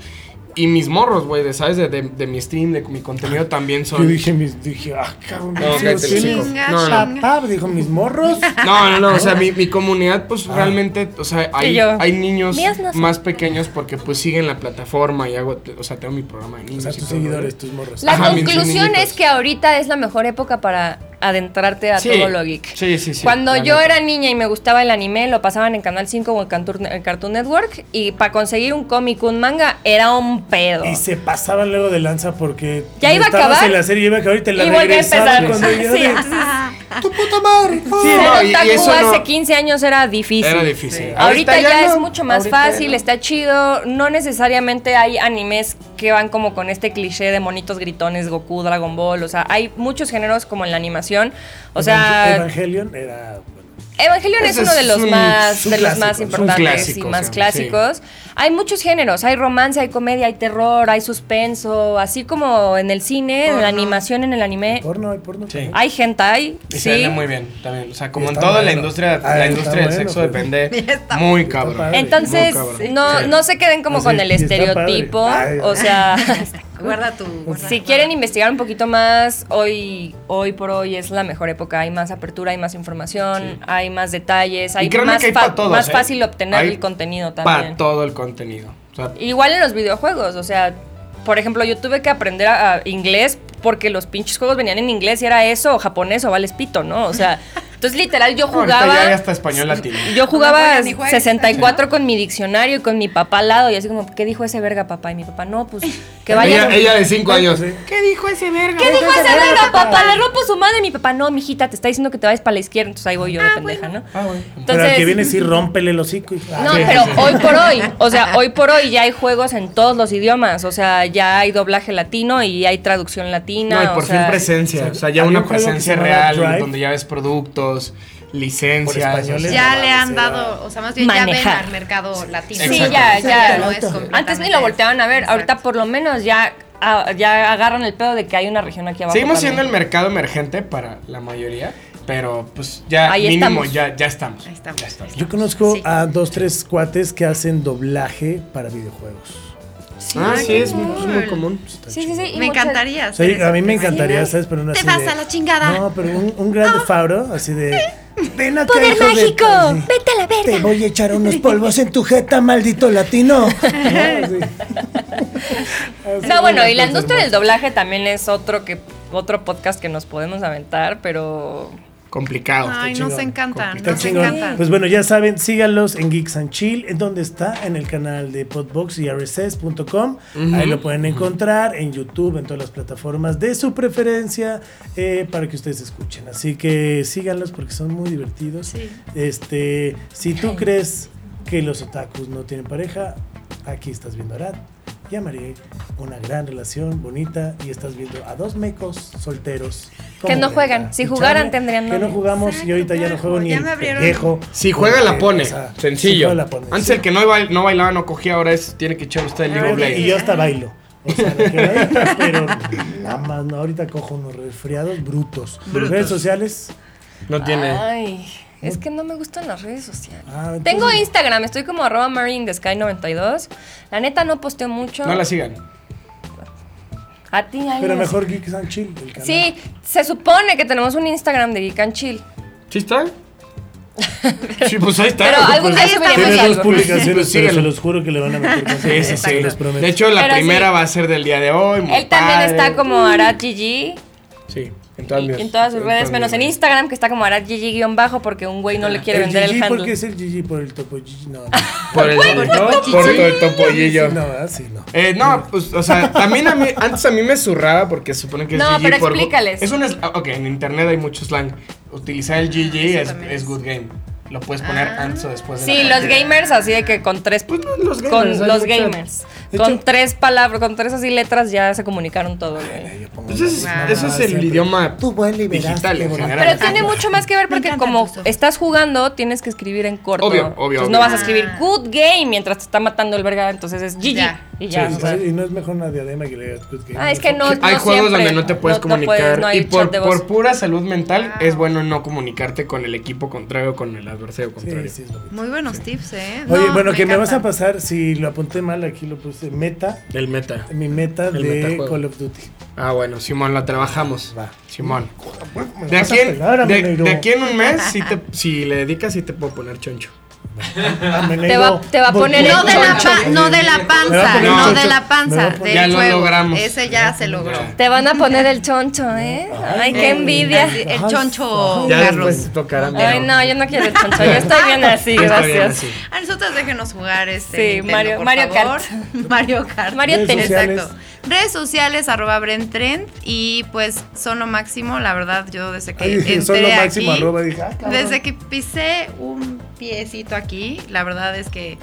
Speaker 5: Y mis morros, güey, de, ¿sabes? De, de- de mi stream, de mi contenido también
Speaker 4: Ah, Yo
Speaker 5: son.
Speaker 4: dije, mis, dije, ah, cabrón,
Speaker 5: No,
Speaker 4: ¿sí
Speaker 5: cállate
Speaker 4: los
Speaker 5: el
Speaker 4: tienes?
Speaker 5: hocico. No, no, no.
Speaker 4: Papá, dijo, mis
Speaker 6: (laughs)
Speaker 4: morros.
Speaker 5: No, no, no, o sea, mi, mi comunidad, pues realmente, o sea,
Speaker 6: Y
Speaker 5: hay,
Speaker 6: yo,
Speaker 5: hay niños
Speaker 6: mías no son.
Speaker 5: más pequeños porque pues siguen la plataforma y hago, o sea, tengo mi programa de
Speaker 4: O
Speaker 5: niños.
Speaker 4: sea,
Speaker 5: y
Speaker 4: tus
Speaker 5: todo,
Speaker 4: seguidores,
Speaker 5: ¿no?
Speaker 4: tus morros.
Speaker 6: La
Speaker 5: Ajá, mis
Speaker 6: conclusión
Speaker 5: niñitos.
Speaker 6: es que ahorita es la mejor época para adentrarte a
Speaker 5: Sí,
Speaker 6: todo lo geek.
Speaker 5: sí, sí, sí,
Speaker 6: Cuando
Speaker 5: la
Speaker 6: yo
Speaker 5: neta.
Speaker 6: era niña y me gustaba el anime, lo pasaban en Canal 5 o en Cantur- en Cartoon Network y para conseguir un cómic, un manga, era un pedo.
Speaker 4: Y se pasaban luego de lanza porque.
Speaker 6: Ya iba a
Speaker 4: estabas
Speaker 6: acabar.
Speaker 4: en la serie, iba a acabar y te la
Speaker 6: Y volví a
Speaker 4: regresaban
Speaker 6: empezar.
Speaker 4: cuando ya
Speaker 6: Sí,
Speaker 4: de-
Speaker 6: entonces, Ah.
Speaker 7: ¡Tu puta madre!
Speaker 5: Sí,
Speaker 6: ser
Speaker 5: no, y- y
Speaker 6: otaku
Speaker 5: eso no-
Speaker 6: hace 15 años era difícil.
Speaker 5: Era difícil.
Speaker 6: Ahorita, ya, es
Speaker 5: no.
Speaker 6: mucho más
Speaker 5: Ahorita ya
Speaker 6: fácil,
Speaker 5: no.
Speaker 6: está chido. No necesariamente hay animes que van como con este cliché de monitos gritones, Goku, Dragon Ball. O sea, hay muchos géneros como en la animación. O sea,
Speaker 4: Evangelion era. bueno,
Speaker 6: Evangelion es
Speaker 5: Ese
Speaker 6: uno de
Speaker 5: es
Speaker 6: los
Speaker 5: un-
Speaker 6: más
Speaker 4: un
Speaker 6: de los
Speaker 4: clásico,
Speaker 6: más
Speaker 4: es un
Speaker 6: importantes
Speaker 5: clásico,
Speaker 6: y
Speaker 5: o
Speaker 6: más
Speaker 5: sea,
Speaker 6: clásicos. Hay muchos géneros, hay romance, hay comedia, hay terror, hay suspenso, así como en el cine, en la animación, en el anime,
Speaker 4: Porno, hay porno.
Speaker 5: Sí.
Speaker 6: hay hentai,
Speaker 5: Y se
Speaker 6: sí.
Speaker 5: vende muy bien también. O sea, como
Speaker 4: Y
Speaker 5: en
Speaker 4: está
Speaker 5: toda la
Speaker 4: bueno.
Speaker 5: industria,
Speaker 4: Ah,
Speaker 5: la
Speaker 4: está
Speaker 5: industria del
Speaker 4: bueno,
Speaker 5: sexo
Speaker 4: pues.
Speaker 6: (laughs)
Speaker 5: depende muy cabrón.
Speaker 4: padre.
Speaker 6: Entonces,
Speaker 5: Muy cabrón.
Speaker 6: no,
Speaker 5: Sí.
Speaker 6: no se queden como
Speaker 4: Así,
Speaker 6: con el
Speaker 4: y está
Speaker 6: estereotipo,
Speaker 4: padre. Ay,
Speaker 6: o
Speaker 4: ay.
Speaker 5: (laughs)
Speaker 6: sea,
Speaker 3: Guarda tu. guarda-
Speaker 6: si quieren investigar un poquito más, hoy, hoy por hoy es la mejor época, hay más apertura, hay más información, hay más detalles, hay
Speaker 5: créanme
Speaker 6: más,
Speaker 5: que hay
Speaker 6: fa-
Speaker 5: pa' todos,
Speaker 6: más
Speaker 5: ¿eh?
Speaker 6: fácil obtener
Speaker 5: Hay
Speaker 6: el contenido también.
Speaker 5: Para todo el contenido. O sea,
Speaker 6: Igual en los videojuegos, o sea, por ejemplo, yo tuve que aprender a, a inglés porque los pinches juegos venían en inglés y era eso, o japonés o vales pito, ¿no? O sea, entonces literal yo
Speaker 5: Ahorita
Speaker 6: jugaba.
Speaker 5: ya hay hasta español latino.
Speaker 6: Yo
Speaker 3: No
Speaker 6: jugaba
Speaker 3: juegan ni juegan,
Speaker 6: 64 con mi diccionario y con mi papá al lado y así como, ¿qué dijo ese verga papá? Y mi papá, no, pues que vaya.
Speaker 5: Ella, ella de 5 años.
Speaker 4: Sí.
Speaker 5: ¿Qué dijo ese verga?
Speaker 6: ¿Qué dijo ese verga papá? Le rompo su madre y mi papá, no, mijita, te está diciendo que te vayas para la izquierda, entonces ahí voy yo de pendeja, ¿no?
Speaker 5: Ah,
Speaker 4: Pero
Speaker 5: bueno.
Speaker 4: al que
Speaker 6: Entonces,
Speaker 4: viene sí, rómpele el hocico. hijo.
Speaker 6: No,
Speaker 4: Ah, sí.
Speaker 6: pero
Speaker 3: (laughs)
Speaker 6: hoy por hoy, o sea, hoy por hoy ya hay juegos en todos los idiomas, o sea, ya hay doblaje latino y hay traducción latina.
Speaker 5: No, y
Speaker 6: o
Speaker 5: por
Speaker 6: sea,
Speaker 5: fin presencia. O sea, ya
Speaker 4: había
Speaker 5: una
Speaker 4: un juego que
Speaker 5: presencia
Speaker 4: se llamaba
Speaker 5: real
Speaker 4: Drive.
Speaker 5: donde ya ves productos,
Speaker 4: Por
Speaker 5: licencias.
Speaker 4: españoles.
Speaker 5: o sea,
Speaker 3: Ya le han
Speaker 4: Será-
Speaker 3: dado, o sea, más bien ya
Speaker 6: Manejar.
Speaker 3: ven al mercado latino.
Speaker 6: Sí,
Speaker 5: Exacto.
Speaker 6: ya, ya.
Speaker 3: No es
Speaker 6: Antes ni
Speaker 3: completamente
Speaker 6: lo volteaban a ver,
Speaker 3: eso.
Speaker 6: ahorita
Speaker 3: Exacto.
Speaker 6: por lo menos ya, ah, ya agarran el pedo de que hay una región aquí abajo.
Speaker 5: Seguimos
Speaker 6: también.
Speaker 5: siendo el mercado emergente para la mayoría, pero pues ya
Speaker 6: Ahí
Speaker 5: mínimo
Speaker 6: estamos.
Speaker 5: ya, ya estamos.
Speaker 3: Ahí estamos.
Speaker 5: Ya estamos.
Speaker 4: Yo conozco
Speaker 3: Sí.
Speaker 4: a dos, tres cuates que hacen doblaje para videojuegos.
Speaker 6: Sí,
Speaker 5: ah, sí,
Speaker 6: qué
Speaker 5: es muy, es muy
Speaker 3: cool.
Speaker 5: común.
Speaker 6: Sí, sí, sí. y
Speaker 3: Me
Speaker 6: muchas-
Speaker 3: encantaría.
Speaker 4: Sí,
Speaker 3: hacer
Speaker 4: a mí
Speaker 3: eso. ¿Te
Speaker 4: me encantaría,
Speaker 3: imaginas?
Speaker 4: ¿sabes? Pero una
Speaker 3: Te
Speaker 4: así
Speaker 3: vas
Speaker 4: de-
Speaker 3: a la chingada.
Speaker 4: No, pero un, un gran fabro, así de. Ven acá,
Speaker 6: Ah. ¡Poder
Speaker 4: hijo de-
Speaker 6: mágico!
Speaker 4: así,
Speaker 6: ¡Vete a la
Speaker 7: Te
Speaker 6: verga!
Speaker 7: voy a echar unos polvos en tu jeta, maldito
Speaker 6: (laughs)
Speaker 7: latino.
Speaker 6: No, bueno, y la industria del doblaje también es otro que otro podcast que nos podemos aventar, pero
Speaker 5: Complicado.
Speaker 3: Ay,
Speaker 5: está
Speaker 3: nos
Speaker 5: chingón.
Speaker 3: encantan,
Speaker 4: Está
Speaker 3: nos
Speaker 4: chingón.
Speaker 3: encantan.
Speaker 4: Pues bueno, ya saben, síganlos en Geeks and Chill, en donde está en el canal de Podbox y RSS.com. Ahí lo pueden encontrar en YouTube, en todas las plataformas de su preferencia, eh, para que ustedes escuchen. Así que síganlos porque son muy divertidos.
Speaker 3: Sí.
Speaker 4: Este, si tú crees que los otakus no tienen pareja, aquí estás viendo a Arad. Y a Marie, una gran relación bonita, y estás viendo a dos mecos solteros.
Speaker 6: Que
Speaker 4: Brenda
Speaker 6: no juegan. Si
Speaker 4: y
Speaker 6: jugaran,
Speaker 4: Charlie,
Speaker 6: tendrían
Speaker 4: Que no
Speaker 6: novio.
Speaker 4: jugamos y ahorita ya no
Speaker 3: Exacto,
Speaker 4: juego ni
Speaker 3: ya
Speaker 4: el
Speaker 3: me abrieron-
Speaker 4: pendejo.
Speaker 5: Si juega la pone,
Speaker 4: O sea, si
Speaker 5: sencillo.
Speaker 4: juega, la pone,
Speaker 5: Antes
Speaker 4: sí.
Speaker 5: el que no, bail- no bailaba, no cogía, ahora es, tiene que echar usted el League of
Speaker 4: Y
Speaker 5: Legends.
Speaker 4: yo hasta bailo. O sea, de que bailo, pero nada más, no, ahorita cojo unos resfriados brutos. Redes sociales.
Speaker 5: No tiene.
Speaker 6: Ay, es que no me gustan las redes sociales.
Speaker 4: Ah, entonces-
Speaker 6: Tengo Instagram, estoy como arroba marinthesky92. La neta no posteo mucho.
Speaker 5: No la sigan.
Speaker 6: A ti, Ale,
Speaker 4: Pero
Speaker 6: no
Speaker 4: mejor Geeks and Chill, el
Speaker 6: sé.
Speaker 4: canal.
Speaker 6: Sí, se supone que tenemos un Instagram de Geek and Chill.
Speaker 5: ¿Sí está? (laughs) sí, pues ahí está.
Speaker 6: Pero
Speaker 5: pues,
Speaker 6: algún día
Speaker 5: ahí está.
Speaker 6: subiremos
Speaker 4: Tiene dos
Speaker 6: algo.
Speaker 4: publicaciones,
Speaker 5: Pues
Speaker 4: pero se
Speaker 5: síguelo.
Speaker 4: los juro que le van a meter con
Speaker 5: Sí, sí, sí.
Speaker 4: les prometo.
Speaker 5: De hecho, la
Speaker 6: Pero sí.
Speaker 5: primera va a ser del día de hoy. muy
Speaker 6: Él también
Speaker 5: padre.
Speaker 6: está como Arat GG
Speaker 5: Sí, en todas, mis-
Speaker 6: en todas sus
Speaker 5: en
Speaker 6: redes,
Speaker 5: todas
Speaker 6: menos
Speaker 5: mis
Speaker 6: en
Speaker 5: redes. Eh,
Speaker 6: Instagram, que está como Arat GG-bajo porque un güey no le quiere
Speaker 4: el
Speaker 6: vender el
Speaker 4: GG, ¿por qué
Speaker 6: handle.
Speaker 4: es el GG por el topo GG?
Speaker 5: (laughs)
Speaker 4: No,
Speaker 5: Por el, ¿no? Por el topollillo.
Speaker 4: no, no, así no.
Speaker 5: Eh, no, pues, o sea, también a mí, antes a mí me zurraba porque se supone que es
Speaker 6: No,
Speaker 5: GG
Speaker 6: pero
Speaker 5: por good-
Speaker 6: explícales. Ah,
Speaker 5: Es un, es- ah, ok, en internet hay mucho slang. Utilizar el GG es,
Speaker 3: también
Speaker 5: es
Speaker 3: es.
Speaker 5: good game. Lo puedes poner antes o después de la
Speaker 6: Sí, los
Speaker 5: partida.
Speaker 6: gamers así de que con tres
Speaker 5: Pues, no, los gamers,
Speaker 6: con
Speaker 5: hay
Speaker 6: los
Speaker 5: mucha-
Speaker 6: gamers
Speaker 4: De
Speaker 6: con
Speaker 4: hecho-
Speaker 6: tres palabras, con tres así letras ya se comunicaron todo. güey.
Speaker 4: Yo pongo
Speaker 5: Pues es-
Speaker 3: Wow.
Speaker 5: eso es el
Speaker 4: Siempre.
Speaker 5: idioma
Speaker 7: Tú vuelve y verás,
Speaker 5: digital
Speaker 7: qué
Speaker 5: en
Speaker 7: bonito.
Speaker 5: general.
Speaker 6: Pero tiene mucho más que ver porque
Speaker 3: encantan
Speaker 6: como
Speaker 3: tus ojos.
Speaker 6: estás jugando, tienes que escribir en corto.
Speaker 5: Obvio, obvio,
Speaker 6: Entonces
Speaker 5: obvio.
Speaker 6: no vas a escribir good game mientras te está matando el verga, entonces es GG.
Speaker 3: Ah. Ya.
Speaker 6: Y ya,
Speaker 4: Sí,
Speaker 6: o sea.
Speaker 4: sí, y no es mejor una diadema que le digas Good Game.
Speaker 6: Ah, es que no.
Speaker 5: Hay juegos
Speaker 6: siempre.
Speaker 5: donde no te puedes comunicar
Speaker 6: puedes, no hay
Speaker 5: y
Speaker 6: chat
Speaker 5: por,
Speaker 6: de voz. Ah.
Speaker 5: por pura salud mental es bueno no comunicarte con el equipo contrario con el adversario
Speaker 4: Sí,
Speaker 5: contrario.
Speaker 4: sí, es lo mismo.
Speaker 3: Muy buenos tips, ¿eh?
Speaker 4: Pues Oye,
Speaker 3: No,
Speaker 4: bueno, que me vas a
Speaker 3: encantan.
Speaker 4: pasar, si lo apunté mal, aquí lo puse meta,
Speaker 5: El meta.
Speaker 4: mi meta
Speaker 5: El
Speaker 4: de
Speaker 5: metajuego.
Speaker 4: Call of Duty.
Speaker 5: Ah, bueno, Simón, la trabajamos.
Speaker 4: Va.
Speaker 5: Simón.
Speaker 4: Me
Speaker 5: De
Speaker 4: vas a
Speaker 5: aquí, en,
Speaker 4: pegar,
Speaker 5: de-
Speaker 4: amenero.
Speaker 5: de aquí en un mes, si,
Speaker 6: (laughs)
Speaker 5: te- si le dedicas, sí te puedo poner choncho.
Speaker 4: Amenero,
Speaker 6: Te va- te va a
Speaker 4: bo-
Speaker 6: poner
Speaker 3: No de, la
Speaker 5: Choncho.
Speaker 3: pa- no de la
Speaker 4: Me va a
Speaker 3: panza,
Speaker 4: poner
Speaker 3: no
Speaker 4: choncho.
Speaker 3: de la
Speaker 4: Me va
Speaker 3: panza,
Speaker 4: a poner-
Speaker 3: del
Speaker 5: Ya lo
Speaker 3: juego.
Speaker 5: logramos.
Speaker 3: Ese ya se logró.
Speaker 5: Ya.
Speaker 6: Te van a poner el choncho, ¿eh? Ay, qué envidia.
Speaker 3: Así, El choncho,
Speaker 5: Ya
Speaker 4: Pues,
Speaker 3: Carlos.
Speaker 5: después tocará. mira.
Speaker 6: Ay, no, yo no quiero el choncho. Yo estoy
Speaker 5: (laughs)
Speaker 6: bien así,
Speaker 5: Está bien
Speaker 6: gracias.
Speaker 5: así.
Speaker 3: A nosotros déjenos jugar este
Speaker 6: Sí,
Speaker 3: Nintendo,
Speaker 6: Mario-
Speaker 3: por
Speaker 6: Mario
Speaker 3: favor. (laughs) Mario Kart.
Speaker 6: Mario
Speaker 4: Redes Tennis. sociales.
Speaker 3: Exacto. Redes sociales, arroba Brentrend. Y pues son lo máximo, la verdad, yo desde que
Speaker 4: Ay, (laughs)
Speaker 3: entré
Speaker 4: son lo máximo,
Speaker 3: aquí,
Speaker 4: arroba, dije, ah,
Speaker 3: (laughs)
Speaker 4: cabrón.
Speaker 3: Desde que pisé un piecito aquí, la verdad es que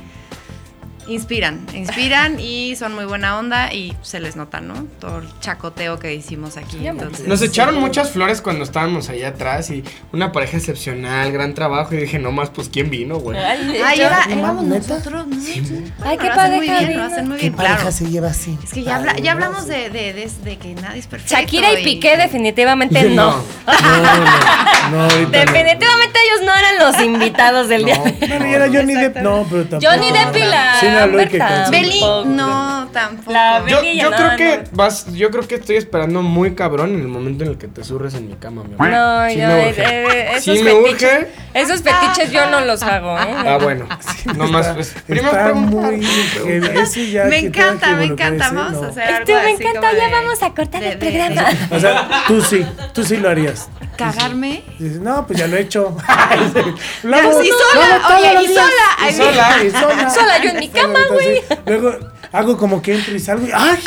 Speaker 3: inspiran, inspiran y son muy buena onda y se les nota, ¿no? Todo el chacoteo que hicimos aquí.
Speaker 6: Ya me-
Speaker 3: Entonces,
Speaker 5: Nos echaron muchas flores cuando estábamos allá atrás y una pareja excepcional, gran trabajo. Y dije, no más, pues quién vino, güey.
Speaker 6: Ay,
Speaker 3: Ay,
Speaker 6: yo-
Speaker 3: era,
Speaker 7: ¿No
Speaker 3: éramos
Speaker 7: mames, neta?
Speaker 3: nosotros, ¿no? Sí.
Speaker 6: Ay, qué
Speaker 3: Lo hacen muy
Speaker 6: padre,
Speaker 3: bien, lo
Speaker 6: Karina.
Speaker 3: hacen muy
Speaker 7: ¿Qué
Speaker 3: bien,
Speaker 7: pareja
Speaker 3: claro.
Speaker 7: se lleva así?
Speaker 3: Es que ya, habla- ya hablamos de, de- de- de que nadie es perfecto.
Speaker 6: Shakira y
Speaker 3: y-
Speaker 6: Piqué
Speaker 5: (laughs)
Speaker 6: definitivamente no.
Speaker 4: No, ahorita no.
Speaker 6: Definitivamente ellos no eran los invitados del día. de-
Speaker 4: No, y era Johnny Depp, no, pero tampoco.
Speaker 6: Johnny Depp y la
Speaker 4: Sí, no, Loic, que
Speaker 6: Berta.
Speaker 4: con-
Speaker 3: Beli,
Speaker 6: Tampoco.
Speaker 3: no, tampoco.
Speaker 6: La Beli-
Speaker 5: Yo,
Speaker 6: Sí,
Speaker 5: yo
Speaker 6: no,
Speaker 5: creo
Speaker 6: no.
Speaker 5: que vas, yo creo que estoy esperando muy cabrón en el momento en el que te surres en mi cama, mi amor.
Speaker 6: No,
Speaker 5: Sí
Speaker 6: yo
Speaker 5: me
Speaker 6: eh,
Speaker 5: urge.
Speaker 6: eh, esos
Speaker 5: Sí me
Speaker 6: fetiches,
Speaker 5: urge.
Speaker 6: esos fetiches yo no los hago,
Speaker 5: Ah,
Speaker 6: ¿eh? (laughs)
Speaker 5: bueno. No más. pues, primero
Speaker 4: Está
Speaker 5: preguntar.
Speaker 4: muy heavy, ese ya
Speaker 3: me
Speaker 4: que tenga
Speaker 3: encanta,
Speaker 4: que
Speaker 3: me encanta.
Speaker 4: involucrarse,
Speaker 3: Vamos
Speaker 4: no.
Speaker 3: a hacer algo
Speaker 6: Este, me
Speaker 3: así
Speaker 6: encanta,
Speaker 3: como
Speaker 6: ya
Speaker 3: de-
Speaker 6: vamos a cortar
Speaker 3: de-
Speaker 6: el
Speaker 3: de-
Speaker 6: programa.
Speaker 4: O sea, tú sí, tú sí lo harías.
Speaker 3: ¿Cagarme?
Speaker 4: Dices, no, pues ya lo he hecho. (laughs) Lo
Speaker 3: Pero
Speaker 4: hago-
Speaker 3: sí
Speaker 4: lo
Speaker 3: sola,
Speaker 4: hago todos
Speaker 3: oye,
Speaker 4: los
Speaker 3: y
Speaker 4: días.
Speaker 3: sola, ay,
Speaker 4: Y sola,
Speaker 3: mira.
Speaker 4: y sola.
Speaker 6: Sola yo en mi cama,
Speaker 4: ahorita
Speaker 6: güey.
Speaker 4: sí. Luego hago como que entro y salgo y ¡ay!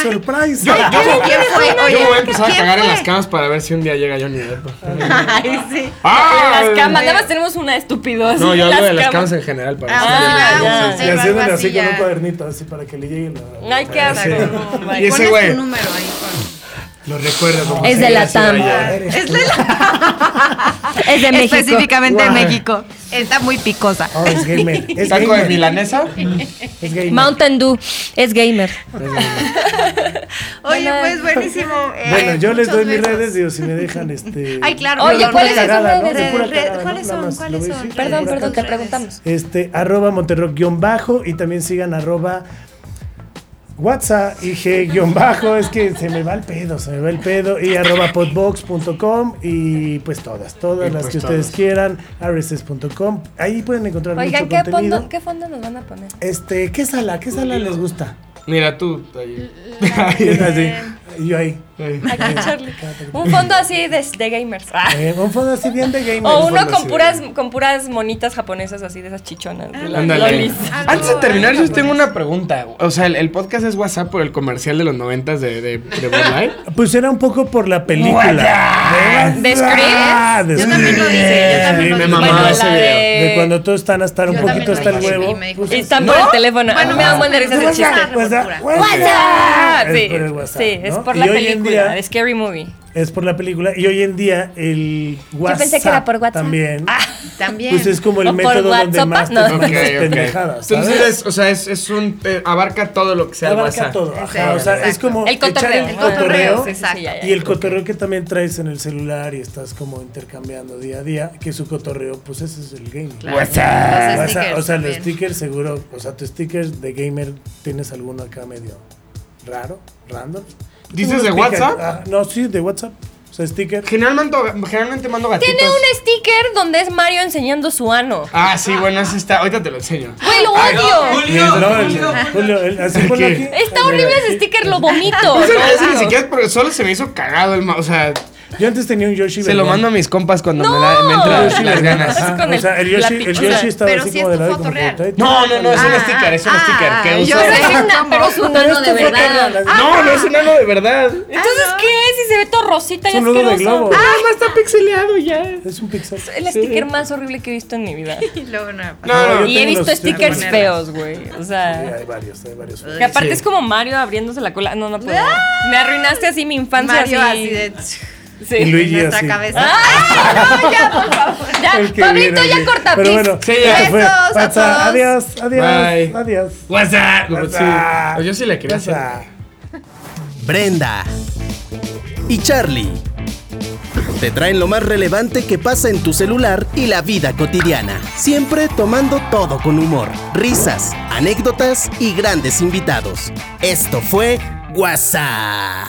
Speaker 4: ¡Surprise!
Speaker 5: Yo,
Speaker 4: (laughs)
Speaker 5: yo-
Speaker 3: ¿Quién fue?
Speaker 5: yo
Speaker 3: Oye,
Speaker 5: me voy a empezar a
Speaker 3: ¿quién
Speaker 5: cagar en
Speaker 3: fue?
Speaker 5: las camas para ver si un día llega Johnny
Speaker 6: (laughs)
Speaker 5: Depp.
Speaker 3: Ay, sí.
Speaker 5: ¡Ah!
Speaker 6: En las camas, nada más tenemos una estúpida.
Speaker 5: No,
Speaker 6: así,
Speaker 5: yo
Speaker 6: en
Speaker 5: hablo de las camas en general. Para ver si
Speaker 6: Ah,
Speaker 5: llega Johnny
Speaker 6: ya.
Speaker 5: Depp.
Speaker 4: y
Speaker 3: algo
Speaker 4: haciéndole así
Speaker 3: así
Speaker 4: con
Speaker 3: ya.
Speaker 4: un cuadernito, así para que le llegue la.
Speaker 6: Ay, qué asco. Oh
Speaker 5: Sí.
Speaker 6: no, vaya.
Speaker 5: Y ese
Speaker 3: Pones
Speaker 5: güey.
Speaker 3: tu número ahí con-
Speaker 5: Lo recuerdo. como
Speaker 6: Es
Speaker 5: si
Speaker 6: de
Speaker 5: hubiera
Speaker 6: la
Speaker 5: sido
Speaker 6: TAM.
Speaker 5: ayer.
Speaker 3: Es de la-
Speaker 6: Es de México.
Speaker 3: Específicamente de
Speaker 5: Guau.
Speaker 3: México. Está muy picosa.
Speaker 4: Oh, es gamer. Es
Speaker 5: ¿Taco de
Speaker 4: gamer.
Speaker 6: (laughs)
Speaker 5: milanesa?
Speaker 4: Es gamer.
Speaker 6: Mountain Dew es gamer.
Speaker 3: Oye,
Speaker 6: Bueno.
Speaker 3: pues buenísimo. eh,
Speaker 4: Oh. Bueno, yo les
Speaker 3: muchos
Speaker 4: doy mis
Speaker 3: besos.
Speaker 4: redes, digo, si me dejan este.
Speaker 3: Ay, claro.
Speaker 6: Oye,
Speaker 3: no, no,
Speaker 6: ¿cuáles
Speaker 3: no, no,
Speaker 6: son sus
Speaker 3: no, no,
Speaker 6: redes?
Speaker 4: Pura
Speaker 3: red-
Speaker 4: cagada, ¿no?
Speaker 3: ¿Cuáles
Speaker 4: Nada
Speaker 3: son?
Speaker 4: más,
Speaker 3: ¿Cuáles
Speaker 4: lo voy a
Speaker 3: son?
Speaker 4: decir.
Speaker 6: Perdón, perdón, te
Speaker 3: Redes.
Speaker 6: preguntamos.
Speaker 4: Este, arroba Monterrock guión bajo y también sigan arroba WhatsApp IG guión bajo. Es que se me va el pedo, se me va el pedo. Y arroba podbox.com y pues todas, todas
Speaker 5: Y
Speaker 4: las
Speaker 5: pues
Speaker 4: que ustedes
Speaker 5: todas.
Speaker 4: quieran. rss.com. Ahí pueden encontrar
Speaker 6: Oigan,
Speaker 4: mucho
Speaker 6: ¿qué
Speaker 4: contenido.
Speaker 6: fondo, ¿qué fondo nos van a poner?
Speaker 4: Este, ¿qué sala? ¿Qué sala les
Speaker 5: (laughs)
Speaker 4: gusta?
Speaker 5: Mira tú. ahí.
Speaker 4: Así, y yo ahí.
Speaker 6: (laughs)
Speaker 5: Ahí.
Speaker 6: Aquí,
Speaker 5: Ah,
Speaker 6: Charlie. Un fondo así de, de gamers. Ah.
Speaker 4: Eh, un fondo así bien de gamer.
Speaker 6: O uno
Speaker 5: fondo
Speaker 6: con
Speaker 5: así.
Speaker 6: puras, con puras monitas japonesas así de esas chichonas. de las
Speaker 5: Ándale.
Speaker 6: lolis.
Speaker 3: Algo-
Speaker 5: Antes de terminar,
Speaker 3: algo
Speaker 5: yo tengo una pregunta. O sea, el, el podcast es WhatsApp por el comercial de los noventas de, de, de Bonai.
Speaker 4: Pues era un poco por la película.
Speaker 6: ¿De Scream?
Speaker 4: Ah, de
Speaker 3: Yo también lo
Speaker 4: Scream.
Speaker 3: hice, yo también lo
Speaker 5: Me
Speaker 3: hice.
Speaker 5: mamaba
Speaker 6: Bueno,
Speaker 5: ese
Speaker 6: la
Speaker 5: video.
Speaker 4: De cuando todos están hasta un
Speaker 3: Yo también
Speaker 4: poquito hasta
Speaker 3: lo
Speaker 4: el
Speaker 3: hice,
Speaker 4: huevo.
Speaker 3: y me dijo,
Speaker 4: Pues,
Speaker 6: Y están por el teléfono.
Speaker 3: Bueno,
Speaker 6: Ah, me da un buen de risa ese
Speaker 3: Pues,
Speaker 6: chiste.
Speaker 3: ah,
Speaker 4: Pues, ah,
Speaker 3: WhatsApp.
Speaker 4: WhatsApp.
Speaker 6: WhatsApp. Sí,
Speaker 4: Es por el WhatsApp,
Speaker 6: sí, es
Speaker 4: ¿no?
Speaker 6: por
Speaker 4: Y
Speaker 6: la
Speaker 4: hoy en
Speaker 6: película,
Speaker 4: día-
Speaker 6: de Scary Movie.
Speaker 4: Es por la película. Y hoy en día el WhatsApp.
Speaker 6: pensé que era por WhatsApp.
Speaker 4: También.
Speaker 3: También.
Speaker 4: Pues es como el
Speaker 6: O Ah, por
Speaker 4: método donde
Speaker 6: WhatsApp,
Speaker 4: más te
Speaker 6: no.
Speaker 4: mandas
Speaker 5: Ok, ok.
Speaker 4: pendejadas. ¿sabes?
Speaker 5: Entonces, es- o sea, es, es un. eh, abarca todo lo que sea el
Speaker 4: abarca
Speaker 5: WhatsApp.
Speaker 4: todo.
Speaker 3: Ese,
Speaker 4: Ajá, o sea, es
Speaker 3: exacto.
Speaker 4: como
Speaker 6: El cotorreo.
Speaker 4: echar el
Speaker 3: El cotorreo,
Speaker 4: cotorreo.
Speaker 3: exacto.
Speaker 4: Y el cotorreo que también traes en el celular y estás como intercambiando día a día, que su cotorreo, pues ese es el gaming.
Speaker 3: Los
Speaker 4: Vas a-
Speaker 3: stickers
Speaker 4: Ah, o sea, los
Speaker 3: también.
Speaker 4: stickers seguro, o sea, tus stickers de gamer, ¿tienes alguno acá medio raro, random?
Speaker 5: ¿Dices de
Speaker 4: Unos stickers,
Speaker 5: WhatsApp?
Speaker 4: ah, no, sí, de WhatsApp. O sea, sticker.
Speaker 5: Generalmente, generalmente mando gatitos.
Speaker 6: Tiene un sticker donde es Mario enseñando su ano.
Speaker 5: Ah, sí, bueno, ese está. Ahorita te lo enseño.
Speaker 6: ¡Güey, lo odio!
Speaker 4: Y el- no, el- Julio, el- así
Speaker 5: ¿El
Speaker 4: ponlo
Speaker 5: qué?
Speaker 4: aquí. eh,
Speaker 6: Está horrible ese sticker, lo vomito.
Speaker 5: Ese-
Speaker 6: Lo
Speaker 5: ese ni
Speaker 6: odio.
Speaker 5: siquiera es porque solo se me hizo cagado el. ma- O sea,
Speaker 4: Yo antes tenía un Yoshi.
Speaker 5: se lo
Speaker 4: verde.
Speaker 5: mando a mis compas cuando
Speaker 6: No.
Speaker 5: me, da, me entran
Speaker 6: Yoshi
Speaker 5: las ganas.
Speaker 4: Ajá,
Speaker 6: Con
Speaker 4: o sea, el
Speaker 6: el-
Speaker 4: Yoshi,
Speaker 6: la
Speaker 4: el
Speaker 6: pichula.
Speaker 4: Yoshi estaba
Speaker 3: Pero
Speaker 4: así
Speaker 3: sí
Speaker 4: como
Speaker 3: es
Speaker 4: de
Speaker 3: tu
Speaker 4: lado.
Speaker 3: foto
Speaker 4: como
Speaker 3: real.
Speaker 4: que-
Speaker 5: No, no, no, es un
Speaker 3: Ah,
Speaker 5: sticker, es un
Speaker 3: ah,
Speaker 5: sticker que
Speaker 3: ah,
Speaker 5: uso.
Speaker 3: yo
Speaker 6: Pero es una- pero es un ano
Speaker 4: este
Speaker 6: de verdad.
Speaker 5: No, Ah, no es un ano de verdad.
Speaker 6: Entonces, ¿qué es? Si se ve todo rosita
Speaker 4: Es
Speaker 6: y
Speaker 4: un nudo de globo.
Speaker 6: asqueroso. Ah,
Speaker 5: no Ah. está pixeleado ya.
Speaker 4: Es un pixel.
Speaker 6: El sticker más horrible que he visto en mi vida.
Speaker 3: Y luego no.
Speaker 5: No, no,
Speaker 4: yo
Speaker 6: Y he
Speaker 4: tengo
Speaker 6: visto
Speaker 4: los-
Speaker 6: stickers
Speaker 4: tengo-
Speaker 6: feos, güey. O
Speaker 4: Sí,
Speaker 6: sea.
Speaker 4: hay varios, hay varios.
Speaker 6: Que aparte
Speaker 5: Sí.
Speaker 6: es como Mario abriéndose la cola. No, no puedo. Me arruinaste así mi infancia.
Speaker 3: Mario
Speaker 6: así.
Speaker 3: así de
Speaker 6: Sí.
Speaker 4: Ah.
Speaker 6: Ah,
Speaker 4: Y Luigi
Speaker 3: nuestra
Speaker 4: así.
Speaker 3: cabeza.
Speaker 6: ¡Ay! No, ya, por favor. Ya Ya,
Speaker 4: el que
Speaker 6: Pablito,
Speaker 4: viene,
Speaker 6: ya
Speaker 4: sí.
Speaker 6: corta,
Speaker 4: Pero
Speaker 6: please.
Speaker 4: bueno,
Speaker 5: Sí, ya
Speaker 4: se
Speaker 5: se
Speaker 4: fue.
Speaker 3: Besos a
Speaker 4: What's up?
Speaker 3: todos.
Speaker 4: Adiós, adiós,
Speaker 5: Bye.
Speaker 4: adiós.
Speaker 5: What's up?
Speaker 4: What's
Speaker 5: Sí. Pues
Speaker 4: up?
Speaker 5: Yo sí le quería
Speaker 4: What's
Speaker 5: hacer.
Speaker 4: up?
Speaker 2: Brenda y Charlie. Te traen lo más relevante que pasa en tu celular y la vida cotidiana, siempre tomando todo con humor, risas, anécdotas y grandes invitados. Esto fue WhatsApp.